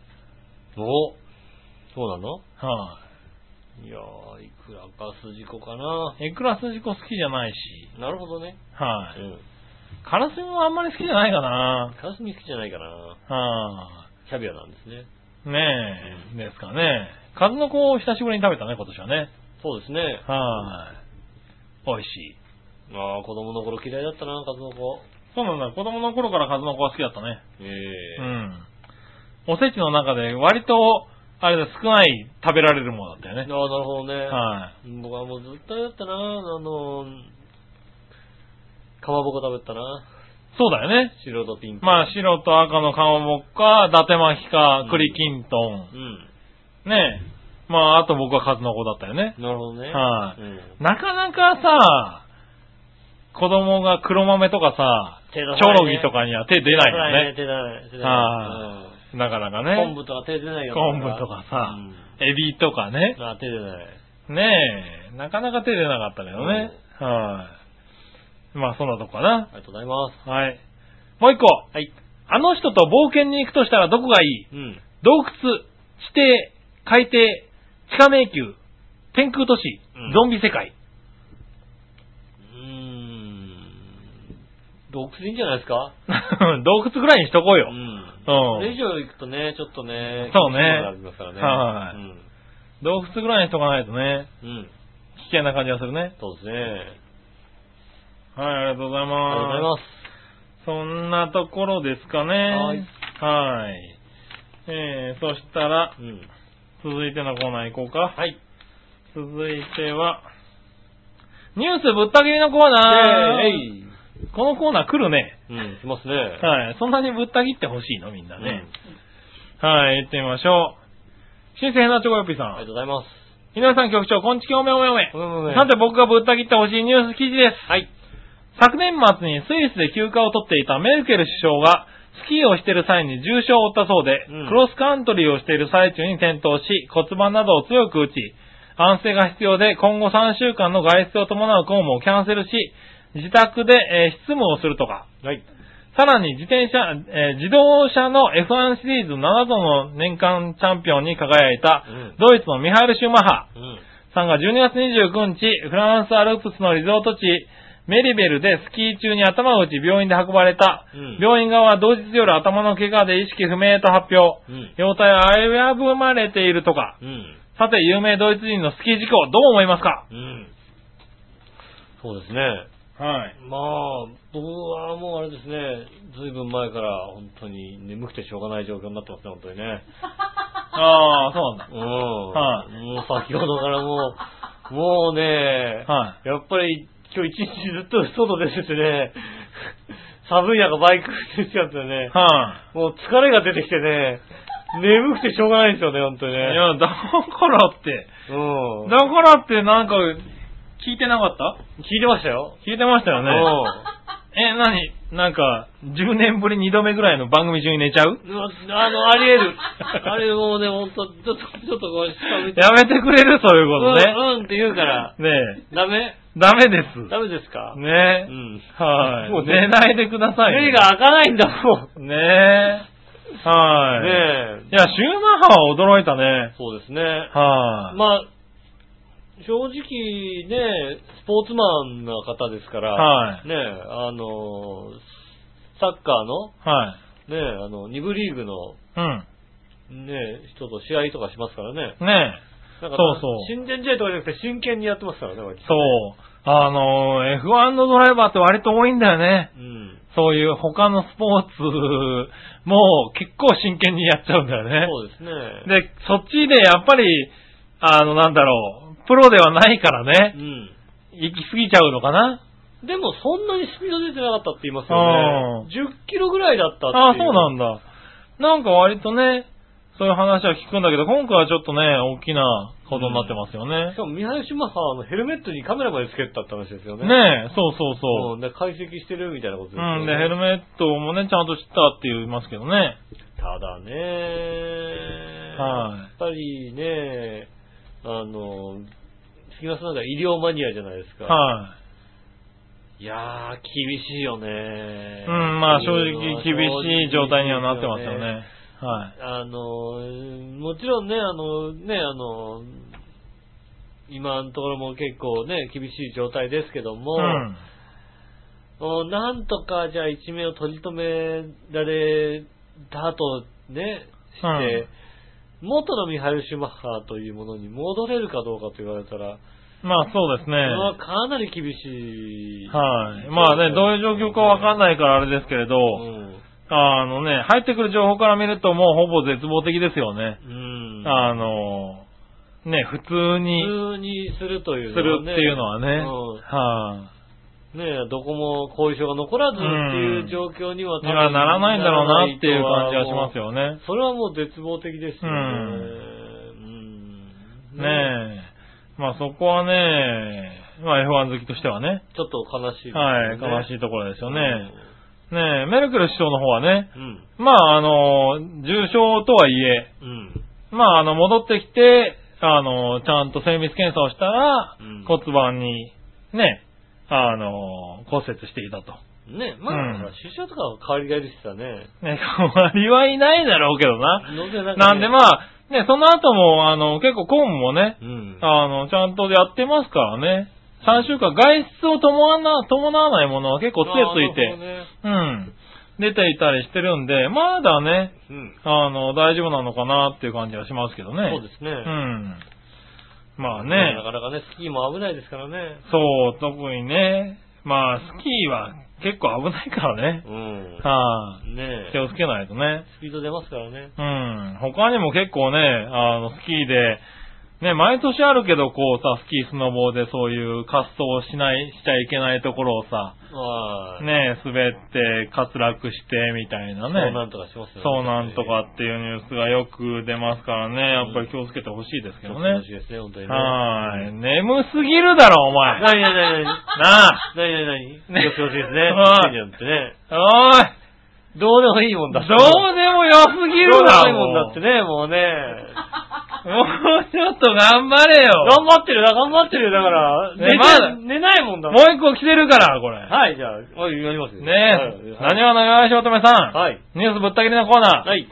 S2: おそうなの
S3: はい、
S2: やー、いくらかすじこかない
S3: イクラスジコ好きじゃないし。
S2: なるほどね。
S3: は
S2: う
S3: い、
S2: ん。
S3: カラスミもあんまり好きじゃないかな。
S2: カラスミ好きじゃないかな
S3: は
S2: キャビアなんですね。
S3: い、ねえ、ですかね。数の子を久しぶりに食べたね、今年はね。
S2: そうですね。
S3: はい、美味しい。
S2: あー、子供の頃嫌いだったな、数の子。
S3: そうなんだ。子供の頃から数の子は好きだったね。
S2: え
S3: う
S2: え
S3: ん。おせちの中で割と、あれだ、少ない食べられるものだったよ
S2: ああ、
S3: ね。
S2: なるほどね。
S3: は
S2: 僕はもうずっとあれだったな、あの、かまぼこ食べたな。
S3: い。そうだよね。
S2: 白とピンク。
S3: まあ、白と赤の顔もか、伊達巻きか
S2: うん、
S3: 栗きんとん
S2: う。ん。
S3: ねえ。まあ、あと僕は数の子だったよね。
S2: なるほどね。
S3: はい
S2: うん。
S3: なかなかさ、子供が黒豆とかさ、
S2: 手出
S3: チ
S2: さ
S3: ョ
S2: ないね
S3: ロギとかには手出ないよね。
S2: 手出ない、手出
S3: は
S2: ない
S3: なかなか
S2: い。うん。昆
S3: ね。
S2: 布とか手出ないよ
S3: 昆布とかさ
S2: うん
S3: エビとかね。
S2: あ、手出ない。
S3: ねえ。なかなか手出なかったけどね。はい。まあ、そんなとこかな
S2: あ。りがとうございます。
S3: はい。もう一個。はい。あの人と冒険に行くとしたらどこがいい
S2: うん。
S3: 洞窟、地底、海底、地下迷宮、天空都市
S2: うん、
S3: ゾンビ世界。
S2: うーん。洞窟いいんじゃないですか
S3: 洞窟ぐらいにしとこう
S2: う
S3: よ。
S2: ん。
S3: うん
S2: それ以上行くとね、ちょっとね、
S3: そうね
S2: ありますからね。
S3: はい洞窟ぐらいにしとかないとね、
S2: うん。うん。
S3: 危険な感じがするね。
S2: そうですね。
S3: はい、ありがとうござい
S2: ありがとうござい
S3: ま
S2: ます。
S3: す。そんなところですかね。
S2: はい。
S3: はい。えー、そしたら、
S2: うん。
S3: 続いてのコーナー行こうか。
S2: はい。
S3: 続いては、ニュースぶった切りのコーナー。
S2: えい。
S3: このコーナー来るね。
S2: うん、来ますね。は
S3: はい。そんなにぶった切ってほしいのみんな
S2: う
S3: ね。
S2: ん。
S3: はい、行ってみましょう。新鮮なチョコヨッピーさ
S2: ありがとう
S3: ん。
S2: ございます。
S3: 井上さん局長、こんちきおめおめおめ。
S2: うん
S3: さて僕がぶった切ってほしいニュース記事です。
S2: はい。
S3: 昨年末にスイスで休暇を取っていたメルケル首相が、スキーをしている際に重傷を負ったそうで、
S2: うん
S3: クロスカントリーをしている最中に転倒し、骨盤などを強く打ち、安静が必要で今後3週間の外出を伴う公務をキャンセルし、自宅で、えー執務をするとか、
S2: はい。
S3: さらに自転車、えー自動車の F1 シリーズ7度の年間チャンピオンに輝いた
S2: うん、
S3: ドイツのミハイル・シューマッハ
S2: うん。
S3: さんが12月29日、フランスアルプスのリゾート地、メリベルでスキー中に頭を打ち病院で運ばれた。
S2: うん
S3: 病院側は同日夜頭の怪我で意識不明と発表。
S2: うん。
S3: 容体は危ぶまれているとか。
S2: うん。
S3: さて、有名ドイツ人のスキー事故、どう思いますか
S2: うん。そうですね。
S3: はい。
S2: まあ、僕はもうあれですね、ずいぶん前から本当に眠くてしょうがない状況になってますね、本当にね。
S3: ああ、そうなん
S2: うん。
S3: はい
S2: もう先ほどからもう、もうね、
S3: だ。はい。
S2: やっぱり今日一日ずっと外出ててね、寒い中バイク運転しちゃってね、
S3: は
S2: もう疲れが出てきてね、眠くてしょうがないんですよね、本当に
S3: い。い
S2: ね。
S3: や、だからって、
S2: うん。
S3: だからってなんか、聞いてなかった
S2: 聞いてましたよ。
S3: 聞いてましたよ
S2: う
S3: ね。
S2: ん。
S3: え、なになんか、10年ぶり2度目ぐらいの番組中に寝ちゃう
S2: うわあの、あり得る。あれもうね、ほんと、ちょっと、ちょっとこう、下見て。
S3: やめてくれるそういうことね。
S2: うん、うんって言うから。
S3: ね
S2: ダメ
S3: え、ダメです。
S2: ダメですかうん。
S3: ねえ、はい。
S2: も
S3: も
S2: う
S3: う
S2: ね
S3: 寝ないでくださいよ。
S2: 目が開かないんだもん。
S3: ねえ、はい。
S2: ねえ。
S3: いや、シューマッハは驚いたね。
S2: そうですね。
S3: はい。
S2: まあ、正直ね、スポーツマンな方ですから、
S3: はい
S2: ねえ、あの、サッカーの、
S3: はい。
S2: ねえ、あの、2部リーグの、
S3: うん。
S2: ねえ、人と試合とかしますからね。
S3: ねえ、
S2: なんか
S3: そうそう
S2: 親善試合とかじゃなくて真剣にやってますからね、割と
S3: そう。あのー F1 のドライバーって割と多いんだよね。
S2: うん。
S3: そういう他のスポーツも結構真剣にやっちゃうんだよね。
S2: そうですね。
S3: で、そっちでやっぱり、あの、なんだろう、プロではないからね、行き過ぎちゃうのかな
S2: うん。でもそんなにスピード出てなかったって言いますよね。10キロぐらいだったっていう。
S3: ああ、そうなんだ。なんか割とね、そういう話は聞くんだけど、今回はちょっとね、大きなことになってますよ
S2: し
S3: ね。
S2: かも、ミハイル・シュマッハはあのヘルメットにカメラまでつけてたって話ですよね。
S3: ねえ、そうそう
S2: う
S3: そ
S2: ん。で解析してるみたいなことです
S3: う。う
S2: よね。
S3: ん、で、ヘルメットもね、ちゃんと知ったって言いますけどね。
S2: ただね、
S3: は
S2: や
S3: い
S2: っぱりね、あの、杉村さんなんか医療マニアじゃないですか。
S3: はい
S2: やー、厳しいよね。
S3: い。うん、まあ正直厳しい状態にはなってますよね。はい。
S2: あの、うんもちろんね、あの、ね、あの、今のところも結構ね、厳しい状態ですけども、
S3: うん。
S2: もうなんとかじゃあ一命を取り留められたとね、して、元のミハイル・シュマッハというものに戻れるかどうかと言われたら、
S3: まあそうですね。
S2: うわかなり厳しい。
S3: はい。まあね、どういう状況かわかんないからあれですけれど、
S2: うん
S3: あのね、入ってくる情報から見るともうほぼ絶望的ですよね。
S2: うん。
S3: あの、ね、普通に
S2: 普通にするという
S3: するっていうのはね、
S2: うん
S3: はい、
S2: ねえ、どこも後遺症が残らずっていう状況には
S3: だからならないんだろうなっていう感じはします
S2: よ。
S3: よね。
S2: それはもう絶望的ですよね。うん
S3: ねえ。まあそこはね、まあ F1 好きとしてはね、
S2: ちょっと悲しいですね、
S3: はい、悲しいところですよね。ねえ、メルケル首相の方はね、
S2: うん。
S3: まああの、重症とはいえ、
S2: うん。
S3: まああの、戻ってきて、あの、ちゃんと精密検査をしたら、
S2: うん
S3: 骨盤に、ね、あの、骨折していたと。
S2: うん。ねえ、まあ、
S3: うん
S2: ほら首相とかは変わりがいでしたね。
S3: ね、代わりはいないだろうけどな。
S2: のでなんかね
S3: なんでまあ、ね、その後も、あの、結構コーンもね、
S2: うん。
S3: あの、ちゃんとやってますからね。3週間、外出を伴わな、伴わないものは結構杖つい
S2: あーなるほど
S3: て、
S2: ね
S3: うん、出ていたりしてるんで、まだね、
S2: うん。
S3: あの、大丈夫なのかなっていう感じはしますけどね。
S2: そうですね。
S3: うん。まあ
S2: な
S3: ね、
S2: かなかね、スキーも危ないですからね。
S3: そう、特にね、まあ、スキーは結構危ないからね。
S2: うん。
S3: は
S2: ね
S3: い、
S2: え
S3: 気。をつけないとね。
S2: スピード出ますからね。
S3: うん。他にも結構ね、あの、スキーで、ね、毎年あるけど、こうさ、スキー、スノボーでそういう滑走をしない、しちゃいけないところをさ、
S2: はい。
S3: ね、滑って、滑落して、みたいな
S2: そう
S3: ね。
S2: なんとかしますよね。
S3: そうなんとかっていうニュースがよく出ますからね、やっぱり気をつけてほしいですけ
S2: 気をつ
S3: ど
S2: けてほ
S3: ね
S2: し。いですね、本当にね。
S3: はーい。眠すぎるだろ、お前。な
S2: なになになにな
S3: あ、
S2: になになに気をつけてほしいですね。
S3: は
S2: いい
S3: い
S2: なんてね。
S3: おい、
S2: どうでもいいもん
S3: ど
S2: だ
S3: う
S2: って
S3: でも良すぎる
S2: どうで
S3: だ
S2: もいい
S3: ろ、
S2: もんだってね、もうね。
S3: もうちょっと頑張れよ。
S2: 頑張ってるな、頑張ってるよだから。
S3: ね
S2: 寝て
S3: まだ
S2: 寝ないもんだ
S3: もう一個来てるから、これ。
S2: はい、じゃあ、はい、やりますよ。
S3: ねえ、
S2: はい
S3: 何はのよやしおとめさん、
S2: はい。
S3: ニュースぶった切りのコーナー。
S2: はい。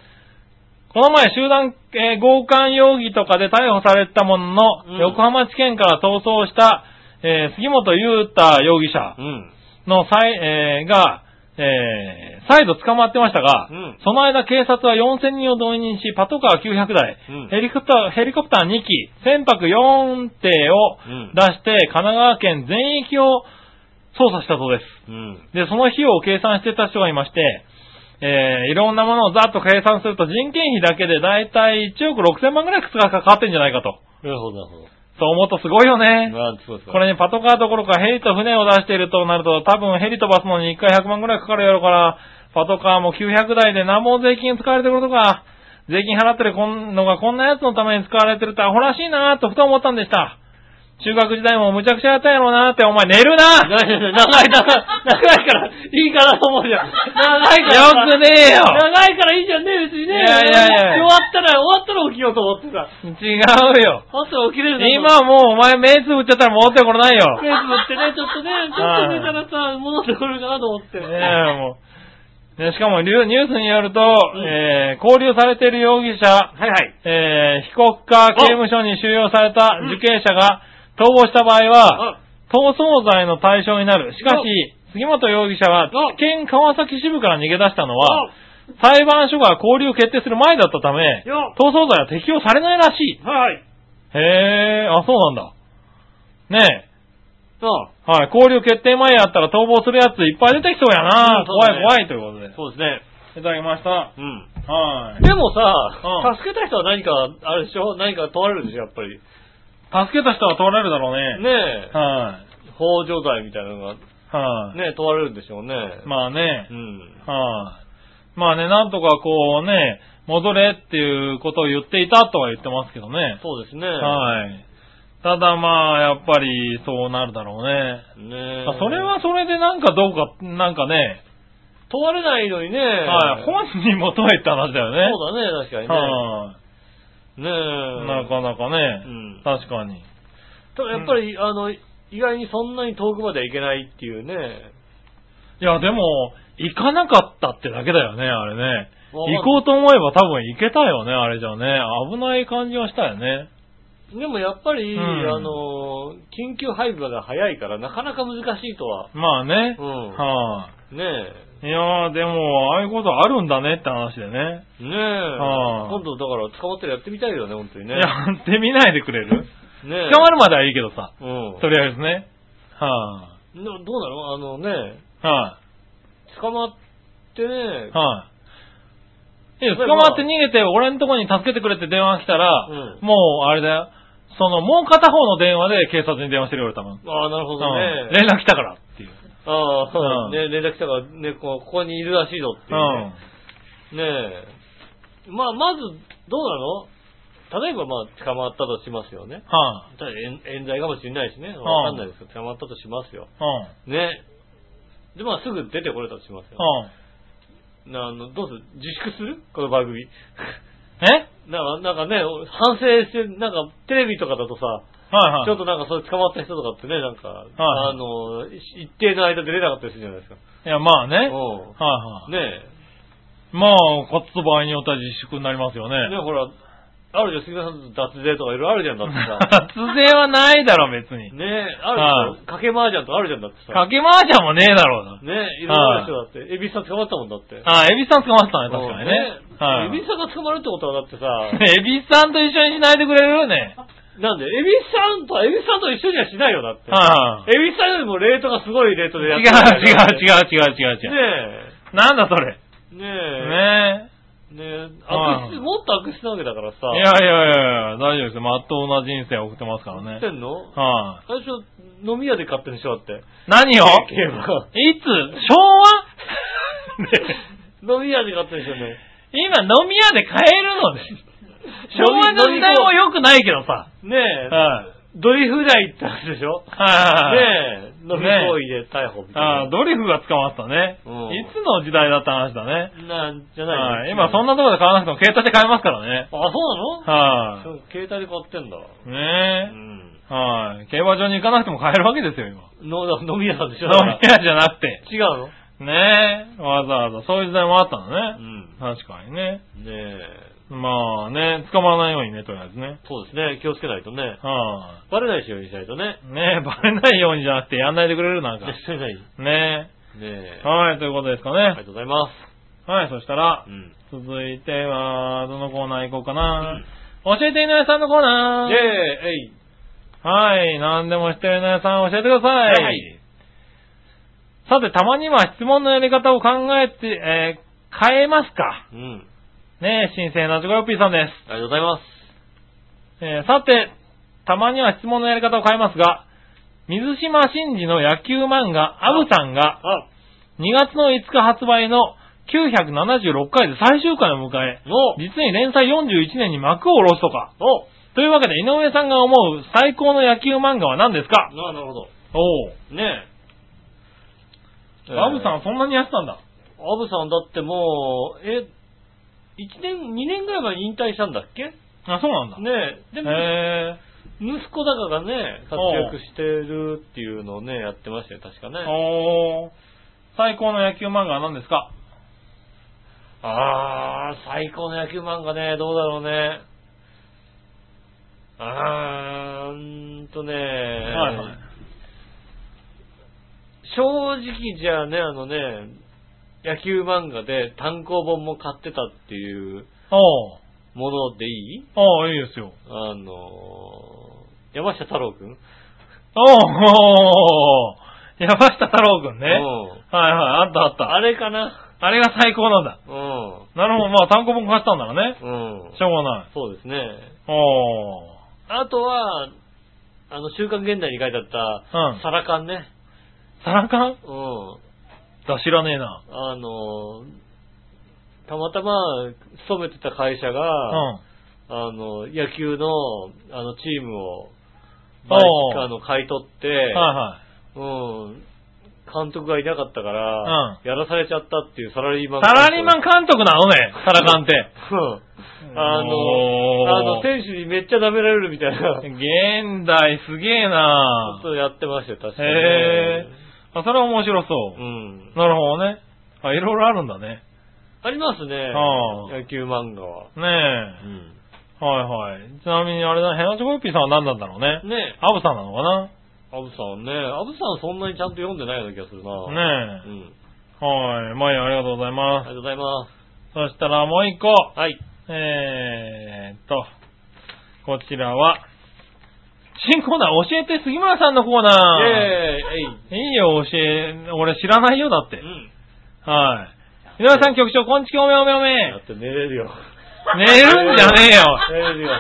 S3: この前、集団、えー強姦容疑とかで逮捕されたものの、
S2: うん
S3: 横浜地検から逃走した、えー杉本裕太容疑者
S2: うん。
S3: の再、えーが、えー再度捕まってましたが、
S2: うん
S3: その間警察は4000人を動員し、パトカー900台、
S2: うん
S3: ヘリコプター、ヘリコプター2機、船舶4艇を
S2: うん
S3: 出して、神奈川県全域を捜査したそうです。
S2: うん。
S3: で、その費用を計算してた人がいまして、えー、いろんなものをざっと計算すると人件費だけでだいたい1億6000万くらいがかかってんじゃないかと。
S2: なるほど、なるほど。
S3: そう思うとすごいよね。
S2: まあ、そうです
S3: これにパトカーどころかヘリと船を出しているとなると多分ヘリ飛ばすのに1回100万くらいかかるやろから、パトカーも900台で何も税金使われてるとか、税金払ってるこんのがこんなやつのために使われてるってアホらしいなぁとふと思ったんでした。中学時代もむちゃくちゃやったんやろうなぁってお前寝るな
S2: 長い、長い、長い、長いから、いいかなと思うじゃん。長いから。
S3: よくねえよ
S2: 長いからいいじゃんね、別にね。
S3: いやいやい
S2: 終
S3: や
S2: わったら、終わったら起きようと思ってさ。
S3: 違うよ。
S2: 終わったら起きれるな
S3: 今はもうお前目つぶっちゃったら戻ってこれないよ。
S2: クイズってね、ちょっとね、ちょっと出たらさ、戻ってくるかなと思って。
S3: ねえ、もう。ねしかもニュニュースによると、えー、拘留されている容疑者、
S2: はいはい。
S3: えー、被告か刑務所に収容された受刑者が逃亡した場合は、
S2: あ、
S3: 逃走罪の対象になる。しかし、杉本容疑者は、
S2: お
S3: 県川崎支部から逃げ出したの
S2: あ
S3: は、、裁判所が拘留を決定する前だったため、
S2: よ
S3: 逃走罪は適用されないらしい。
S2: はい。
S3: へえ、あ、そうなんだ。ねえ。
S2: そう。
S3: はい、交流決定前やったら逃亡するやついっぱい出てきそうや
S2: う
S3: な、
S2: んそう
S3: 怖
S2: だ
S3: い
S2: ね
S3: 怖いということで。
S2: そうですね。
S3: いただきました。
S2: うん。
S3: はい。
S2: でもさ、
S3: うん
S2: 助けた人は何か、あれでしょ何か問われるでしょやっぱり。ね
S3: 助けた人は通られるだろうね。
S2: え、
S3: は
S2: 法助罪みたいなのが、ね
S3: い。はい。
S2: え、問われるんでしょうね。
S3: まあね
S2: う、ん。
S3: はい。まあね、なんとかこうね、戻れっていうことを言っていたとは言ってますけどね。
S2: そうですね。
S3: はい。ただまあ、やっぱりそうなるだろうね。
S2: ねえ
S3: まあそれはそれでなんかどうか、なんかね、
S2: 問われないのにね。
S3: はい、本人も問えた話だよね。
S2: そうだね、確かにね。
S3: はい。
S2: ねえ。
S3: なかなか
S2: う
S3: ね、
S2: ん。
S3: 確かに。
S2: ただやっぱり、あの、意外にそんなに遠くまではいけないっていうね。
S3: いや、でも、行かなかったってだけだよね、あれね。
S2: わかんない
S3: 行こうと思えば多分行けたよね、あれじゃね。危ない感じはしたよね。
S2: でもやっぱり、
S3: うん
S2: あの、緊急配分が早いから、なかなか難しいとは。
S3: まあね。
S2: うん
S3: は
S2: ねえ。
S3: い、いやー、でも、ああいうことあるんだねって話でね。
S2: ねえ。
S3: はい
S2: 今度だから捕まったらやってみたいよね、本当にね。
S3: やってみないでくれる
S2: ねえ
S3: 捕まるまではいいけどさ。
S2: うん。
S3: とりあえずね。は
S2: でもどうなのあのね、
S3: い、は
S2: 捕まってね
S3: い、、はい、いや捕まって逃げて、俺のとこに助けてくれって電話来たら、
S2: うん
S3: もう、あれだよ。その、もう片方の電話で警察に電話してるよ、俺多分。
S2: ああ、なるほど
S3: うん
S2: ね。
S3: 連絡来たからっていう。
S2: ああ、
S3: うん
S2: ね、連絡来たから、ね、こうここにいるらしいぞっていううね。
S3: ん。
S2: ねえ。まあ、まず、どうなの例えば、まあ、捕まったとしますよね。
S3: はい、
S2: ただ冤冤罪かもしれないしね。わかんないですけど、捕まったとしますよ。
S3: うん。
S2: ねで、まあ、すぐ出てこれたとしますよ。
S3: うん。
S2: なあのどうする自粛するこの番組。
S3: え
S2: なんかなんかね、反省して、なんか、テレビとかだとさ、
S3: はいはい。
S2: ちょっとなんか、そういう捕まった人とかってね、なんか、
S3: はい
S2: あの、い一定の間出れなかったりするじゃないですか。
S3: いや、まあね。はい
S2: うん
S3: はい。
S2: ねえ。
S3: まあ、こっちと場合によっては自粛になりますよ
S2: ね
S3: ね。
S2: ほら、あるじゃん、杉田さん脱税とかいろいろあるじゃん、だってさ。
S3: 突然はないだろ、別に。
S2: ねえ、あるじゃん、掛け麻雀とかあるじゃん、だってさ
S3: か。け麻雀もねえだろうな。
S2: ねえ、いろいろあるでしょ、だって。エビさん捕まったもんだって。
S3: あ、エビさん捕まってたね、確かに
S2: うん
S3: ね。はい。
S2: エビさんが捕まるってことはだ ってさ、
S3: エビさんと一緒にしないでくれるよね。
S2: なんで、エビさんと、エビさんと一緒にはしないよ、だって。
S3: はい。
S2: エビさんよりもレートがすごいレート
S3: 違
S2: で
S3: う違
S2: や
S3: う
S2: って
S3: 違う違う違う違う違う。
S2: ね
S3: なんだそれ。
S2: え、ね
S3: ね
S2: え、ねえ、
S3: は
S2: 悪
S3: い
S2: 質、もっと悪質なわけだからさ。
S3: え。いやいやいやいや、大丈夫ですよ。まっとうな人生を送ってますから
S2: 知
S3: ね
S2: って。んの
S3: はい。
S2: 最初、飲み屋で買ってるでしょ、だって。
S3: 何を
S2: 競 馬
S3: いつ昭 和
S2: 飲み屋で買ってるでしょね。
S3: 今飲み屋で買えるのね。昭和の時代も良くないけどさ。
S2: ねえ、
S3: はい。
S2: ドリフ台って話でしょ
S3: はいはいはい。
S2: ねえ、飲み行為で逮捕みたい
S3: ああ、
S2: な。
S3: ドリフが捕まったね。
S2: うん
S3: いつの時代だった話だね。
S2: なんじゃない
S3: はい。今そんなところで買わなくても携帯で買えますから
S2: あ、
S3: ね。
S2: そうなの
S3: は
S2: そう携帯で買ってんだ。
S3: い。
S2: う
S3: ね
S2: ん。
S3: え。はい。競馬場に行かなくても買えるわけですよ、今。
S2: の飲み屋さんでし
S3: 飲
S2: ょだか
S3: み
S2: ら
S3: 屋じゃなくて。
S2: 違うの
S3: ねえ。わざわざ、そういう時代もあった
S2: う
S3: のね。
S2: ん。
S3: 確かにね。
S2: ねえ、
S3: まあね、捕まらないようにね、とりあえずね。
S2: そうですね、気をつけないとね。
S3: は
S2: バレないようにしないとね。
S3: い。ねえ、バレないようにじゃなくてやんないでくれるなんか。
S2: ねそれない。ね
S3: ね
S2: え
S3: え。。はい、ということですか
S2: ありが
S3: ね。
S2: とうございます。
S3: はい、そしたら
S2: う、ん。
S3: 続いては、どのコーナー行こうかな。
S2: う
S3: 教えて井上さんのコーナ
S2: んイェー
S3: ー。
S2: イえい
S3: はい、何でも知ってる井上さん教えてください。
S2: はいはい
S3: さて、たまには質問のやり方を考えて、えー変えますか。
S2: うん。
S3: ねえ、新鮮なチョコヨッピーさんです。
S2: ありがとうございます。
S3: えーさて、たまには質問のやり方を変えますが、水島真司の野球漫画、アブさんが、
S2: あ、
S3: 2月の5日発売の976回で最終回を迎え、
S2: お
S3: 実に連載41年に幕を下ろすとか。
S2: お
S3: というわけで、井上さんが思う最高の野球漫画は何ですか
S2: ななるほど。
S3: おう。
S2: ねえ。
S3: アブさん
S2: ん
S3: はそんなにやってたんだ。
S2: アブさんだってもう、え、一年、二年ぐらい前に引退したんだっけ
S3: あ、そうなんだ。
S2: ねえ。でも、
S3: へ
S2: 息子だかがね、活躍してるっていうのをね、やってましたよ、確かね
S3: え。。おー。最高の野球漫画は何ですか
S2: あー、最高の野球漫画ね、どうだろうね。あーうーんとね、
S3: はいはい。
S2: 正直じゃあね、あのね、野球漫画で単行本も買ってたっていう
S3: おう。
S2: ものでいい
S3: おう、いいですよ。
S2: あのー、山下太郎くん
S3: おう、おう、 山下太郎くんね。はい
S2: うん
S3: はい、あったあった。
S2: あれかな
S3: あれが最高なんだ。
S2: うん。
S3: なるほど、まあ単行本買ったんだらね。
S2: うん。
S3: しょうがない。
S2: そうですね。
S3: おー。
S2: あとは、あの、週刊現代に書いてあった、
S3: うん
S2: サラカンね。
S3: サラカン
S2: うん。
S3: だ、知らねえな。
S2: あのー、たまたま勤めてた会社
S3: う
S2: が、
S3: ん。
S2: あの、野球の、あの、チームを、
S3: お
S2: バ
S3: ー
S2: イクあの、買い取って、
S3: は
S2: うん。監督がいなかったか
S3: う
S2: ら、やらされちゃったっていうサラリーマン
S3: いはい。サラリーマン
S2: ン。
S3: 監督なのね、サラカン って。
S2: うんあ
S3: おー
S2: の、あの、選手にめっちゃ舐められるみたいな、ち
S3: 現代すげえ
S2: ょ
S3: な
S2: っとやってましたよ、確かに。
S3: へえ。あ、それは面白そう
S2: う。ん。
S3: なるほどね。あ、いろいろあるんだね。
S2: ありますね。
S3: あー
S2: 野球漫画は。
S3: ねえ。はいはい。ちなみにあれだ、ヘナチョコヨッピーさんは何なんだろうね。
S2: ね
S3: アブさんなのか
S2: アブさんね、アブさんそんなにちゃんと読んでないような気がするな。ね
S3: な
S2: う
S3: ね
S2: ん。
S3: え。はい。まあいいや、ありがとうござい
S2: あり
S3: ま。
S2: がとうございます
S3: そしたらもう一個。
S2: す。はい。
S3: えーっと、こちらは、新コーナー教えて杉村さんのコーナ
S2: イェー
S3: ー。
S2: イえい。
S3: いいよ、教え、俺知らないよ、だって
S2: う。ん。
S3: はい。井上さん局長、こんちきおめおめ お
S2: だ
S3: め。
S2: って寝れるよ。
S3: 寝るんじゃねえよ。
S2: 寝れるよ。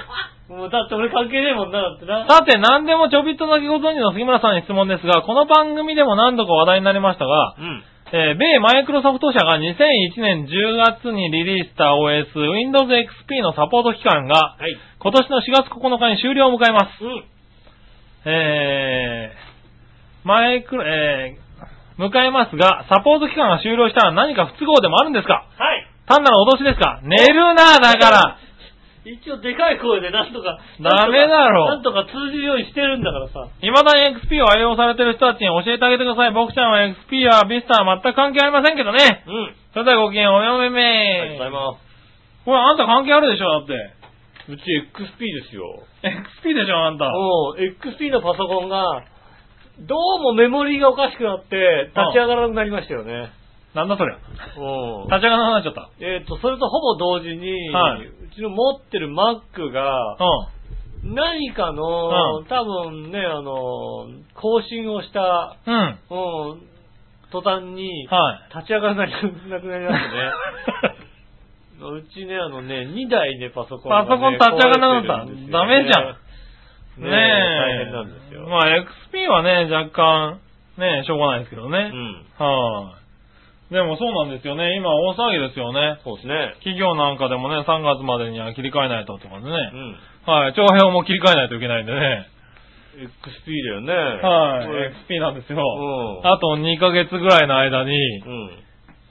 S2: もうだって俺関係ねえもんな、だってな。
S3: さて、何でもちょびっとだけご存知の杉村さんに質問ですが、この番組でも何度か話題になりましたが、
S2: うん。
S3: えー米マイクロソフト社が2001年10月にリリースした OS Windows XP のサポート期間が、
S2: はい。
S3: 今年の4月9日に終了を迎えます。
S2: うん。
S3: えー、マイクロ、えー、迎えますが、サポート期間が終了したら何か不都合でもあるんですか
S2: はい。
S3: 単なる脅しですか寝るな、だから。
S2: 一応でかい声でなんとか、
S3: ダメだろ
S2: なんとか通じるようにしてるんだからさ。
S3: 未だに XP を愛用されてる人たちに教えてあげてください。僕ちゃんは XP や Vista は全く関係ありませんけどね。
S2: うん。
S3: それではごきげんようおめおめ
S2: ありがとう
S3: め
S2: ございます。
S3: これあんた関係あるでしょだって。
S2: うち XP ですよ。
S3: XP でしょあんた。
S2: もう、XP のパソコンが、どうもメモリーがおかしくなって、立ち上がらなくなりましたよね。
S3: なんだそりゃ。
S2: うん。
S3: 立ち上がらなくなっちゃっ
S2: えっ、と、それとほぼ同時に、
S3: はいう
S2: ちの持ってる Mac が
S3: た。、うん。
S2: 何かの、多分ね、あの、更新をした、
S3: うん。はい。
S2: うん、途端に、立ち上がらなくなりま したね。うちね、あのね、2台ね、パソコンがね、
S3: パソコン立ち上がらなか
S2: 壊れ
S3: った
S2: てるですよね
S3: ダメじゃん
S2: ね
S3: ねえ。
S2: え、大変なんですよ。
S3: まあ XP はね、若干、ね、しょうがないですけど
S2: う
S3: ね。
S2: ん。
S3: はい、でもそうなんですよね。今大騒ぎですよね。
S2: そうですね。
S3: 企業なんかでもね、3月までには切り替えないとってことでね。
S2: うん。
S3: はい、長編も切り替えないといけないんでね。
S2: XP だよね。
S3: はい
S2: これ、
S3: XP なんですよ。
S2: うん。
S3: あと2ヶ月ぐらいの間に、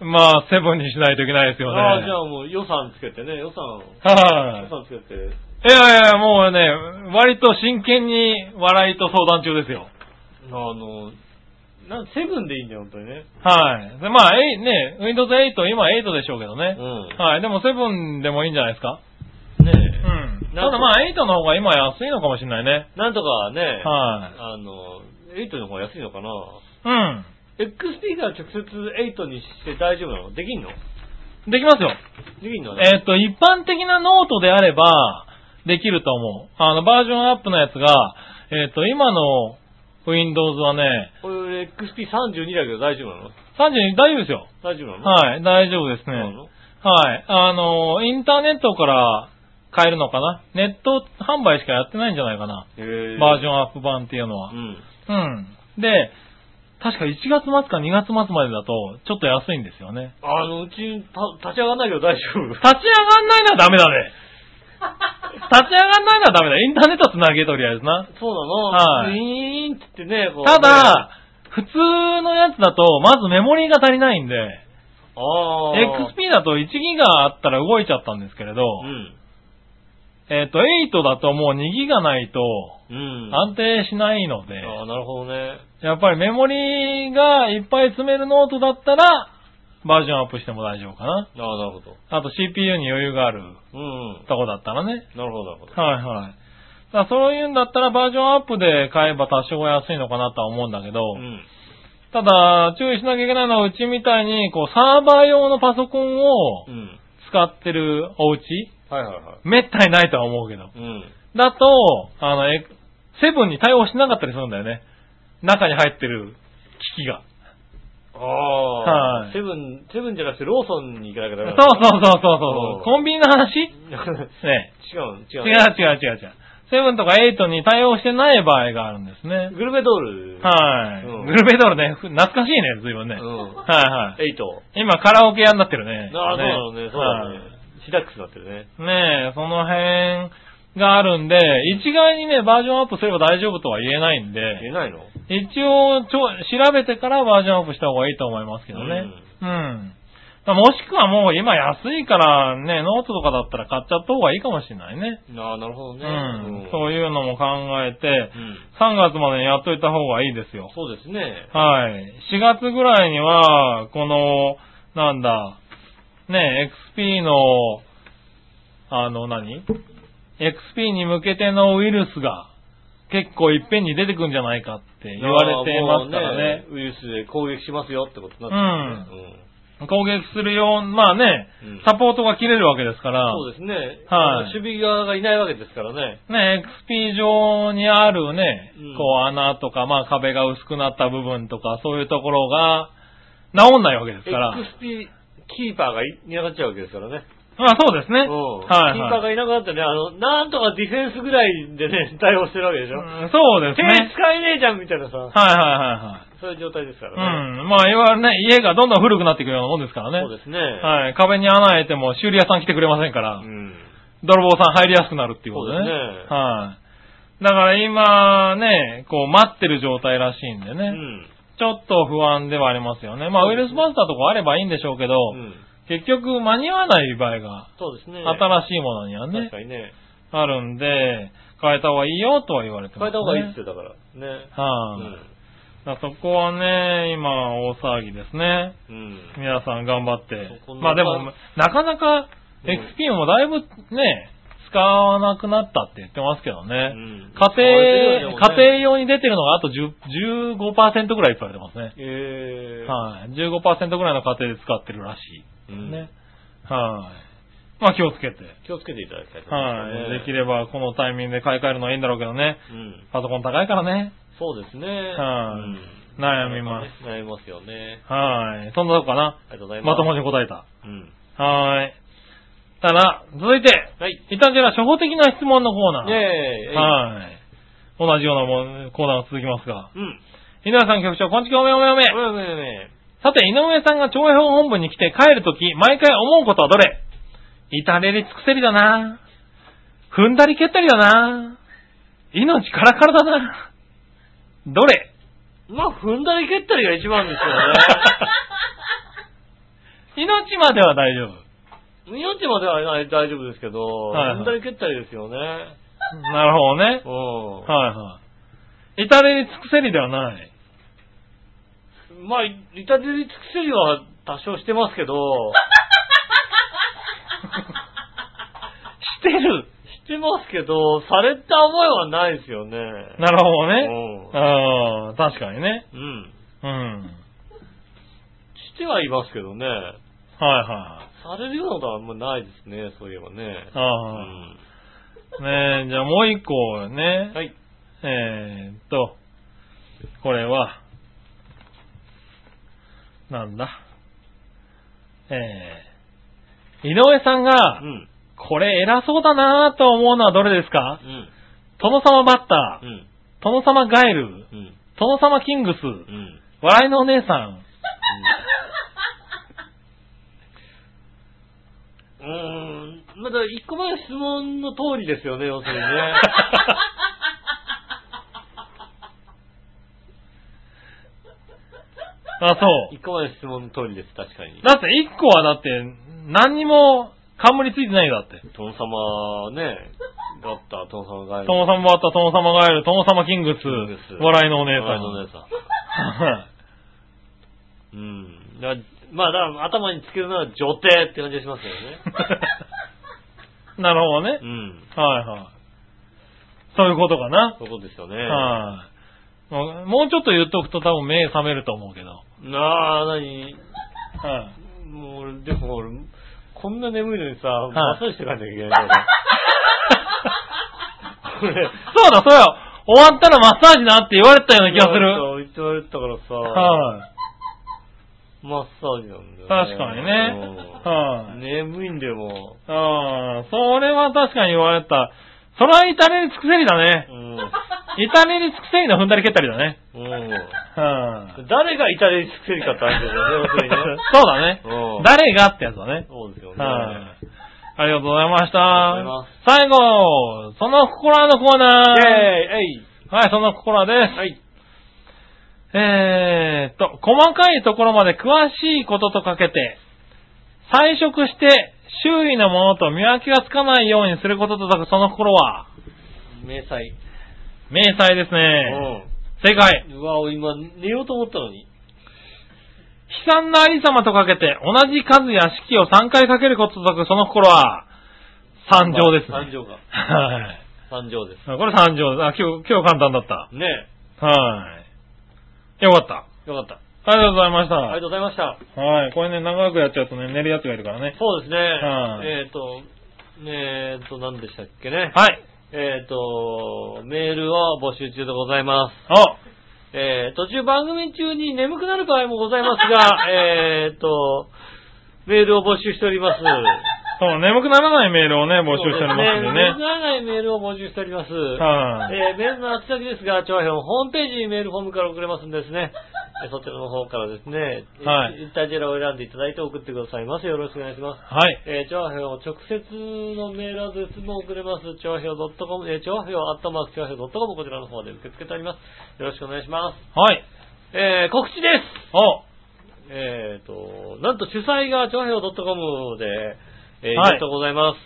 S2: うん。
S3: まあ、セブンにしないといけないですよね。
S2: ああ、じゃあもう予算つけてね、予算、
S3: はい
S2: 予、算つけて。
S3: いやいやいや、もうね、割と真剣に笑いと相談中ですよ。
S2: あの、なんセブンでいいんだよ、本当にね。
S3: はい。でまあ、えいね、Windows 8、今8でしょうけどね。
S2: う
S3: はい。でも7でもいいんじゃないですか
S2: ん。ね
S3: う
S2: え。
S3: ん。た
S2: なんか
S3: だまあ、8の方が今安いのかもしれないね。
S2: なんとかね、
S3: はい。
S2: あの、8の方が安いのかな
S3: うん。
S2: ?XP から直接8にして大丈夫なのできんの
S3: できますよ。
S2: できんのね。
S3: えっと、一般的なノートであれば、できると思う。あの、バージョンアップのやつが、えっと、今の Windows はね、
S2: これ XP32 だけど大丈夫なの
S3: 32、大丈夫ですよ。
S2: 大丈夫なのい。
S3: はい、大丈夫です
S2: そうなの
S3: ね。はい。あの、インターネットから買えるのかなネット販売しかやってないんじゃないかな。
S2: へ
S3: バージョ
S2: ン
S3: ンアップ版っていうのは
S2: う。ん。
S3: うん。で、確か1月末か2月末までだと、ちょっと安いんですよね。
S2: あの、うちた立ち上がんないけど大丈夫
S3: 立ち上がんないのはダメだね。立ち上がんないのはダメだ。インターネットつなげとりあえずな。
S2: そうなの
S3: は
S2: ウ
S3: い
S2: ィーンってってね、こうね
S3: た、だ、普通のやつだと、まずメモリーが足りないんで、
S2: あー
S3: XP だと1ギガあったら動いちゃったんですけれど、
S2: うん。
S3: えっ、と、8だともう2ギガないと
S2: うん。
S3: 安定しないので、
S2: ああ、なるほどね。
S3: やっぱりメモリーがいっぱい詰めるノートだったら、バージョンアップしても大丈夫かな。
S2: ああ、なるほど。
S3: あと CPU に余裕がある
S2: うん。
S3: とこだったらね。
S2: なるほど、なるほど。
S3: はいはい。だからそういうんだったらバージョンアップで買えば多少は安いのかなとは思うんだけど、
S2: うん。
S3: ただ、注意しなきゃいけないのは、うちみたいに、こう、サーバー用のパソコンを
S2: うん。
S3: 使ってるお家
S2: はいはいは
S3: めったにないとは思うけど。
S2: い。うん。
S3: だと、あの、えセブンに対応しなかったりするんだよね。中に入ってる機器が。
S2: ああ、
S3: はい
S2: セブン、セブンじゃなくてローソンに行かなきゃダ
S3: そう
S2: メ
S3: そうそうそう
S2: う
S3: そ
S2: ん
S3: う。コンビニの話ね
S2: うそう。 違う、違
S3: 違う
S2: う。
S3: 違う違う違う。セブンとかエイトに対応してない場合があるんですね。
S2: グルメドール。
S3: はい。
S2: うん
S3: グルメドールね、ふ懐かしいね、随分ね。
S2: う
S3: はい
S2: ん。
S3: はい。
S2: エイト。
S3: 今、カラオケ屋になってるね。
S2: ああ、そうなのね、そうだ
S3: はい
S2: ね。シダックスになってるね。
S3: ねえ、その辺があるんで、一概にね、バージョンアップすれば大丈夫とは言えないん
S2: 言え
S3: で、
S2: ないの
S3: 一応ちょ、調べてからバージョンアップした方がいいと思いますけどね。うん。まあもしくはもう今安いからね、ノートとかだったら買っちゃった方がいいかもしれないね。
S2: ああ、なるほどね。
S3: うん。
S2: そ
S3: そうういうのも考えて、
S2: ん。
S3: 3月までにやっといた方がいいですよ。
S2: そうですね。
S3: はい。4月ぐらいには、この、なんだ、ね、XP の、あの何、?XP に向けてのウイルスが結構いっぺんに出てくんじゃないかって言われてますからね。
S2: ああもうウイルスで攻撃しますよってことになってるね
S3: 攻撃するよう、まあね
S2: うん、
S3: サポートが切れるわけですから、
S2: そうですね。
S3: はい
S2: 守備側がいないわけですからね。
S3: ね、XP 上にあるね
S2: うん、
S3: こう穴とか、まあ壁が薄くなった部分とか、そういうところが治んないわけですから。
S2: XP キーパーがいいなくなっちゃうわけですからね。
S3: まあそうですね。
S2: う
S3: は
S2: ん。
S3: い
S2: キーパー
S3: はい。
S2: がいなくなったらね、あの、なんとかディフェンスぐらいでね、対応してるわけでしょ。
S3: うんそうです
S2: 手
S3: ね。
S2: 使えねえじゃんみたいなさ、
S3: はいはいはいはい。
S2: そういう状態ですか
S3: う
S2: らね。
S3: ん。まあ、いわゆるね、家がどんどん古くなっていくようなもんですからね。
S2: そうですね。
S3: はい。壁に穴開いても修理屋さん来てくれませんから、
S2: うん。
S3: 泥棒さん入りやすくなるっていうことでね。
S2: そうですね
S3: はい。だから今ね、こう待ってる状態らしいんでね、
S2: うん。
S3: ちょっと不安ではありますよね。まあウイルスバスターとかあればいいんでしょうけど、
S2: うん。
S3: 結局間に合わない場合が、
S2: そうですね。
S3: 新しいものには
S2: 確
S3: ね、
S2: かにね。
S3: あるんで、変えた方がいいよとは言われて
S2: 変
S3: ま
S2: え
S3: す、ね。
S2: た方がいいっすよ、だから。ね。
S3: はい、だからそこはね、今、大騒ぎですね。
S2: うん。うん。
S3: 皆さん頑張って
S2: そこ。の
S3: まあでも、なかなか
S2: うん
S3: XP もだいぶね、使わなくなったって言ってますけど
S2: う
S3: ね。
S2: ん
S3: 家
S2: 使われてるよ
S3: 庭、
S2: ね
S3: 家庭用に出てるのがあと10 15%ぐらい使われてますね。
S2: ええ。
S3: はい。15%ぐらいの家庭で使ってるらし
S2: う
S3: い。
S2: ん
S3: ね。はい。まあ気をつけて。
S2: 気をつけていただきたいと思いますね
S3: はい。できればこのタイミングで買い替えるのはいいんだろうけどね。
S2: うん。
S3: パソコン高いからね。
S2: そうですね。
S3: はい
S2: うん
S3: 悩みます。
S2: 悩みますよね。
S3: はい。そんなとこかな。
S2: ありがとうございます。
S3: まともに答えた。
S2: うん。
S3: はーい。たら、続いて、
S2: はい。
S3: いたじら初歩的な質問のコーナー。
S2: イェーイ。
S3: はい。同じようなもんコーナーが続きますが。
S2: うん。
S3: 井上さん局長、こんちきおめおめおめ。
S2: おやおやおや
S3: さて、井上さんが長編本部に来て帰るとき、毎回思うことはどれ至れり尽くせりだな踏んだり蹴ったりだな命からからだなどれ
S2: まあ、踏んだり蹴ったりが一番です
S3: 命までは大丈夫。
S2: よね。命まではない大丈夫ですけど、
S3: はいはい
S2: 踏んだり蹴ったりですよね。
S3: なるほどね。
S2: う
S3: はいはい。至れり尽くせりではない。
S2: ん。まあ、いたじり尽くせりは多少してますけど、
S3: してる。
S2: してますけど、された思いはないですよね。
S3: なるほど
S2: う
S3: ね。
S2: ん。
S3: ああ、確かにね。
S2: うん。
S3: うん。はい
S2: してはいますけどね。
S3: は
S2: されるようなことはあんまないですね、そういえばね
S3: い。。ああ。ねえ、じゃあもう一個ね
S2: うん。はい。
S3: えーっと、これは、なんだ。えー、井上さん
S2: う
S3: が、
S2: ん。
S3: これ偉そうだなぁと思うのはどれですか
S2: うん。
S3: 殿様バッタ
S2: う
S3: ー、
S2: ん。
S3: 殿様ガエル、
S2: うん。
S3: 殿様キングス、
S2: うん。
S3: 笑いのお姉さん。
S2: うーん。まだ一個前の質問の通りですよね、要するにね。
S3: あ、そう。
S2: 一個前の質問の通りです、確かに。
S3: だって一個はだって、何にも冠ついてないよ、だって。
S2: 殿様ね、だった、殿様がいる。
S3: 殿様バッター、殿様ガエル、殿様キングス、笑いのお姉さん。
S2: 笑いのお姉さん。
S3: はい
S2: うん。だからまあ、だから頭につけるのは女帝って感じがしますよ ね。
S3: なるほどね
S2: う。ん。
S3: はいはい。そういうことかな。
S2: そういうことですよね。
S3: はい。もうもうちょっと言っとくと多分目覚めると思うけど。
S2: なあ、なに、
S3: はい。
S2: もう俺、でも俺、こんな眠いのにさ、
S3: い
S2: マッサージして帰んなきゃいけないんだよね。これ、
S3: そうだ、そうだ。終わったらマッサージなって言われたような気がする。
S2: そう言って言われてたからさ、
S3: は
S2: マッサージなんだ
S3: い。
S2: よ、
S3: 確かにね。はい。
S2: うん眠いんだよ、も
S3: ああ、それは確かに言われた。それは至れり尽くせりだね
S2: う。う。ん。
S3: 至れり尽くせりの踏んだり蹴ったりだね。
S2: うん。
S3: は
S2: 誰がイタリアに作るかってある
S3: そ
S2: け
S3: う
S2: どね、
S3: だ
S2: 要
S3: ね。
S2: するにね。
S3: 誰がってやつだね。
S2: そうですよね。
S3: はい。ありがとうございまし
S2: ありがとうご
S3: た。最後、その心のコー
S2: イ
S3: ナー。
S2: ェーイえい
S3: はい、その心です。
S2: はい。
S3: えーっと、細かいところまで詳しいこととかけて、彩色して周囲のものと見分けがつかないようにすることと解くその心は、
S2: 迷彩。
S3: 明細です
S2: う
S3: ね。正解。
S2: ん。うわ、俺今寝ようと思ったのに。
S3: 悲惨なありさまとかけて、同じ数や式を3回かけることと解くその心は、三乗ですね。
S2: 三乗か。
S3: はい。
S2: 三乗です。
S3: これ三乗です。あ、今日、今日簡単だった。
S2: ね
S3: はい。よかっ
S2: よかった。
S3: た。ありがとうございました。
S2: ありがとうございました。
S3: はい。これね、長くやっちゃうとね、寝るやつがいるからね。
S2: そうですね。
S3: はい
S2: えっ、と、えっ、と、何でしたっけね。
S3: はい。
S2: えっ、と、メールを募集中でございます。
S3: あ、
S2: えー、途中番組中に眠くなる場合もございます が、えーっと、メールを募集しております。
S3: そう、眠くならないメールをね、募集しておりますんで
S2: 眠く
S3: ね。
S2: ならないメールを募集しております。
S3: はい。
S2: えー、メールの宛先ですが、長編ホームページにメールフォームから送れますんですね。えーそちらの方からですね、
S3: はい
S2: インタージェラを選んでいただいて送ってくださいませ。よろしくお願いします。
S3: はい。
S2: えー、長編を直接のメールアドレスも送れます。長編 .com、えー、長編アットマーク長編 .com こちらの方で受け付けております。よろしくお願いします。
S3: はい。
S2: えー、告知です
S3: お、
S2: えーと、なんと主催が長平 .com で、えー、イ
S3: はい
S2: ベントございます。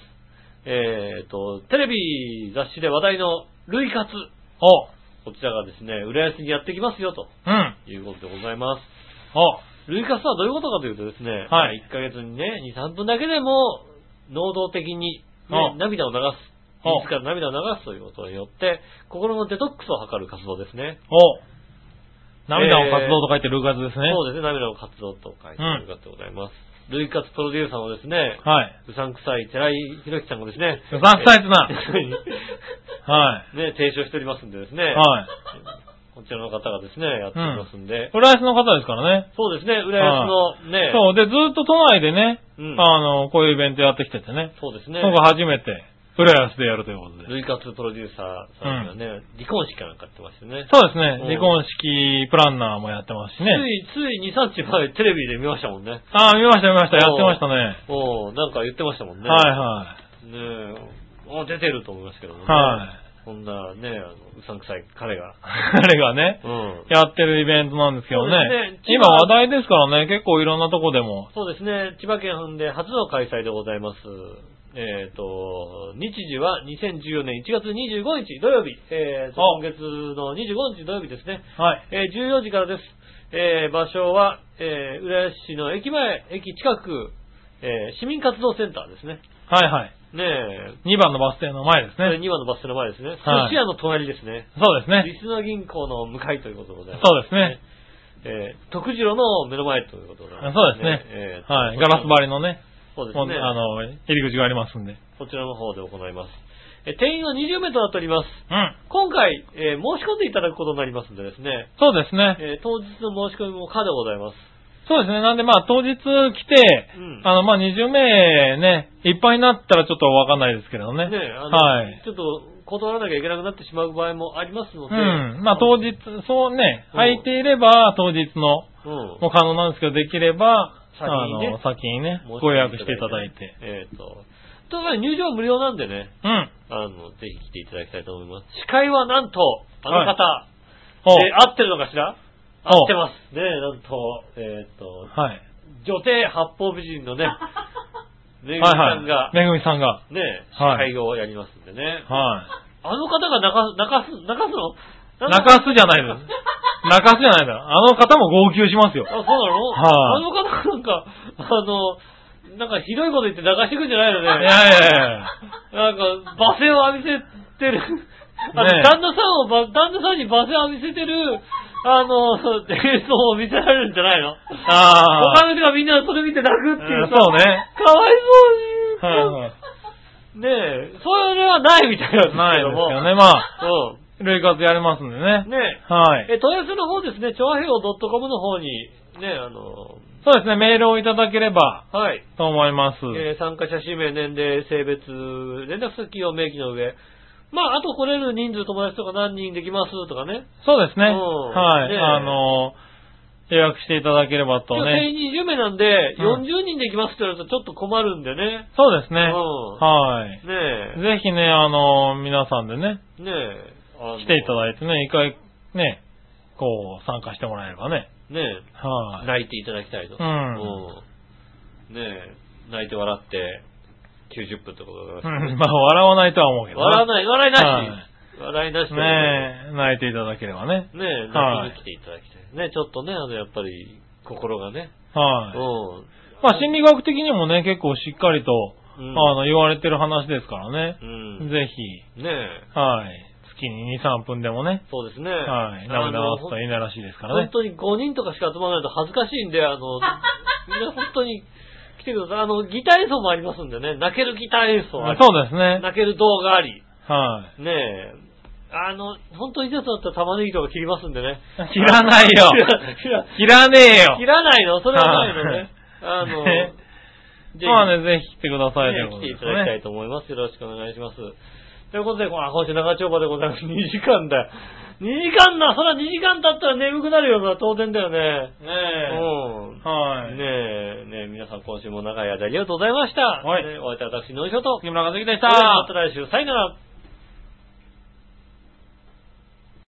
S2: えーと、テレビ雑誌で話題のルイカツ、
S3: お、
S2: こちらがですね、浦安にやってきますよ、と
S3: うん。
S2: いうことでございます。
S3: お、
S2: ルイカツとはどういうことかというとですね、
S3: はい
S2: 1ヶ月にね、2、3分だけでも、能動的に、ね
S3: お、
S2: 涙を流す。
S3: お
S2: いつから涙を流すということによって、心のデトックスを図る活動ですね。
S3: お、涙を活動と書いてる活ですね。
S2: そうですね、涙の活動と書いてあるかでございます。ルイカツプロデューサーのですね、
S3: はい。
S2: うさんくさい寺井宏樹さんがです ね、
S3: うさんくさいっすな
S2: え
S3: は
S2: ーね、提唱しておりますんでですね、
S3: い。はい。
S2: こちらの方がですね、やっておりますんで、
S3: 浦安の方ですからね。
S2: そうですね、浦安のね、
S3: そう。で、ずっと都内でね、
S2: うん
S3: あの、こういうイベントやってきててね。
S2: そうですね、
S3: 今回初めて、浦安でやるということで。
S2: ルイカツプロデューサーさんがね、離婚式かなんかやってましてね、
S3: そうですね
S2: うん。
S3: 離婚式プランナーもやってますし
S2: つ
S3: ね。
S2: い、つい2、3日前テレビで見ましたもんね。
S3: ああ、見ました見ました。やってましたね。
S2: おうなんか言ってましたもんね。
S3: はいは
S2: ねえ、あ出てると思いますけどもね。
S3: い。はい。
S2: こんなね、あのうさんくさい彼が。
S3: 彼がね、
S2: うん。
S3: やってるイベントなんですけど
S2: そう
S3: ね
S2: ですね。
S3: 今話題ですからね、結構いろんなとこでも。
S2: そうですね、千葉県で初の開催でございます。えっ、と、日時は2014年1月25日土曜日、えーと、
S3: お
S2: 今月の25日土曜日ですね、
S3: はい。
S2: えー14時からです。えー場所は、えー浦安市の駅前、駅近く、えー市民活動センターですね。
S3: はいはい。
S2: ねえ、
S3: 2番のバス停の前です
S2: これ
S3: ね。
S2: 2番のバス停の前ですね。
S3: はい
S2: 寿司屋の隣ですね。
S3: そうですね。
S2: リスナー銀行の向かいということでございます。
S3: そうですね。
S2: えー、徳次郎の目の前ということでございます、
S3: そうですね
S2: えーと
S3: はい。ガラス張りのね、
S2: そうです
S3: もう
S2: ね。
S3: あの、入り口がありますんで。
S2: こちらの方で行います。え、定員は20名となっております。
S3: うん。
S2: 今回、えー申し込んでいただくことになりますんでですね、
S3: そうですね。
S2: えー当日の申し込みも可でございます。
S3: そうですね。なんでまあ当日来て
S2: うん、
S3: あのまあ20名ね、いっぱいになったらちょっとわかんないですけどね。
S2: ねえあの、
S3: はい。
S2: ちょっと断らなきゃいけなくなってしまう場合もありますの
S3: う
S2: で、
S3: ん。まあ当日、そうね、
S2: うん
S3: 空いていれば当日の
S2: うん、
S3: もう可能なんですけど、できれば、
S2: 先
S3: あ
S2: にね
S3: の、先にね
S2: 申し込、み
S3: ご予約していただいて。。
S2: えっ、と、ということで入場は無料なんでね、
S3: うん。
S2: あの、ぜひ来ていただきたいと思います。司会はなんと、あの方、
S3: お
S2: えー合ってるのかしら合
S3: お
S2: ってます。ねえなんと、えっ、と、
S3: はい。
S2: 女帝八方美人の ね、めぐみさ
S3: はい
S2: ん
S3: は
S2: が
S3: い。、めぐみさんが。
S2: ね、
S3: は
S2: 会
S3: い
S2: 合をやりますんでね。
S3: は
S2: あの方が泣かす、泣かす、泣かすの
S3: い。泣かすじゃないの。泣かすじゃないの。あの方も号泣しますよ
S2: あ、。そうなの
S3: はい
S2: あの方がなんか、あの、なんかひどいこと言って泣かしてくんじゃないの
S3: い
S2: ね。
S3: やいやいやいや
S2: なんか、罵声を浴びせてる。あの、
S3: ねえ
S2: 旦那さんをば、旦那さんに罵声を浴びせてる、あの、映像を見せられるんじゃないの
S3: あ
S2: 他
S3: あ。
S2: の人がみんなそれ見て泣くっていうさ、
S3: うんそうね
S2: かわいそう
S3: はいはい
S2: に。ねえ、それはないみたいなんですけども。
S3: ないですよね。まあ、
S2: う
S3: 類活やりますんでね
S2: ん。。ね
S3: はい。
S2: え、え、問い合わせの方ですね、調和平和 .com の方に、ね、あの、
S3: そうですね、メールをいただければ
S2: はい、
S3: と思います。
S2: えー参加者氏名、年齢、性別、連絡先を明記の上、まあ、あと来れる人数、友達とか何人できますとかね。
S3: そうですね。
S2: うん
S3: はい。
S2: ね
S3: あの、予約していただければと
S2: 今日定
S3: ね。
S2: 員20名なんで、
S3: うん
S2: 40人できますって言われるとちょっと困るんでね。
S3: そうですね。
S2: うん
S3: はい。
S2: ねえ。
S3: ぜひね、あの、皆さんでね、
S2: ねえ。あの
S3: 来ていただいてね、一回ね、こう、参加してもらえればね。
S2: ねえ。
S3: はい。
S2: 泣いていただきたいと。
S3: うん
S2: うんねえ、泣いて笑って、90分ってことだから。
S3: うんまあ、笑わないとは思うけど。
S2: 笑わない、笑いなし。
S3: は
S2: 笑いなしで
S3: ねえ、泣いていただければね。
S2: ねえ、
S3: はい
S2: 泣きに来ていただきたい。ねえちょっとね、あの、やっぱり、心がね。う
S3: はい。
S2: ん。
S3: まあ、心理学的にもね、結構しっかりと、
S2: う
S3: あ
S2: ん
S3: の、言われてる話ですからね
S2: う。ん。ね
S3: ぜひ、
S2: え。
S3: はい。付月に2、3分でもね、
S2: そうですね。
S3: はい、
S2: あの
S3: 涙を流すといいならしいですから
S2: 本
S3: ね。
S2: 当に5人とかしか集まらないと恥ずかしいんで、あの、みんな本当に来てください。あの、ギター演奏もありますんでね、泣けるギター演奏あり、
S3: そうですね。
S2: 泣ける動画あり、
S3: は
S2: ねえ、あの、本当に一つだったら玉ねぎとか切りますんでね。
S3: い。切らない よ
S2: 切ら切ら
S3: 切らねえよ
S2: 切らないのそれはないのね。あの、
S3: ね
S2: ぜひ
S3: まあね、ぜひ来てくださいとい
S2: ね
S3: う
S2: 来
S3: こと
S2: て
S3: で
S2: い
S3: す
S2: ただきた
S3: ね。
S2: いと思います。よろしくお願いします。ということで、この今週長丁場でございます。2時間だよ。2時間な、そら2時間経ったら眠くなるよな、当然だよね。
S3: ね
S2: うん。
S3: はい。
S2: ねえ、ねえ、皆さん今週も長い間ありがとうございました。
S3: はい
S2: ねお相手は私、のりしょと。
S3: 木村和之でし
S2: それではまた。
S3: た
S2: 来週、さよなら。